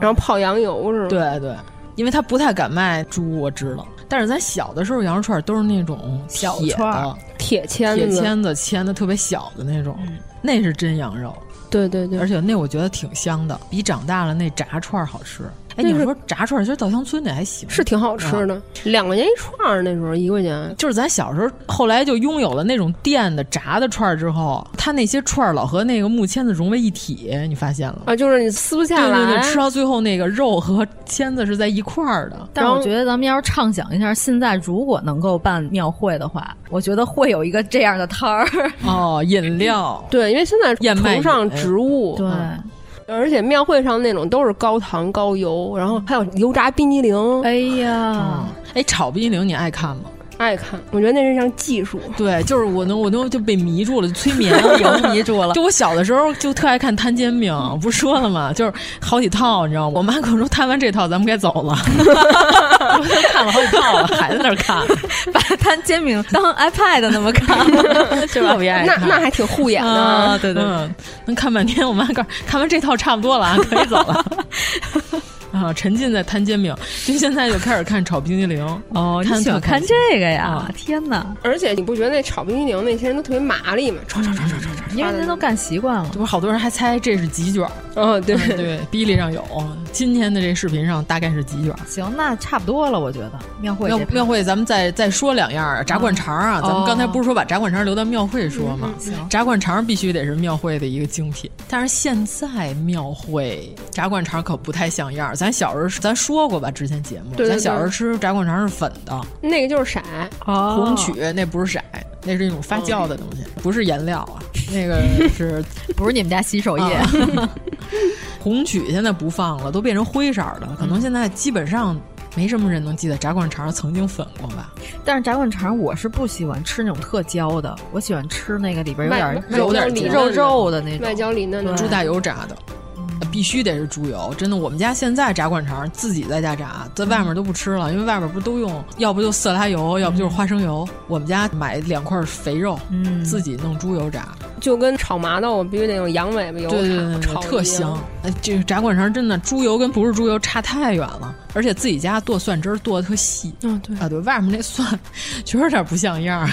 Speaker 3: 然后泡羊油是吗？
Speaker 5: 对对，因为他不太敢卖猪，我知道。但是咱小的时候，羊肉串儿都是那种
Speaker 4: 小
Speaker 5: 铁
Speaker 4: 串
Speaker 5: 的
Speaker 4: 儿、
Speaker 3: 铁签
Speaker 5: 铁
Speaker 3: 子，
Speaker 5: 签子签的特别小的那种，那是真羊肉，
Speaker 3: 对对对，
Speaker 5: 而且那我觉得挺香的，比长大了那炸串儿好吃。哎，
Speaker 3: 那
Speaker 5: 你
Speaker 3: 是
Speaker 5: 说炸串儿，其实稻香村那还行，
Speaker 3: 是挺好吃
Speaker 5: 啊
Speaker 3: 的，两块钱一串儿，那时候一块钱。
Speaker 5: 就是咱小时候，后来就拥有了那种店的炸的串儿之后，它那些串儿老和那个木签子融为一体，你发现了吗？
Speaker 3: 啊，就是你撕不下
Speaker 5: 对对
Speaker 3: 来，
Speaker 5: 对，吃到最后那个肉和签子是在一块儿 *laughs* 的。
Speaker 4: 但是我觉得咱们要是畅想一下，现在如果能够办庙会的话，我觉得会有一个这样的摊儿。
Speaker 5: 哦，饮料
Speaker 3: 对，因为现在
Speaker 5: 燕麦
Speaker 3: 崇尚
Speaker 5: 饮
Speaker 3: 植物，
Speaker 4: *laughs*
Speaker 3: 啊
Speaker 4: 对，
Speaker 3: 而且庙会上那种都是高糖高油，然后还有油炸冰激凌，
Speaker 4: 哎呀，
Speaker 5: 哎，炒冰激凌你爱看吗？
Speaker 3: 爱看。我觉得那是一项技术，
Speaker 5: *laughs* 对，就是我能，我能就被迷住了，就催眠了，
Speaker 4: 有啊迷住 *laughs* 了
Speaker 5: 就我小的时候就特爱看摊煎饼，不是说了吗？就是好几套，你知道吗？我妈跟我说摊完这套咱们该走了，我就看了好几套了，还在那儿看，
Speaker 4: 把摊煎饼当 iPad 那么看，是吧
Speaker 5: 特？别爱
Speaker 3: 那
Speaker 5: 看。
Speaker 3: 那还挺护眼的。
Speaker 5: 啊，对对，
Speaker 4: 嗯
Speaker 5: 能看半天。我妈告诉看完这套差不多了啊，可以走了。啊，沉浸在摊煎饼，就现在就开始看炒冰激凌。
Speaker 4: *laughs* 哦，
Speaker 5: 摊
Speaker 4: 你喜欢
Speaker 5: 特开
Speaker 4: 看嗯
Speaker 5: 心
Speaker 4: 这个呀
Speaker 5: 啊？
Speaker 4: 天哪！
Speaker 3: 而且你不觉得那炒冰激凌那些人都特别麻利吗？唰唰唰唰唰唰，
Speaker 4: 因为人都干习惯了
Speaker 5: 这。不是好多人还猜这是鸡卷儿， *laughs*
Speaker 3: 哦，对
Speaker 5: 嗯对，哔哩上有，今天的这视频上大概是鸡卷儿。
Speaker 4: 行，那差不多了，我觉得庙会
Speaker 5: 庙
Speaker 4: 这
Speaker 5: 庙会，咱们再再说两样儿炸灌肠儿啊，咱们刚才
Speaker 4: 哦
Speaker 5: 不是说把炸灌肠儿留到庙会说吗？
Speaker 4: 行
Speaker 5: 炸灌肠儿必须得是庙会的一个精品，但是现在庙会炸灌肠儿可不太像样儿。咱小时候咱说过吧，之前节目，
Speaker 3: 对对
Speaker 5: 咱小时候
Speaker 3: 对
Speaker 5: 吃炸灌肠儿是粉的，
Speaker 3: 那个就是色，哦
Speaker 5: 红曲那不是色，那是一种发酵的东西，不是颜料啊，那个是啊
Speaker 4: 不是你们家洗手
Speaker 3: 啊
Speaker 4: 液，
Speaker 5: 红曲现在不放了，都变成灰色儿的，可能现在基本上没什么人能记得炸灌肠儿曾经粉过吧。
Speaker 4: 但是炸灌肠我是不喜欢吃那种特焦的，我喜欢吃那个里边有
Speaker 3: 外
Speaker 4: 点
Speaker 3: 外
Speaker 4: 有点
Speaker 3: 焦里
Speaker 4: 肉
Speaker 3: 嫩的
Speaker 4: 肉的那种。
Speaker 3: 外焦里嫩的
Speaker 4: 对
Speaker 5: 猪大油炸的，必须得是猪油。真的，我们家现在炸灌肠自己在家炸，在外面都不吃
Speaker 3: 嗯
Speaker 5: 了，因为外面不都用，要不就色拉油，要不就是花生油。我们家买两块肥肉，
Speaker 4: 嗯
Speaker 5: 自己弄猪油炸，
Speaker 3: 就跟炒麻豆，我必须得用羊尾巴油
Speaker 5: 对对对对
Speaker 3: 炒，炒
Speaker 5: 特
Speaker 3: 一样
Speaker 5: 香。。哎，这个炸灌肠真的猪油跟不是猪油差太远了，而且自己家剁蒜汁儿剁的特细。
Speaker 3: 嗯，对，
Speaker 5: 啊，对，外面那蒜确实有点不像样儿，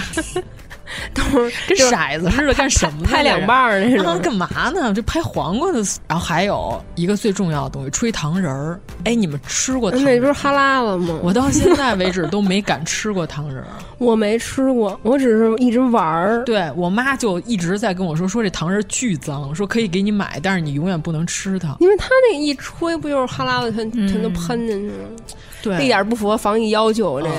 Speaker 3: 都是
Speaker 5: *laughs* 跟
Speaker 3: 就是
Speaker 5: 骰子似的，干什么呢？
Speaker 3: 拍两
Speaker 5: 这
Speaker 3: 半儿那
Speaker 5: 啊， *laughs*
Speaker 3: 种。
Speaker 5: 干嘛呢？这拍黄瓜的。然后还有一个最重要的东西，吹糖人儿。哎，你们吃过糖人
Speaker 3: 那
Speaker 5: 儿
Speaker 3: 不是哈拉了吗？
Speaker 5: 我到现在为止都没敢吃过糖人儿。 *laughs*
Speaker 3: 我没吃过，我只是一直玩儿。
Speaker 5: 对我妈就一直在跟我说，说这糖人儿巨脏，说可以给你买，但是你永远不能吃它。
Speaker 3: 因为它那一吹，不就是哈喇子全全都喷进去了，
Speaker 5: 对， *laughs*
Speaker 3: 一点不符合防疫要
Speaker 4: 哦
Speaker 3: 求。这个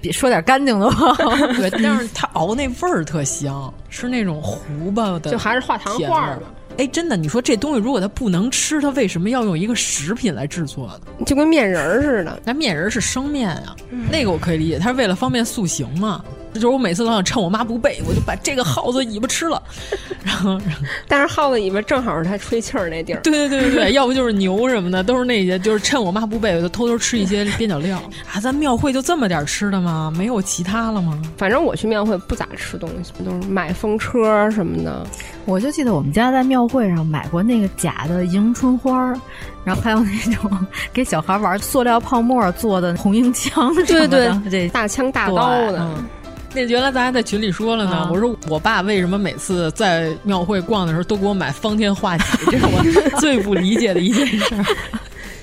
Speaker 4: 别说点干净的吧。 *laughs*
Speaker 5: 对，但是它熬那味儿特香，是那种糊巴的，
Speaker 3: 就还是化糖
Speaker 5: 甜味
Speaker 3: 化
Speaker 5: 儿
Speaker 3: 儿吧。
Speaker 5: 哎，真的，你说这东西如果它不能吃，它为什么要用一个食品来制作呢？
Speaker 3: 就跟面人儿似的。
Speaker 5: 那面人是生面啊，那个我可以理解，他是为了方便塑形嘛。就是我每次都想趁我妈不备，我就把这个耗子尾巴吃了。然后，然后
Speaker 3: 但是耗子尾巴正好是它吹气儿那地儿。
Speaker 5: 对对对对 *laughs* 对，要不就是牛什么的，都是那些，就是趁我妈不备，我就偷偷吃一些边角 *laughs* 料啊。咱庙会就这么点儿吃的吗？没有其他了吗？
Speaker 3: 反正我去庙会不咋吃东西，都是买风车什么的。
Speaker 4: 我就记得我们家在庙会上买过那个假的迎春花儿，然后还有那种给小孩玩塑料泡沫做的红缨枪什么的。
Speaker 3: 对对
Speaker 4: 这
Speaker 3: 大枪大刀
Speaker 4: 哎对
Speaker 3: 的，
Speaker 4: 嗯
Speaker 5: 那原来咱还在群里说了呢，我说我爸为什么每次在庙会逛的时候都给我买方天画戟，这是我最不理解的一件事儿。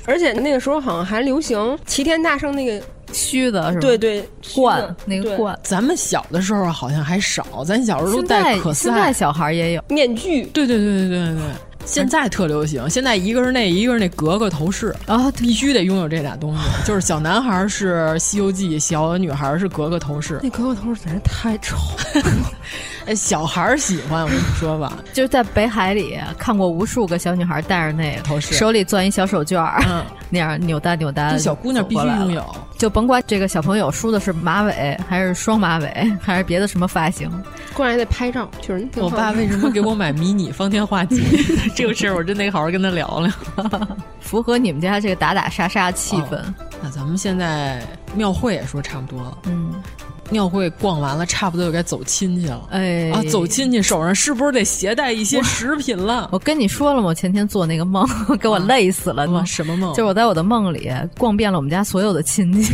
Speaker 3: 而且那个时候好像还流行齐天大圣那个
Speaker 4: 虚的是吧？
Speaker 3: 对对，
Speaker 4: 罐
Speaker 3: 虚的
Speaker 4: 那个
Speaker 3: 对
Speaker 4: 罐
Speaker 5: *laughs* 咱们小的时候好像还少，咱小时候都
Speaker 4: 现在
Speaker 5: 戴可
Speaker 4: 现在
Speaker 5: 赛，
Speaker 4: 小孩也有
Speaker 3: 面具，
Speaker 5: 对对对对对对。现在特流行，现在一个是那，一个是那格格头饰
Speaker 4: 啊，
Speaker 5: 必须得拥有这俩东 *laughs* 西。就是小男孩是《西游记》，小女孩是格格头饰。
Speaker 3: 那格格头饰简直太丑了，
Speaker 5: *laughs* 哎，小孩儿喜欢，我跟你说 *laughs* 吧，
Speaker 4: 就是在北海里看过无数个小女孩戴着那个
Speaker 5: 头饰
Speaker 4: 手里攥一小手绢儿，
Speaker 5: 嗯
Speaker 4: 那样扭哒扭哒。
Speaker 5: 这小姑娘必须拥有。
Speaker 4: 就甭管这个小朋友梳的是马尾，还是双马尾，还是别的什么发型，
Speaker 3: 过来得拍照，确实挺
Speaker 5: 我
Speaker 3: 好
Speaker 5: 爸
Speaker 3: 看的
Speaker 5: 为什么给我买迷你方天画 *laughs* 戟？这个事儿我真得好好跟他聊聊。
Speaker 4: 符合你们家这个打打杀杀气
Speaker 5: 哦
Speaker 4: 氛。
Speaker 5: 那咱们现在庙会也说差不多了，
Speaker 4: 嗯，
Speaker 5: 庙会逛完了，差不多就该走亲戚了。
Speaker 4: 哎
Speaker 5: 啊，走亲戚手上是不是得携带一些食品了？
Speaker 4: 我跟你说了吗？我前天做那个梦，给我累死了。
Speaker 5: 哇，啊什么梦？
Speaker 4: 就是我在我的梦里逛遍了我们家所有的亲戚。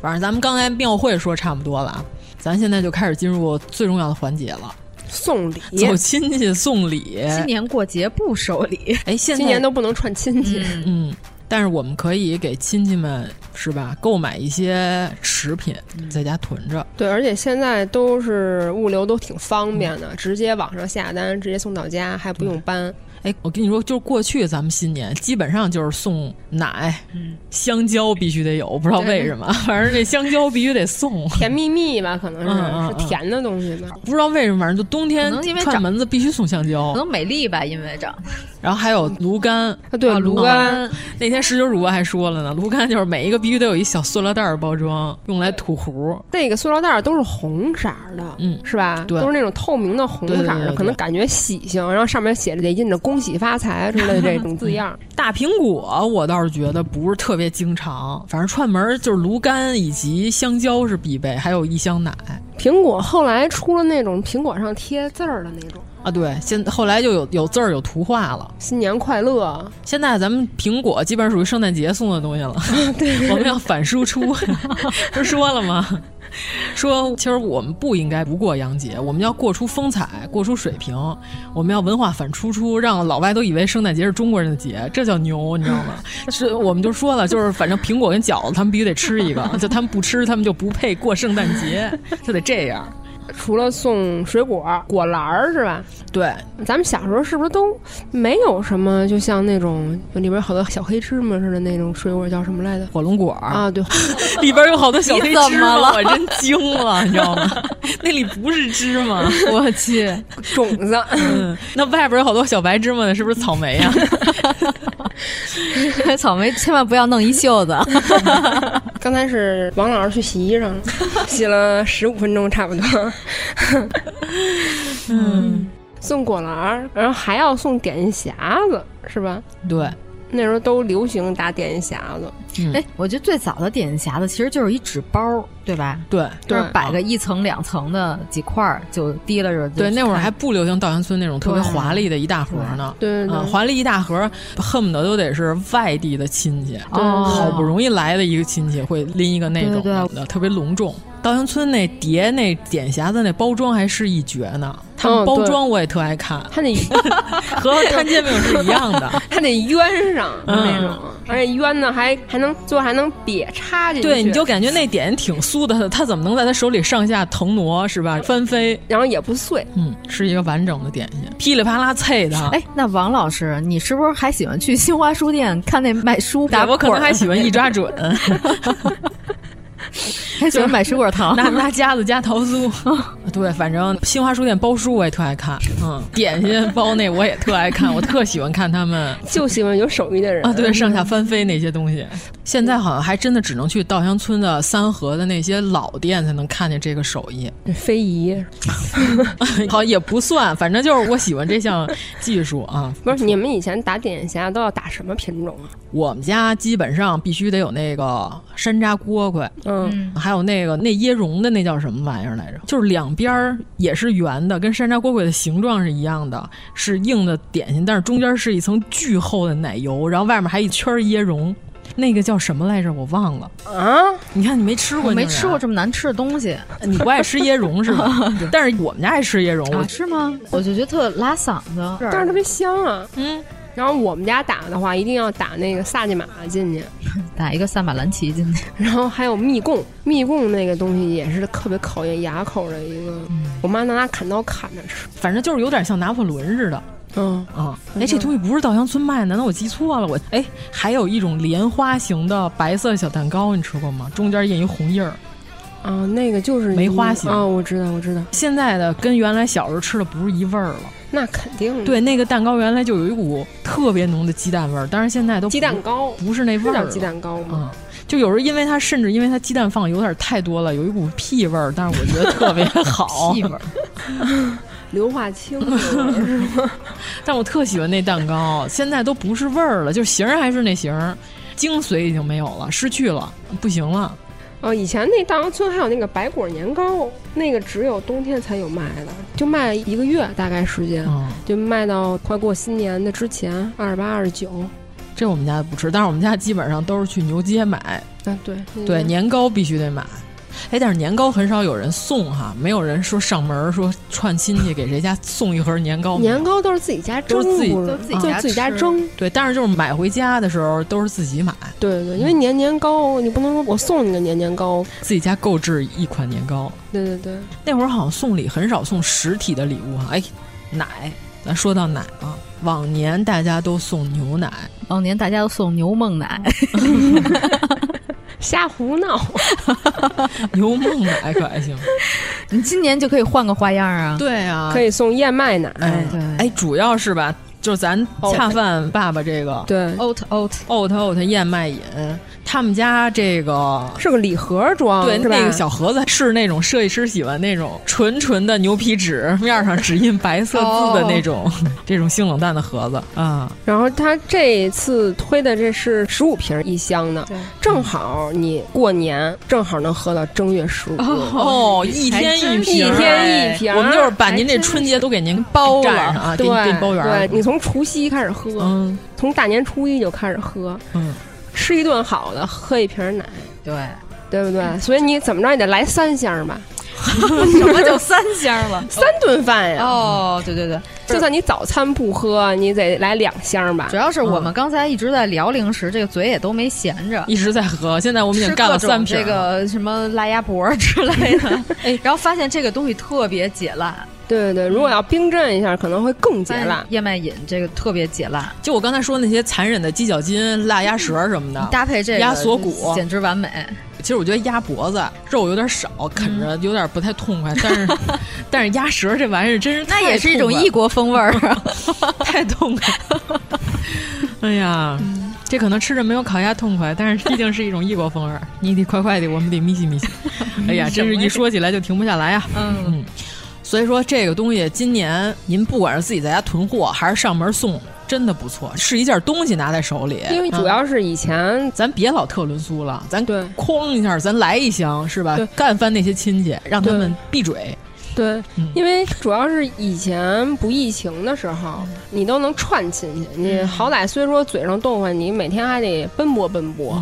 Speaker 5: 反正咱们刚才庙会说差不多了啊，咱现在就开始进入最重要的环节了，
Speaker 3: 送礼。
Speaker 5: 走亲戚送礼。
Speaker 4: 今年过节不收礼，
Speaker 5: 哎，现在
Speaker 3: 今年都不能串亲戚，
Speaker 5: 嗯，但是我们可以给亲戚们是吧，购买一些食品，
Speaker 4: 嗯
Speaker 5: 在家囤着。
Speaker 3: 对，而且现在都是物流都挺方便
Speaker 5: 嗯
Speaker 3: 的，直接网上下单，直接送到家，还不用搬。
Speaker 5: 哎，我跟你说，就是过去咱们新年基本上就是送奶、
Speaker 4: 嗯
Speaker 5: 香蕉必须得有，不知道为什么，反正这香蕉必须得送。
Speaker 3: 甜蜜蜜吧，可能是、
Speaker 5: 嗯嗯嗯
Speaker 3: 是甜的东西吧。
Speaker 5: 不知道为什么，反正就冬天
Speaker 4: 可能因为
Speaker 5: 串
Speaker 4: 长
Speaker 5: 门子必须送香蕉
Speaker 4: 可，能美丽吧，因为 *laughs* 长
Speaker 5: 然后还有芦柑。
Speaker 3: 啊，对，
Speaker 5: 芦
Speaker 3: 芦柑，
Speaker 5: 那天十九主播还说了呢，芦柑就是每一个必须得有一小塑料袋儿包装，用来吐核。
Speaker 3: 那个塑料袋儿都是红色儿的，
Speaker 5: 嗯
Speaker 3: 是吧？
Speaker 5: 对
Speaker 3: 都是那种透明的红色儿的，
Speaker 5: 对对对对
Speaker 3: 可能感觉喜庆，然后上面写着得印着“恭喜发财”之类的这种
Speaker 5: *laughs*
Speaker 3: 字样儿。
Speaker 5: 大苹果我倒是觉得不是特别经常，反正串门儿就是芦柑以及香蕉是必备，还有一箱奶
Speaker 3: 苹果后来出了那种苹果上贴字儿的那种
Speaker 5: 啊。对，现后来就有有字儿有图画了。
Speaker 3: “新年快乐
Speaker 5: 现在咱们苹果基本上属于圣诞节送的东
Speaker 4: *laughs*
Speaker 5: 西了， *laughs* 对，我们要反输出， *laughs* 不是说了吗？说其实我们不应该不过洋节，我们要过出风采，过出水平，我们要文化反输出，让老外都以为圣诞节是中国人的节，这叫牛，你知道吗？ *laughs* 是，我们就说了，就是反正苹果跟饺子他们必须得吃
Speaker 4: *laughs*
Speaker 5: 一个，就他们不吃，他们就不配过圣诞节，就得这样。”，
Speaker 3: 除了送水果果篮儿是吧？
Speaker 5: 对，
Speaker 3: 咱们小时候是不是都没有什么？就像那种就里边好多小黑芝麻似的那种水果叫什么来着？
Speaker 5: 火龙果 *laughs*
Speaker 3: 啊，对，
Speaker 5: 里边有好多小黑
Speaker 4: 你
Speaker 5: 芝
Speaker 4: 怎么
Speaker 5: 麻，
Speaker 4: 了
Speaker 5: 我真惊了，你知
Speaker 4: *laughs*
Speaker 5: 道吗？那里不是芝麻，
Speaker 4: 我去， *laughs*
Speaker 3: 种子。
Speaker 5: 嗯， *laughs* 那外边有好多小白芝麻呢，是不是草莓呀、
Speaker 4: 草莓千万不要弄一袖子。
Speaker 3: *laughs* 刚才是王老师去洗衣裳了，
Speaker 5: *laughs*
Speaker 3: 洗了十五分钟差不多。 *laughs*
Speaker 5: 嗯，
Speaker 3: 送果篮儿，然后还要送点心匣子，是吧？
Speaker 5: *laughs* 对，
Speaker 3: 那时候都流行打点心匣子，
Speaker 4: 哎，我觉得最早的点心匣子其实就是一纸包，对啊吧？
Speaker 5: 对，
Speaker 3: 对
Speaker 4: 就是摆个一层两层的几块儿，就提拉着就
Speaker 5: 对，
Speaker 4: 看。
Speaker 5: 那会儿还不流行稻香村那种特别
Speaker 4: 对
Speaker 5: 华丽的一大盒呢。
Speaker 3: 对对对
Speaker 5: 嗯，华丽一大盒，恨不得都得是外地的亲戚，
Speaker 4: 哦
Speaker 5: 好不容易来的一个亲戚会拎一个那种
Speaker 4: 对
Speaker 5: 的，
Speaker 4: 对
Speaker 5: 特别隆重。稻香村那碟、那点匣子、那包装还是一绝呢，他们
Speaker 3: 哦
Speaker 5: 包
Speaker 3: 对
Speaker 5: 装我也特爱看，*laughs*
Speaker 3: 它得
Speaker 5: 和摊煎饼是一样 *laughs* 的。
Speaker 3: 它得冤上
Speaker 5: 嗯
Speaker 3: 那种，而且冤呢还还能最后还能瘪插进去，
Speaker 5: 对，你就感觉那点挺酥的，他怎么能在他手里上下腾挪是吧？翻飞，
Speaker 3: 然后也不碎。
Speaker 5: 嗯，是一个完整的点心，噼里啪啦脆的。
Speaker 4: 哎，那王老师，你是不是还喜欢去新华书店看那卖书？
Speaker 5: 对，我可能还喜欢一抓 *laughs* 准，
Speaker 4: 还喜欢买水果糖。
Speaker 5: 拿拿夹子夹桃 *laughs* 酥。对，反正新华书店包书我也特爱看，嗯，点心包那我也特爱看，我特喜欢看他们
Speaker 3: 就喜欢有手艺的人
Speaker 5: *laughs* 啊，对，上下翻飞那些东西。现在好像还真的只能去稻香村的三河的那些老店才能看见这个手艺。 *laughs*
Speaker 3: 非遗
Speaker 5: 好也不算，反正就是我喜欢这项技术啊。
Speaker 3: 不是你们以前打点心匣都要打什么品种啊？
Speaker 5: 我们家基本上必须得有那个山楂锅盔，
Speaker 3: 嗯，
Speaker 4: 嗯，
Speaker 5: 还有那个那椰蓉的那叫什么玩意儿来着？就是两边儿也是圆的，跟山楂锅盔的形状是一样的，是硬的点心，但是中间是一层巨厚的奶油，然后外面还一圈儿椰蓉。那个叫什么来着？我忘了
Speaker 3: 啊！
Speaker 5: 你看你没吃过，
Speaker 4: 没吃过这么难吃的东西。
Speaker 5: 你不爱吃椰蓉是 *laughs* 吗？但是我们家爱吃椰蓉，我
Speaker 4: 啊是吗？我就觉得特拉嗓子，
Speaker 3: 但是特别香啊。
Speaker 5: 嗯，
Speaker 3: 然后我们家打的话，一定要打那个萨其马进去，
Speaker 4: 打一个萨马兰奇进去，
Speaker 3: 然后还有蜜供，蜜供那个东西也是特别考验牙口的一个。
Speaker 5: 嗯
Speaker 3: 我妈拿拿砍刀砍着吃，
Speaker 5: 反正就是有点像拿破仑似的。
Speaker 3: 嗯
Speaker 5: 啊，哎、嗯，这东西不是稻香村卖的，难道我记错了？我哎，还有一种莲花形的白色小蛋糕，你吃过吗？中间印一红印儿。
Speaker 3: 啊，那个就是
Speaker 5: 梅花形
Speaker 3: 啊、哦，我知道，我知道。
Speaker 5: 现在的跟原来小时候吃的不是一味儿了。
Speaker 3: 那肯定。
Speaker 5: 对，那个蛋糕原来就有一股特别浓的鸡蛋味儿，但是现在都
Speaker 3: 鸡蛋糕
Speaker 5: 不是那味儿
Speaker 3: 了。鸡蛋糕吗？
Speaker 5: 啊、嗯，就有时候因为它，甚至因为它鸡蛋放的有点太多了，有一股屁味儿，但是我觉得特别
Speaker 4: *laughs*
Speaker 5: 好。
Speaker 4: 屁味儿。
Speaker 3: 硫化氢是吗？
Speaker 5: 但我特喜欢那蛋糕，现在都不是味儿了，就形儿还是那形儿，精髓已经没有了，失去了，不行了。
Speaker 3: 哦，以前那稻香村还有那个百果年糕，那个只有冬天才有卖的，就卖一个月大概时间，
Speaker 5: 嗯、
Speaker 3: 就卖到快过新年的之前，二十八、二十九。
Speaker 5: 这我们家不吃，但是我们家基本上都是去牛街买。
Speaker 3: 啊，对
Speaker 5: 对，年糕必须得买。哎，但是年糕很少有人送哈，没有人说上门说串亲戚给谁家送一盒年糕。
Speaker 3: 年糕都是自己家
Speaker 5: 都
Speaker 3: 蒸，
Speaker 5: 是自己
Speaker 4: 都自己
Speaker 3: 家、啊、自己家蒸。
Speaker 5: 对，但是就是买回家的时候都是自己买。
Speaker 3: 对对，
Speaker 5: 嗯
Speaker 3: 因为年年糕你不能说我送你个年年糕，
Speaker 5: 自己家购置一款年糕。
Speaker 3: 对对
Speaker 5: *laughs*
Speaker 3: 对，
Speaker 5: 那会儿好像送礼很少送实体的礼物哈。哎，奶，咱说到奶了、啊，往年大家都送牛奶，
Speaker 4: 往年大家都送牛梦奶。
Speaker 3: 瞎胡闹，
Speaker 5: 牛梦奶可还
Speaker 3: *laughs*
Speaker 5: 行？
Speaker 4: *laughs* 你今年就可以换个花样啊！
Speaker 5: 对啊，
Speaker 3: 可以嗯送燕麦奶。
Speaker 5: 哎，
Speaker 4: 对，
Speaker 5: 哎，主要是吧，就是咱恰饭爸爸这个
Speaker 3: 哦
Speaker 5: 哦
Speaker 3: 对
Speaker 4: ，oat oat
Speaker 5: oat oat 燕麦饮，他们家这个
Speaker 3: 是个礼盒装，
Speaker 5: 对，
Speaker 3: 那
Speaker 5: 个小盒子是那种设计师喜欢那种纯纯的牛皮纸，面上只印白色字的那种，哦、 *laughs* 这种性冷淡的盒子啊。
Speaker 3: 嗯、然后他这次推的这是十五瓶一箱的，正好。你过年正好能喝到正月十五
Speaker 5: 哦，一天一瓶，哎
Speaker 3: 一天一瓶。
Speaker 5: 我们就是把您这春节都给您包了啊，
Speaker 3: 对，
Speaker 5: 给包圆。
Speaker 3: 对你从除夕开始喝，
Speaker 5: 嗯，
Speaker 3: 从大年初一就开始喝，
Speaker 5: 嗯，
Speaker 3: 吃一顿好的，喝一瓶奶，
Speaker 4: *laughs* 对，
Speaker 3: 对不
Speaker 5: 嗯
Speaker 3: 对？所以你怎么着也得来三
Speaker 5: *laughs*
Speaker 3: 箱吧？
Speaker 4: 什么叫三箱了？
Speaker 3: 三顿饭呀！
Speaker 4: *laughs* 哦，对对对。
Speaker 3: 就算你早餐不喝，你得来两箱吧。
Speaker 4: 主要是我们刚才一直在聊零食，这个嘴也都没闲着，
Speaker 5: 一直在喝。现在我们已经干了三瓶
Speaker 4: 这个什么辣鸭脖之类的，哎，然后发现这个东西特别解辣。
Speaker 3: 对对对，如果要冰镇一下，可能会更解辣。
Speaker 4: 燕麦饮这个特别解辣，
Speaker 5: 就我刚才说那些残忍的鸡脚筋、辣鸭舌什么的，
Speaker 4: 搭配这个
Speaker 5: 鸭啊锁骨，
Speaker 4: 简直完美。
Speaker 5: 其实我觉得鸭脖子肉有点少，啃着有点不太痛快，但是但是鸭舌这玩意儿真是
Speaker 4: 那也是一种异国。风味儿，啊
Speaker 5: 太痛快！哎呀，
Speaker 3: 嗯
Speaker 5: 这可能吃着没有烤鸭痛快，但是毕竟是一种异国风
Speaker 3: *laughs*
Speaker 5: 味儿。你得快快的，我们得咪西咪西。
Speaker 3: 嗯
Speaker 5: 哎呀，真是一说起来就停不下来呀、
Speaker 4: 啊。嗯,嗯，
Speaker 5: 所以说这个东西，今年您不管是自己在家囤货，还是上门送，真的不错，是一件东西拿在手里。啊
Speaker 3: 因为主要是以前、嗯、
Speaker 5: 咱别老特伦苏了，咱
Speaker 3: 对
Speaker 5: 哐一下，咱来一箱是吧？干翻那些亲戚，让他们闭嘴。
Speaker 3: 对，因为主要是以前不疫情的时候，你都能串亲戚，你好歹虽说嘴上动唤，你每天还得奔波奔波。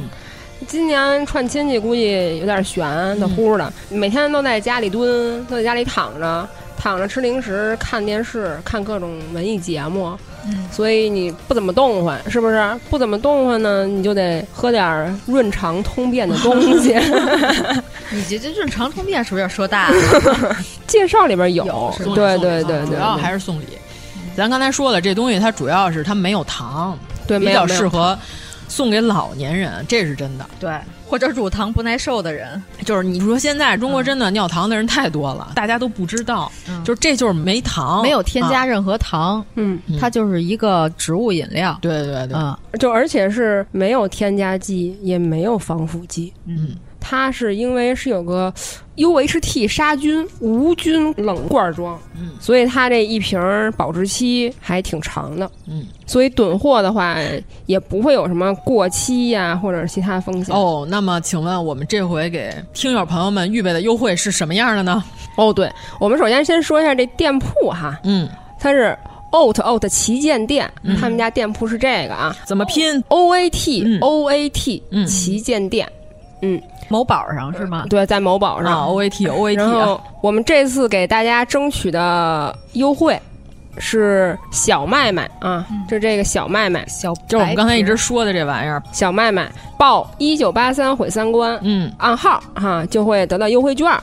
Speaker 3: 今年串亲戚估计有点悬的乎的，每天都在家里蹲，都在家里躺着，躺着吃零食、看电视、看各种文艺节目，所以你不怎么动换，是不是？不怎么动换呢，你就得喝点润肠通便的东西。
Speaker 4: 你这这润肠通便是不是有点说大了？ *laughs*
Speaker 3: 介绍里边有，
Speaker 5: 有
Speaker 3: 对对对，
Speaker 5: 主要还是送礼。咱刚才说了，这东西它主要是它没有糖，
Speaker 3: 对，
Speaker 5: 比较适合送给老年人，这是真的。
Speaker 4: 对，或者乳糖不耐受的人，
Speaker 5: 就是你说现在中国真的尿糖的人太多了，大家都不知道，就是这就是没糖，
Speaker 4: 没有添加任何糖，
Speaker 3: 嗯，
Speaker 4: 它就是嗯一个植物饮料。啊
Speaker 5: 对对对，
Speaker 3: 就而且是没有添加剂，也没有防腐剂，
Speaker 5: 嗯。
Speaker 3: 它是因为是有个 UHT 杀菌无菌冷罐装，
Speaker 5: 嗯，
Speaker 3: 所以它这一瓶保质期还挺长的，
Speaker 5: 嗯，
Speaker 3: 所以囤货的话也不会有什么过期呀、啊、或者其他风险。
Speaker 5: 哦，那么请问我们这回给听友朋友们预备的优惠是什么样的呢？
Speaker 3: 哦，对，我们首先先说一下这店铺哈，
Speaker 5: 嗯，
Speaker 3: 它是。 oat oat 旗舰店，
Speaker 5: 嗯
Speaker 3: 他们家店铺是这个啊，
Speaker 5: 怎么拼
Speaker 3: ？o a
Speaker 5: 嗯
Speaker 3: t o a t 旗舰店，嗯，
Speaker 5: 某宝上是吗？
Speaker 3: 对，在某宝上
Speaker 5: 啊，O A T O A T
Speaker 3: 然后
Speaker 5: 啊，
Speaker 3: 我们这次给大家争取的优惠是小麦麦啊，
Speaker 5: 嗯
Speaker 3: 就这个小麦麦，
Speaker 5: 小就是我们刚才一直说的这玩意儿，
Speaker 3: 小麦麦报一九八三毁三观，
Speaker 5: 嗯，
Speaker 3: 暗号哈、就会得到优惠券儿。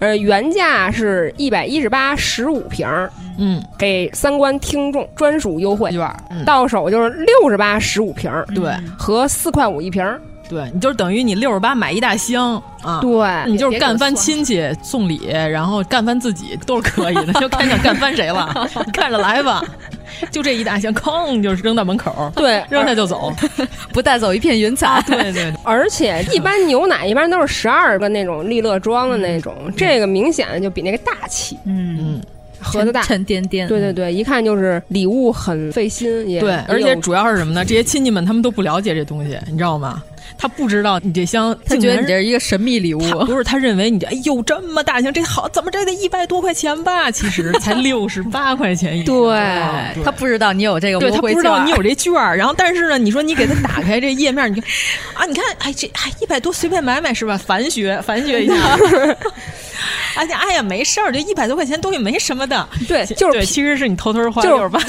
Speaker 3: 呃，原价是一百一十八十五瓶儿，
Speaker 5: 嗯，
Speaker 3: 给三观听众专属优惠券，
Speaker 5: 嗯
Speaker 3: 到手就是六十八十五瓶儿，
Speaker 5: 对，
Speaker 3: 和四块五一瓶儿，
Speaker 5: 对你就是等于你六十八买一大箱啊，
Speaker 3: 对
Speaker 5: 你就是干翻亲戚送礼，然后干翻自己都是可以的，就看想干翻谁了，你看着来吧。就这一大箱，哐就是扔到门口，
Speaker 3: 对
Speaker 5: 扔下就走，
Speaker 4: 不带走一片云彩。
Speaker 5: *laughs* 对对对，
Speaker 3: 而且一般牛奶一般都是十二个那种利乐装的那
Speaker 5: 嗯
Speaker 3: 种，这个明显就比那个大气，
Speaker 4: 嗯，
Speaker 3: 盒子大，
Speaker 4: 沉甸甸。
Speaker 3: 对对对，一看就是礼物很费心，也
Speaker 5: 对，而且
Speaker 3: 有
Speaker 5: 主要是什么呢？这些亲戚们他们都不了解这东西，你知道吗？他不知道你这箱，
Speaker 4: 他觉得你这是一
Speaker 5: 个
Speaker 4: 个神秘礼物，
Speaker 5: 不是他认为你这哎呦这么大箱，这好怎么着也得一百多块钱吧？其实才 *laughs* 六十八块钱一箱。啊
Speaker 4: 对他不知道你有这个
Speaker 5: 对
Speaker 4: 优
Speaker 5: 他不
Speaker 4: 惠
Speaker 5: 知
Speaker 4: 券，
Speaker 3: 啊
Speaker 5: 道你有这券儿，然后但是呢，你说你给他打开这页面，你看啊，你看，哎，这哎一百多随便买买是吧？反学反学一下， *laughs* 哎呀哎呀，没事儿，这一百多块钱东西没什么的。 *laughs*
Speaker 3: 对，就是
Speaker 5: 对，其实是你偷偷花
Speaker 3: 就
Speaker 5: 六
Speaker 3: 是
Speaker 5: 十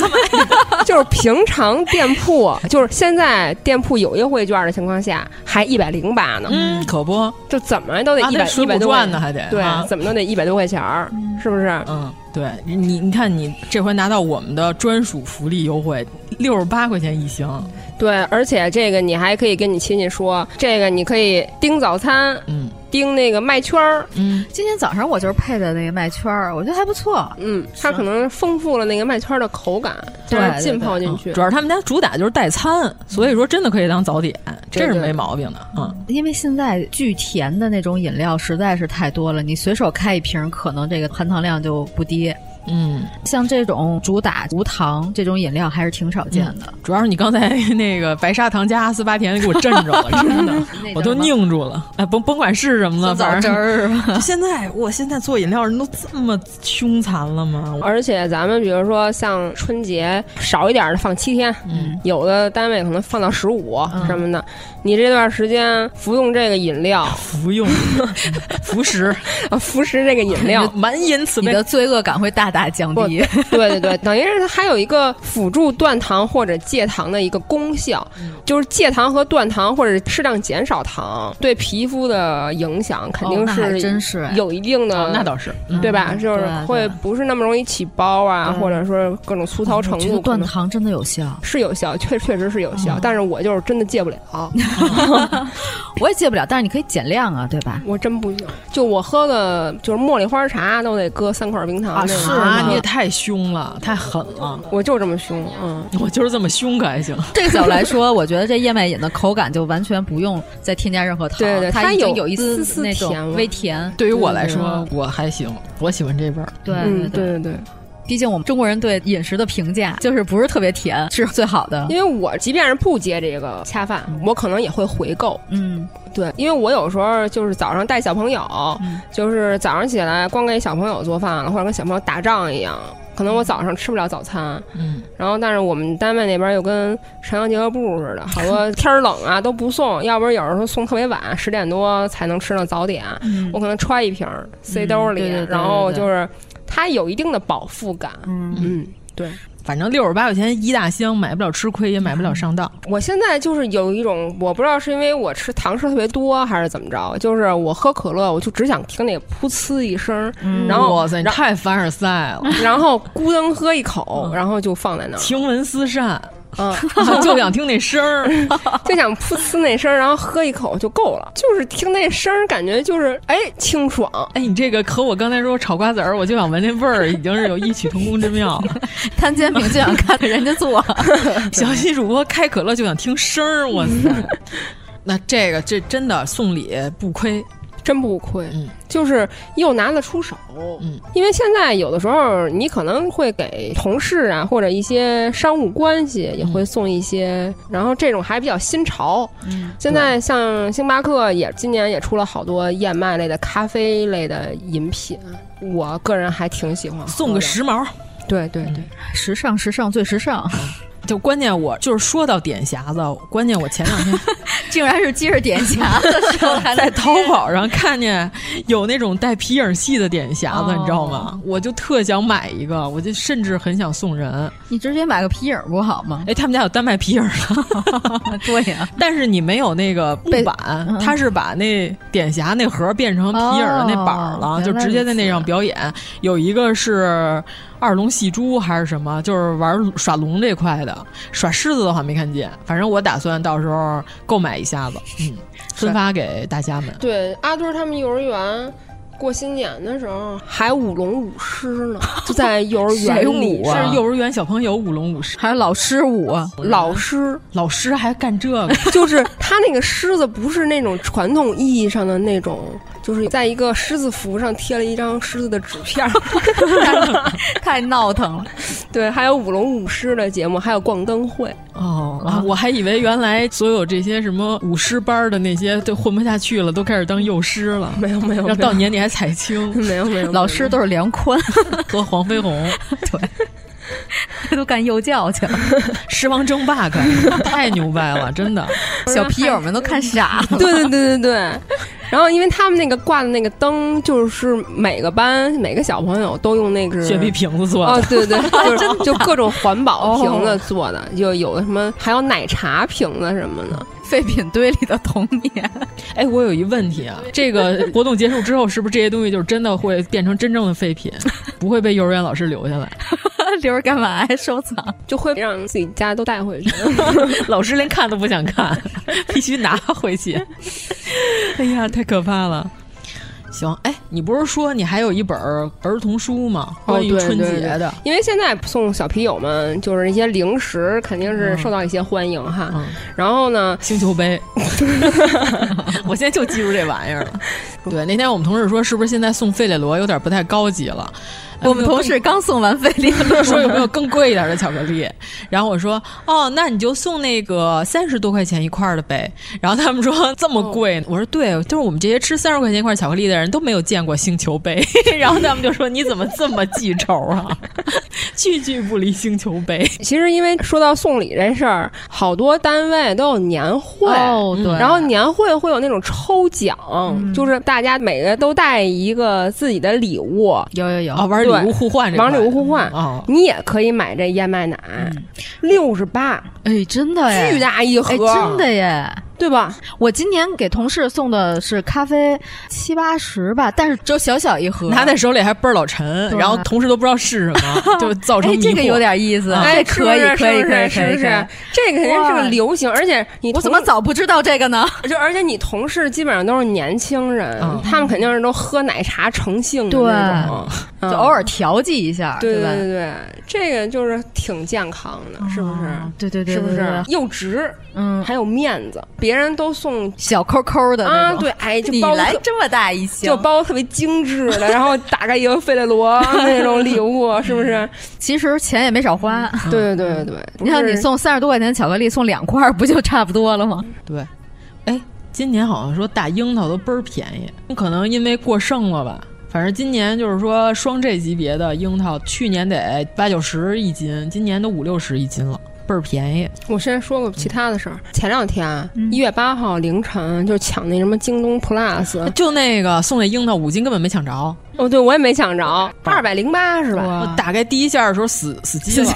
Speaker 5: 八，
Speaker 3: 就是平常店铺，就是现在店铺有优惠券的情况下，还一百零八呢，
Speaker 5: 嗯，可不，
Speaker 3: 就怎么都得
Speaker 5: 啊
Speaker 3: 一
Speaker 5: 那
Speaker 3: 百
Speaker 5: 水
Speaker 3: 一百
Speaker 5: 浒
Speaker 3: 多块
Speaker 5: 传呢还得
Speaker 3: 对
Speaker 5: 啊，
Speaker 3: 怎么都得一百多块钱儿，是不是？
Speaker 5: 嗯，对你，你看你这回拿到我们的专属福利优惠，六十八块钱一箱，
Speaker 3: 对，而且这个你还可以跟你亲戚说，这个你可以订早餐，
Speaker 5: 嗯，
Speaker 3: 订那个麦圈儿，
Speaker 5: 嗯，
Speaker 4: 今天早上我就是配的那个麦圈儿，我觉得还不错。
Speaker 3: 嗯，它可能丰富了那个麦圈儿的口感，
Speaker 4: 对
Speaker 3: 让它浸
Speaker 4: 对对嗯
Speaker 3: 泡进去
Speaker 5: 主。要是他们家主打就是代餐，所以说真的可以当早点，这是
Speaker 4: 对对
Speaker 5: 没毛病的。嗯，
Speaker 4: 因为现在巨甜的那种饮料实在是太多了，你随手开一瓶，可能这个含糖量就不低。
Speaker 5: 嗯，
Speaker 4: 像这种主打无糖这种饮料还是挺少见的。
Speaker 5: 主要是你刚才 *laughs* 那个白砂糖加阿斯巴甜给我震着 *laughs* 了，真的，我都拧住了。哎，甭甭管是什么了，
Speaker 4: 酸枣
Speaker 5: 反正
Speaker 4: 汁儿是吧
Speaker 5: *laughs* 就现在我现在做饮料人都这么凶残了 *laughs* 吗？
Speaker 3: 而且咱们比如说像春节少一点儿的放七天，
Speaker 5: 嗯，
Speaker 3: 有的单位可能放到十五
Speaker 5: 嗯
Speaker 3: 什么的，你这段时间服用这个
Speaker 4: *laughs*
Speaker 3: 饮料，
Speaker 5: 服 *laughs* 用服食，，
Speaker 3: 啊，服食这个饮料
Speaker 5: 满眼慈
Speaker 4: 你
Speaker 5: 悲
Speaker 4: 的罪恶感会大大降
Speaker 3: 不
Speaker 4: 低。
Speaker 3: *laughs* 对对对，等于是它还有一个辅助断糖或者戒糖的一个功效，就是戒糖和断糖或者适当减少糖对皮肤的影响肯定
Speaker 4: 哦那还
Speaker 3: 是
Speaker 4: 真是哎
Speaker 3: 有一定的，
Speaker 5: 哦那倒是嗯
Speaker 3: 对吧？就是
Speaker 4: 对啊
Speaker 3: 会不是那么容易起包啊，
Speaker 4: 对
Speaker 3: 或者说各种粗糙程
Speaker 4: 我觉得
Speaker 3: 度可
Speaker 4: 断
Speaker 3: 能。
Speaker 4: 糖真的有效，
Speaker 3: 是有效，确确实是有效，但是我就是真的戒不了，
Speaker 4: 我也戒不了，但是你可以减量啊，对吧？
Speaker 3: 我真不行。就我喝个就是茉莉花茶都得搁三块冰糖那种
Speaker 5: 啊，你也太凶了，太狠了。
Speaker 3: 我就这么凶，嗯，
Speaker 5: 我就是这么凶，可还行。
Speaker 4: 这个角度来说，我觉得这燕麦饮的口感就完全不用再添加任何糖，
Speaker 3: 对对
Speaker 4: 它
Speaker 3: 它
Speaker 4: 已经
Speaker 3: 有
Speaker 4: 有一丝
Speaker 3: 丝丝
Speaker 4: 那
Speaker 3: 甜
Speaker 4: 种
Speaker 3: 味
Speaker 4: 微甜。
Speaker 5: 对于我来说，我还行，我喜欢这味儿。
Speaker 4: 对对对，
Speaker 3: 嗯，对对对。
Speaker 4: 毕竟我们中国人对饮食的评价就是不是特别甜是最好的
Speaker 3: 因。为我即便是不接这个恰饭，我可能也会回购。
Speaker 4: 嗯，
Speaker 3: 对，因为我有时候就是早上带小朋友，
Speaker 4: 嗯
Speaker 3: 就是早上起来光给小朋友做饭了，或者跟小朋友打仗一样，可能我早上吃不了早餐。
Speaker 5: 嗯，
Speaker 3: 然后，但是我们单位那边又跟沈阳结合部似的，好多天儿冷啊都不送，要不然有时候送特别晚，十点多才能吃上早点。
Speaker 4: 嗯
Speaker 3: 我可能揣一瓶儿塞兜里，
Speaker 4: 对对对
Speaker 3: 然后
Speaker 4: 对对
Speaker 3: 就是它有一定的饱腹感。
Speaker 4: 嗯
Speaker 3: 嗯，对。
Speaker 5: 反正六十八块钱一大箱，买不了吃亏，也买不了上当。
Speaker 3: 我现在就是有一种，我不知道是因为我吃糖吃特别多，还是怎么着，就是我喝可乐，我就只想听那个噗呲一声，
Speaker 5: 嗯
Speaker 3: 然后
Speaker 5: 哇塞，你
Speaker 3: 然
Speaker 5: 太嗯凡尔赛 *laughs* 了，
Speaker 3: 然后咕噔喝一口，然后就放在那儿，
Speaker 5: 情闻思善，
Speaker 3: 嗯，
Speaker 5: 啊就想听那声 *laughs* 儿。
Speaker 3: 就想噗呲那声，然后喝一口就够了，就是听那声儿，感觉就是哎清爽，
Speaker 5: 哎，你这个和我刚才说炒瓜子儿，我就想闻那味儿，已经是有异曲同工之妙了。
Speaker 4: 摊煎饼就想看人家做，
Speaker 5: 小西主播开可乐就想听声儿，哇塞！那这个这真的送礼不亏，
Speaker 3: 真不亏，
Speaker 5: 嗯
Speaker 3: 就是又拿得出手。
Speaker 5: 嗯，
Speaker 3: 因为现在有的时候你可能会给同事啊，或者一些商务关系
Speaker 5: 嗯
Speaker 3: 也会送一些，然后这种还比较新潮。
Speaker 4: 嗯，
Speaker 3: 现在像星巴克也今年也出了好多燕麦类的、咖啡类的饮品，我个人还挺喜欢喝的。
Speaker 5: 送个时髦，
Speaker 3: 对对
Speaker 5: 嗯
Speaker 3: 对，
Speaker 4: 时尚时尚最时尚。
Speaker 5: 就关键我就是说到点匣子，关键我前两天
Speaker 4: 竟然是接着点匣子说，
Speaker 5: 在淘宝上看见有那种带皮影戏的点匣子，哦、你知道吗？我就特想买一个，我就甚至很想送人。
Speaker 4: 你直接买个皮影不好吗？ *laughs*
Speaker 5: 哎，他们家有单卖皮影的，
Speaker 4: 对呀。
Speaker 5: 但是你没有那个木板，嗯、他是把那点匣那盒变成皮影那板了，哦、就直接在那上表演。有一个是。二龙戏珠还是什么，就是玩耍龙这块的，耍狮子的话没看见。反正我打算到时候购买一下子，嗯，分发给大家们。
Speaker 3: 对，阿墩他们幼儿园过新年的时候还舞龙舞狮呢，就在
Speaker 5: *laughs*
Speaker 3: 幼儿园里
Speaker 5: 舞、啊、是幼儿园小朋友舞龙舞狮，
Speaker 4: 还是老师舞、啊？
Speaker 3: 老师，
Speaker 5: 老师还干这 *laughs* 个？
Speaker 3: 就是他那个狮子不是那种传统意义上的那种。就是在一个狮子服上贴了一张狮子的纸片，
Speaker 4: 太闹腾了。
Speaker 3: *laughs* 对，还有舞龙舞狮的节目，还有逛灯会。
Speaker 5: 哦，啊、我还以为原来所有这些什么舞狮班的那些都混不下去了，都开始当幼师 *laughs* 了。
Speaker 3: 没有没有，
Speaker 5: 要到年底还采青。
Speaker 3: 没
Speaker 5: *laughs*
Speaker 3: 有没有，
Speaker 4: 老师都是梁宽
Speaker 5: 和黄飞鸿。
Speaker 4: 对。 *laughs* 都干幼教去了，
Speaker 5: 狮王争霸可 *laughs* 太牛掰了，真的，
Speaker 4: 小皮友们都看傻
Speaker 3: *laughs*
Speaker 4: 了。
Speaker 3: 对对对对对，然后因为他们那个挂的那个灯，就是每个班每个小朋友都用那个
Speaker 5: 雪碧瓶子做的，哦
Speaker 3: 哦对对，
Speaker 5: *laughs*
Speaker 3: 就是就各种环保瓶子做的，就有的什么还有奶茶瓶子什么的。
Speaker 4: 废品堆里的童年。
Speaker 5: 哎，我有一问题啊，这个活动结束之后，是不是这些东西就是真的会变成真正的废品，不会被幼儿园老师留下来？ *laughs*
Speaker 4: *laughs* 留着干嘛呀？收藏
Speaker 3: 就会让自己家都带回去，
Speaker 5: 老师连看都不想看，必须拿回去。 *laughs* 哎呀，太可怕了。行，哎，你不是说你还有一本儿童书吗？关于春节的、
Speaker 3: 哦对对对，因为现在送小皮友们就是一些零食，肯定
Speaker 4: 嗯
Speaker 3: 是受到一些欢迎哈。嗯、然后呢，
Speaker 5: 星球杯，我现在就记住这玩意儿了。对，那天我们同事说，是不是现在送费列罗有点不太高级了？呃
Speaker 4: 我们同事刚送完费列罗，
Speaker 5: 说有没有更贵一点的巧克力？然后我说，哦，那你就送那个三十多块钱一块的呗。然后他们说这么贵，我说对，就是我们这些吃三十块钱一块巧克力的人都没有见过星球杯。 *laughs* 然后他们就说你怎么这么记仇啊？ *laughs* 句句不离星球杯。
Speaker 3: 其实因为说到送礼这事儿，好多单位都有年会，
Speaker 4: 哦、对
Speaker 3: 然后年会会有那种抽奖，嗯、就是大家每个都带一个自己的礼物。
Speaker 4: 有有有，
Speaker 5: 哦、玩。礼物互换这，
Speaker 3: 玩礼物互换，
Speaker 4: 嗯
Speaker 3: 哦、你也可以买这燕麦奶，六十八，
Speaker 4: 哎，真的耶，
Speaker 3: 巨大一盒，
Speaker 4: 哎真的耶，
Speaker 3: 对吧？
Speaker 4: 我今年给同事送的是咖啡，七八十吧，但是只有小小一盒，
Speaker 5: 拿在手里还倍儿老沉，然后同事都不知道是什么，就造成迷惑。
Speaker 4: 哎这个有点意思，
Speaker 3: 哎，
Speaker 4: 哦可以，可以，可以，
Speaker 3: 是不是？这个肯定是个流行，而且你
Speaker 4: 我怎么早不知道这个呢？
Speaker 3: 就而且你同事基本上都是年轻人，
Speaker 4: 啊
Speaker 3: 他们肯定是都喝奶茶成性的那种。
Speaker 4: *laughs*
Speaker 3: 嗯
Speaker 4: 就偶尔调剂一下，
Speaker 3: 对
Speaker 4: 对
Speaker 3: 对对，这个就是挺健康的，是不是？
Speaker 4: 嗯对对对，
Speaker 3: 是不是又值？嗯，还有面子，别人都送
Speaker 4: 小抠抠的
Speaker 3: 啊，对，哎，
Speaker 4: *laughs* 你来这么大一箱，
Speaker 3: 就包特别精致的，然后打开一个费
Speaker 4: *laughs*
Speaker 3: 列罗那种礼物，是不是？
Speaker 4: 其实钱也没少花，
Speaker 3: 对对对对。
Speaker 4: 嗯你看你送三十多块钱巧克力，送两块不就差不多 *laughs* 了吗？
Speaker 5: 对，哎，今年好像说大樱桃都倍儿便宜，可能因为过剩了吧。反正今年就是说双 G 级别的樱桃，去年得八九十一斤，今年都五六十一斤了，倍儿便宜。
Speaker 3: 我先说个其他的事儿，前两天啊
Speaker 4: 嗯
Speaker 3: 一月八号凌晨就抢那什么京东
Speaker 4: *laughs*
Speaker 3: Plus，
Speaker 5: 就那个送那樱桃五斤根本没抢着。
Speaker 3: 哦，对我也没抢着，二百零八是吧？
Speaker 5: 我打开第一下的时候死死机了，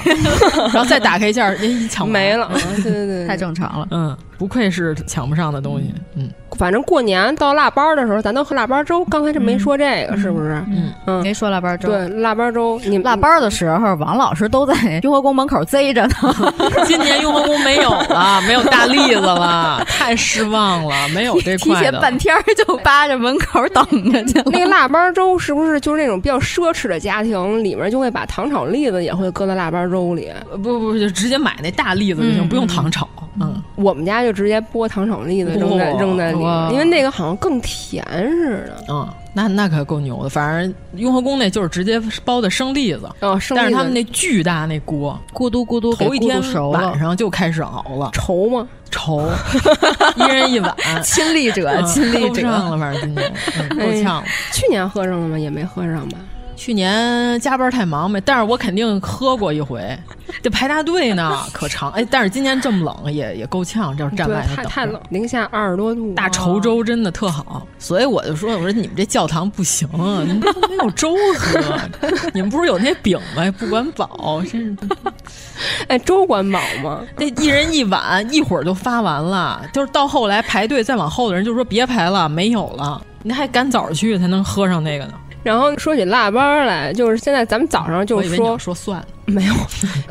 Speaker 5: 然后再打开一下，哎一抢
Speaker 3: 没了。 *laughs* 对对对，
Speaker 4: 太正常了。
Speaker 5: 嗯，不愧是抢不上的东西。嗯。
Speaker 3: 反正过年到腊八的时候，咱都喝腊八粥。刚才这没说这个，是不是？
Speaker 4: 嗯嗯，没说腊八粥。
Speaker 3: 对，腊八粥。你
Speaker 4: 腊八的时候，王老师都在雍和宫门口贼 *laughs* 着呢。
Speaker 5: *laughs* 今年雍和宫没有了，没有大栗子 *laughs* 了，太失望了，没有这块
Speaker 4: 提前半天就扒着门口等着 *laughs* 去了。
Speaker 3: 那个腊八粥是不是就是那种比较奢侈的家庭里面就会把糖炒栗子也会搁在腊八粥里？
Speaker 5: 不不，就直接买那大栗子就行，不用糖炒。嗯，
Speaker 3: 我们家就直接剥糖炒栗子扔在扔在。因为那个好像更甜似的，
Speaker 5: 嗯，那那可够牛的。反正雍和宫那就是直接包的生栗子，
Speaker 3: 哦，
Speaker 5: 生栗子但是他们那巨大那锅，
Speaker 4: 咕嘟咕嘟，
Speaker 5: 头一天晚上就开始熬 *laughs* 了，
Speaker 3: 稠吗？
Speaker 5: 稠， *laughs* 一人 *laughs* 一碗，嗯
Speaker 4: 亲历者，亲历者
Speaker 5: 了，反正今年够呛了。
Speaker 3: 去年喝上了吗？也没喝上吧。
Speaker 5: 去年加班太忙没，但是我肯定喝过一
Speaker 3: *laughs*
Speaker 5: 回，这排大队呢，可长。哎，但是今年这么冷，也也够呛，就是站
Speaker 3: 对
Speaker 5: 外头
Speaker 3: 太
Speaker 5: 等
Speaker 3: 太冷，零下二十多度，
Speaker 5: 大稠粥真的特好，所以我就说，我说你们这教堂不
Speaker 3: *laughs*
Speaker 5: 行，你们都没有粥喝， *laughs* 你们不是有那饼吗？不管饱，真
Speaker 3: *laughs*
Speaker 5: 是。
Speaker 3: 哎，粥管饱吗？
Speaker 5: 那一人一碗，一会儿就发完了。就是到后来排队再往后的人就说别排了，没有了，你还赶早去才能喝上那个呢。
Speaker 3: 然后说起腊八儿来，就是现在咱们早上就
Speaker 5: 我以为你要
Speaker 3: 说
Speaker 5: 说蒜，
Speaker 3: *laughs* 没有，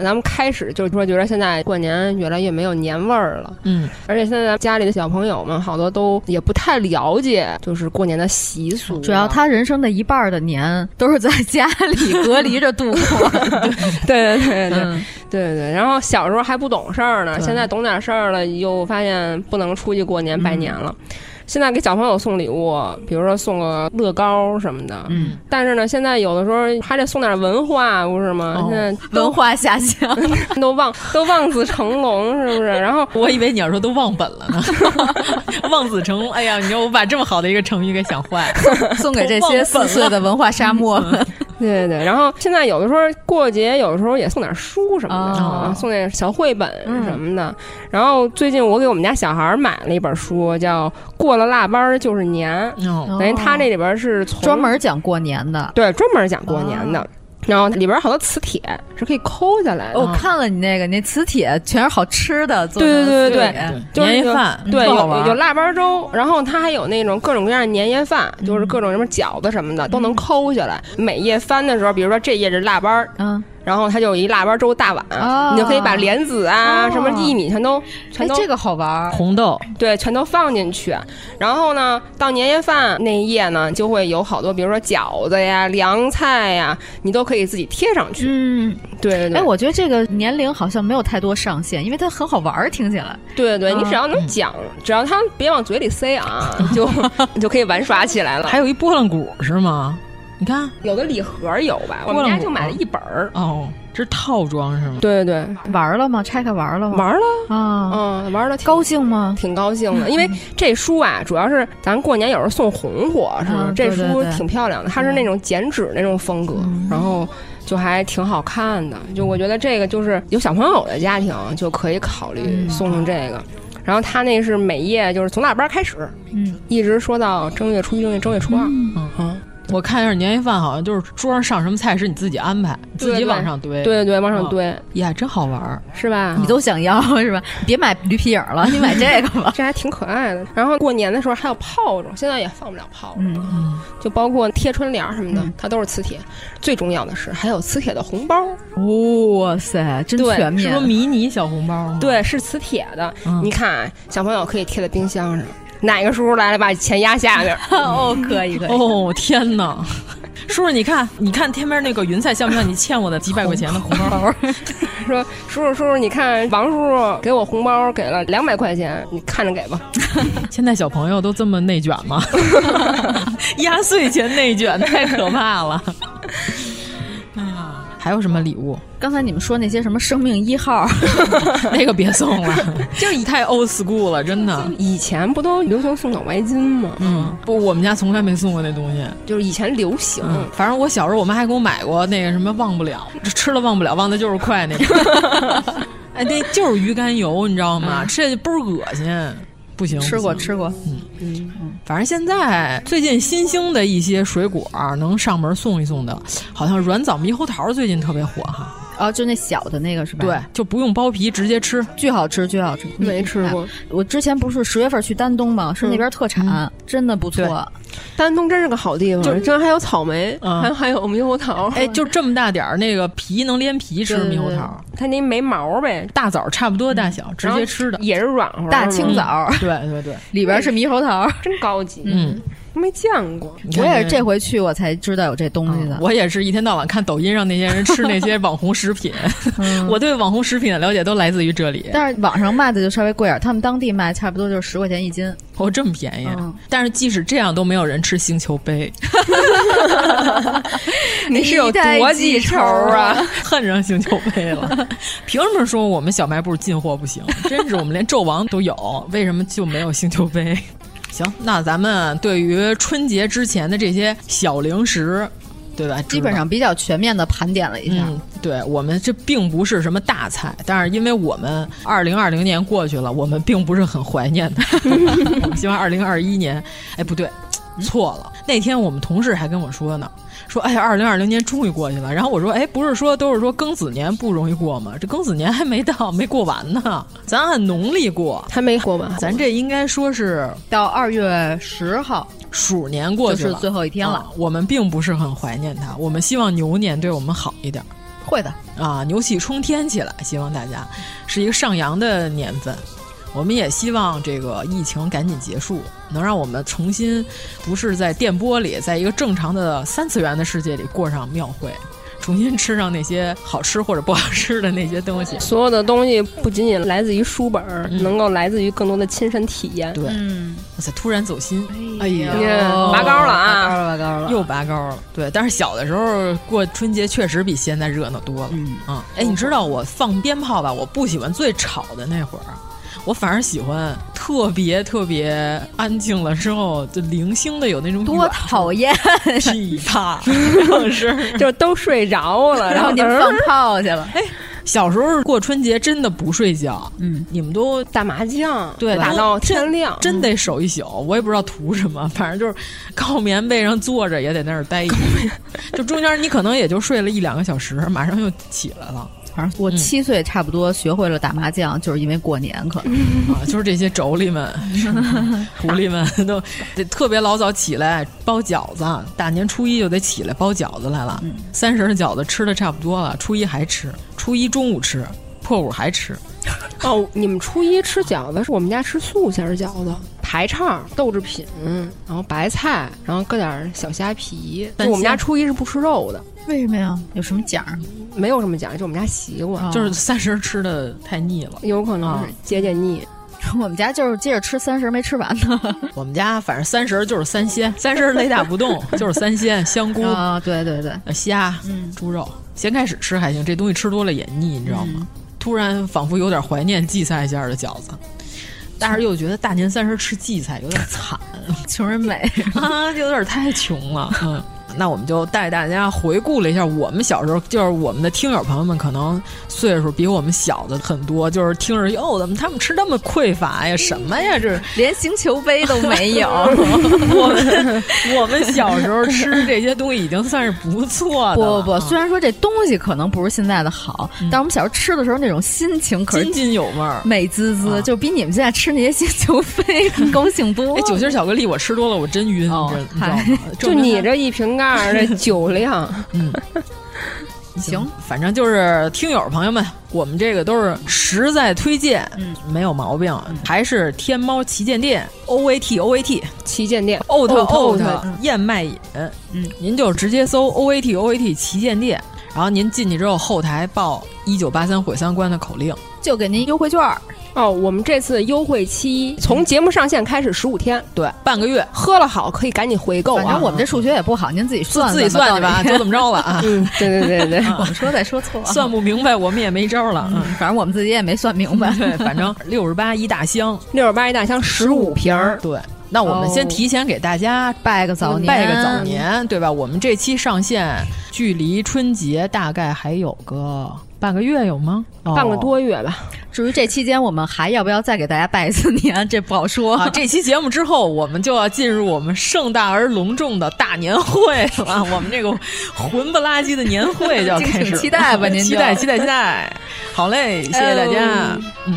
Speaker 3: 咱们开始就是说觉得现在过年越来越没有年味儿了，
Speaker 5: 嗯，
Speaker 3: 而且现在家里的小朋友们好多都也不太了解，就是过年的习俗啊、
Speaker 4: 主要他人生的一半儿的年都是在家里隔离着度过，
Speaker 3: *laughs* 对对对对、
Speaker 4: *laughs* 嗯
Speaker 3: 对对对，然后小时候还不懂事儿呢，
Speaker 4: 对
Speaker 3: 现在懂点事儿了，又发现不能出去过年拜年了。现在给小朋友送礼物，比如说送个乐高什么的，
Speaker 4: 嗯，
Speaker 3: 但是呢，现在有的时候还得送点文化，不是吗？现在都
Speaker 4: 文化下降。
Speaker 3: *laughs* 都望都望子成龙，是不是？然后
Speaker 5: 我以为你要说都忘本了呢， *laughs* 望子成龙。哎呀，你说我把这么好的一个成语给想坏
Speaker 3: *laughs*
Speaker 5: 了，
Speaker 4: *laughs* 送给这些
Speaker 5: 都忘
Speaker 4: 四
Speaker 5: 本
Speaker 4: 碎
Speaker 5: 了
Speaker 4: 的文化沙 *laughs* 漠们。
Speaker 3: 对对对，然后现在有的时候过节，有的时候也送点书什么的，
Speaker 4: 哦嗯
Speaker 3: 啊送点小绘本什么的。然后最近我给我们家小孩买了一本书，叫《过了腊八儿就是年》，
Speaker 5: 哦
Speaker 3: 等于他这里边是从
Speaker 4: 专门哦讲过年的。
Speaker 3: 对专门讲过年的。然后里边好多磁铁是可以抠下来的，
Speaker 4: 哦
Speaker 3: 啊
Speaker 4: 我看了你那个，那磁铁全是好吃的，做
Speaker 3: 对
Speaker 4: 的
Speaker 3: 对对
Speaker 4: 磁铁
Speaker 3: 对，就是
Speaker 5: 年夜
Speaker 3: 有
Speaker 5: 饭
Speaker 3: 对，
Speaker 4: 嗯
Speaker 3: 有
Speaker 4: 不好玩
Speaker 3: 有有腊八粥，然后它还有那种各种各样的年夜饭，就是
Speaker 4: 嗯
Speaker 3: 各种什么饺子什么的都能抠下来。每页翻的时候，比如说这页是腊八儿，
Speaker 4: 嗯，
Speaker 3: 然后它就有一腊八粥大碗，
Speaker 4: 哦
Speaker 3: 你就可以把莲子啊、
Speaker 4: 哦
Speaker 3: 什么薏米全都全
Speaker 4: 哎
Speaker 3: 都、，
Speaker 4: 这个好玩儿。
Speaker 5: 红豆，
Speaker 3: 对全都放进去。然后呢，到年夜饭那一页呢，就会有好多，比如说饺子呀、凉菜呀，你都可以自己贴上去。
Speaker 4: 嗯，
Speaker 3: 对对对，
Speaker 4: 哎，我觉得这个年龄好像没有太多上限，因为它很好玩儿，听起来。
Speaker 3: 对对，你
Speaker 4: 嗯
Speaker 3: 只要能讲，只要他别往嘴里塞
Speaker 4: *laughs*
Speaker 3: 啊，就你就可以玩耍起来了。
Speaker 5: 还有一拨浪鼓是吗？你看，
Speaker 3: 有的礼盒有吧，我
Speaker 5: 拨
Speaker 3: 们
Speaker 5: 浪
Speaker 3: 家
Speaker 5: 鼓
Speaker 3: 就买了一本儿。
Speaker 5: 哦，这是套装是吗？
Speaker 3: 对对，
Speaker 4: 玩儿了吗？拆开玩儿了吗？
Speaker 3: 玩了，
Speaker 4: 啊，
Speaker 3: 嗯，玩的挺
Speaker 4: 嗯高兴吗？
Speaker 3: 挺高兴
Speaker 4: *laughs*
Speaker 3: 的，因为这书啊，主要是咱过年有时候送红火，是不是？
Speaker 4: 嗯
Speaker 3: 这
Speaker 4: 对对
Speaker 3: 书
Speaker 4: 对嗯
Speaker 3: 挺漂亮的，它是那种剪纸那种风格，然后就还挺好看的。就我觉得这个就是有小朋友的家庭就可以考
Speaker 4: 嗯
Speaker 3: 虑送送这个。然后它那是每页就是从腊八开始，
Speaker 4: 嗯，
Speaker 3: 一直说到正月初一、正月正月初二，
Speaker 5: 我看一下年夜饭，好像就是桌上上什么菜是你自己安排，自
Speaker 3: 对
Speaker 5: 己
Speaker 3: 对
Speaker 5: 往上堆。
Speaker 3: 对对对，
Speaker 5: 嗯
Speaker 3: 往上堆，
Speaker 5: 呀，真好玩儿。
Speaker 3: 是吧？。
Speaker 4: 嗯你都想要 *laughs* 是吧？别买驴皮影儿
Speaker 5: *laughs*
Speaker 4: 了，你买这个吧
Speaker 3: 这还挺可爱的。然后过年的时候还有炮仗，现在也放不了炮仗了，
Speaker 5: 嗯
Speaker 3: 就包括贴春联儿什么的
Speaker 4: 嗯，
Speaker 3: 它都是磁铁。最重要的是还有磁铁的红包，
Speaker 5: 嗯
Speaker 4: 哇塞，真
Speaker 3: 对
Speaker 4: 全
Speaker 5: 是
Speaker 4: 面
Speaker 5: 说。迷你小红包吗？，
Speaker 3: 对，是磁铁的。
Speaker 5: 嗯
Speaker 3: 你看，小朋友可以贴在冰箱上。哪个叔叔来了，把钱压下
Speaker 5: *laughs*
Speaker 3: 边儿。
Speaker 4: *laughs* 哦，可以可以。
Speaker 5: 哦天
Speaker 3: *laughs*
Speaker 5: 哪！叔叔，你看，你看天边那个云彩，像不像你欠我的几百块钱的红包？
Speaker 3: 说叔叔叔叔，你看王叔叔给我红包给了两百块钱，你看着给吧。
Speaker 5: 现在小朋友都这么内卷 *laughs* 吗？压岁钱内卷太可怕 *laughs* 了。哎呀，还有什么礼 *laughs* 物？
Speaker 4: 刚才你们说那些什么生命一号，
Speaker 5: *laughs* 那个别送了，就太 old school 了，真的。
Speaker 3: 以前不都流行送脑白金吗？
Speaker 5: 嗯，不，我们家从来没送过那东西。
Speaker 3: 就是以前流行。
Speaker 5: 嗯，反正我小时候，我妈还给我买过那个什么忘不了，这吃了忘不了，忘的就是快那 *laughs* 个。哎，那就是鱼肝油，你知道吗？吃下去倍儿恶心，不行。
Speaker 4: 吃过
Speaker 5: 不行
Speaker 4: 吃过。
Speaker 5: 反正现在最近新兴的一些水果儿能上门送一送的，好像软枣猕猴桃最近特别火哈。
Speaker 4: 哦，就那小的那个是吧？
Speaker 5: 对，，就不用剥皮直接吃。
Speaker 4: 巨好吃，巨好吃。
Speaker 3: 没吃过
Speaker 4: 哎我之前不是十月份去丹东吗？是
Speaker 5: 嗯
Speaker 4: 那边特产，真的不错。
Speaker 3: 丹东真是个好地方，
Speaker 5: 就
Speaker 3: 居然还有草莓，
Speaker 5: 嗯
Speaker 3: 还还有猕猴桃。
Speaker 5: 哎，就这么大点儿，那个皮能连皮吃
Speaker 4: 对对
Speaker 5: 猕猴
Speaker 4: 对嗯
Speaker 5: 桃，
Speaker 3: 它那没毛呗，
Speaker 5: 大枣差不多大小，直
Speaker 3: 然后
Speaker 5: 接吃的。
Speaker 3: 也是软乎的
Speaker 4: 大青枣
Speaker 5: 对对对，
Speaker 4: 里边是猕猴桃，
Speaker 3: 真高级，
Speaker 5: 嗯，
Speaker 3: 没见过。
Speaker 5: 你
Speaker 4: *laughs* 我
Speaker 5: 看
Speaker 4: 也
Speaker 5: 这嗯
Speaker 4: 是这回去我才知道有这东西的。
Speaker 5: 我也是一天到晚看抖音上那些人吃
Speaker 4: *laughs*
Speaker 5: 那些网红食品，我对网红食品的了解都来自于这里。
Speaker 4: 嗯但是网上卖的就稍微贵点儿，他们当地卖差不多就是十块钱一斤。
Speaker 5: 哦，这么便宜！
Speaker 4: 嗯
Speaker 5: 但是即使这样都没有人吃星球杯，
Speaker 3: 你是
Speaker 4: 哎
Speaker 3: 有多记仇啊？
Speaker 5: 恨上星球杯了。凭什么说我们小卖部进货不行？真是我们连纣王都
Speaker 4: *laughs*
Speaker 5: 有，为什么就没有星球杯？行，那咱们对于春节之前的这些小零食。对吧？
Speaker 4: *laughs* 基本上比较全面的盘点了一下。
Speaker 5: 嗯、对我们这并不是什么大菜，但是因为我们二零二零年过去了，我们并不是很怀念的。
Speaker 4: *laughs*
Speaker 5: 我们希望二零二一年，哎，不对，错了。那天我们同事还跟我说呢，说哎，二零二零年终于过去了。然后我说，哎，不是说都是说庚子年不容易过吗？这庚子年还没到，没过完呢，咱按农历过，
Speaker 3: 还没过完。
Speaker 5: 咱这应该说是
Speaker 4: 到二月十号，
Speaker 5: 鼠年过去了，
Speaker 4: 就是最后一天了、
Speaker 5: 嗯。我们并不是很怀念它，我们希望牛年对我们好一点。
Speaker 4: 会的
Speaker 5: 啊，牛气冲天起来，希望大家是一个上扬的年份。我们也希望这个疫情赶紧结束，能让我们重新不是在电波里，在一个正常的三次元的世界里过上庙会，重新吃上那些好吃或者不好吃的那些东西。
Speaker 3: 所有的东西不仅仅来自于书本，嗯、能够来自于更多的亲身体验。
Speaker 5: 对，嗯，哇塞，突然走心，
Speaker 4: 哎呀，
Speaker 3: 拔高了啊，
Speaker 4: 拔高了，拔高了，
Speaker 5: *laughs* 又拔高了。对，但是小的时候过春节确实比现在热闹多了。嗯啊，哎、嗯，你知道我放鞭炮吧？我不喜欢最吵的那会儿。我反而喜欢特别特别安静了之后，就零星的有那种啊
Speaker 4: 多讨厌
Speaker 5: 噼啪
Speaker 4: 啊
Speaker 5: *laughs* 声，
Speaker 3: 就都睡着了，
Speaker 4: 然后
Speaker 3: *laughs*
Speaker 4: 你放炮去了。
Speaker 5: 哎，小时候过春节真的不睡觉，
Speaker 4: 嗯，
Speaker 5: 你们都
Speaker 3: 打麻将，
Speaker 5: 对，
Speaker 3: 打到天亮，嗯
Speaker 5: 真得守一宿。我也不知道图什么，反正就是靠棉被上坐着也得那儿待一宿，就中间你可能也就睡了一两个小时，马上又起来
Speaker 3: *laughs*
Speaker 5: 了。
Speaker 4: 反正我七岁差不多学会了打麻将，嗯、就是因为过年可能、
Speaker 5: 嗯、啊，就是这些妯娌们、
Speaker 3: *laughs*
Speaker 5: 狐狸们都得特别老早起来包饺子，大年初一就得起来包饺子来了。嗯、三十的饺子吃的差不多了，初一还吃，初一中午吃，破午还吃。
Speaker 3: 哦，你们初一吃饺子是我们家吃素馅饺子，排叉、豆制品，嗯然后白菜，然后搁点小虾皮。我们家初一是不吃肉的，
Speaker 4: 为什么呀？有什么讲？
Speaker 3: 没有什么讲，就我们家习惯，哦、
Speaker 5: 就是三十吃的太腻了，
Speaker 3: 有可能是解解腻。
Speaker 4: 哦 *laughs* 我们家就是接着吃三十没吃完呢。
Speaker 5: 我们家反正三十就是三 *laughs* 鲜，三十雷打不 *laughs* 动就是三鲜、香菇
Speaker 4: 啊、哦，对对对，
Speaker 5: 虾、嗯、猪肉。先开始吃还行，这东西吃多了也腻，你知道吗？嗯、突然仿佛有点怀念荠菜馅的饺子。但是又觉得大年三十吃荠菜有点 *laughs* 惨，
Speaker 4: *laughs* 穷人美
Speaker 5: 啊，有点太穷 *laughs* 了。嗯，那我们就带大家回顾了一下我们小时候，就是我们的听友朋友们可能岁数比我们小的很多，就是听着哟，怎么他们吃那么匮乏呀？什么呀？这
Speaker 4: 连星球杯都没 *laughs* 有。
Speaker 5: 我们 *laughs* 我们小时候吃这些东西已经算是不错的。嗯
Speaker 4: 不不不，虽然说这东西可能不是现在的好，啊嗯、但我们小时候吃的时候那种心情可是
Speaker 5: 津津有味儿，
Speaker 4: 美滋滋，啊、就比你们现在吃。吃那些星球飞 *laughs* 高兴多。
Speaker 5: 哎，酒心巧克力我吃多了，我真晕。
Speaker 3: *laughs* 就你这一瓶 *laughs* 盖的酒量，
Speaker 5: 嗯，
Speaker 4: 行，
Speaker 5: 反正就是听友朋友们，我们这个都是实在推荐，嗯，没有毛病。还是天猫旗舰店 O A T O A T
Speaker 3: 旗舰店
Speaker 5: O T O T 燕麦饮，嗯，您就直接搜 O A T O A T 旗舰店，然后您进去之后后台报一九八三毁三观的口令，
Speaker 4: 就给您优惠券。
Speaker 3: 哦，我们这次优惠期从节目上线开始十五天，
Speaker 5: 对，半个月。
Speaker 3: 喝了好可以赶紧回购、啊。
Speaker 4: 反正我们这数学也不好，您自己算
Speaker 5: 自己算
Speaker 4: *laughs*
Speaker 5: 去吧，就这么着吧啊。
Speaker 3: 嗯，对对对对，
Speaker 4: 我们说再说错、啊，
Speaker 5: *laughs* 算不明白我们也没招了。嗯，
Speaker 4: 反正我们自己也没算明白。
Speaker 5: 对，
Speaker 4: *laughs*
Speaker 5: 反正六十八一大箱，
Speaker 3: 六十八一大箱十五瓶儿。
Speaker 5: 对，那我们先提前给大家
Speaker 4: 拜个嗯早年，
Speaker 5: 拜个早年，对吧？我们这期上线距离春节大概还有个。半个月有吗？
Speaker 4: 哦
Speaker 3: 半个多月吧。
Speaker 4: 至于这期间我们还要不要再给大家拜一次年，这不好说。
Speaker 5: *laughs* 啊、这期节目之后，我们就要进入我们盛大而隆重的大年会
Speaker 4: *laughs*
Speaker 5: 了。我们这个混不拉几的年会就要开始，
Speaker 4: 期待吧您！
Speaker 5: *laughs* 期待，期待，期待！好嘞，谢谢大家。哦、嗯。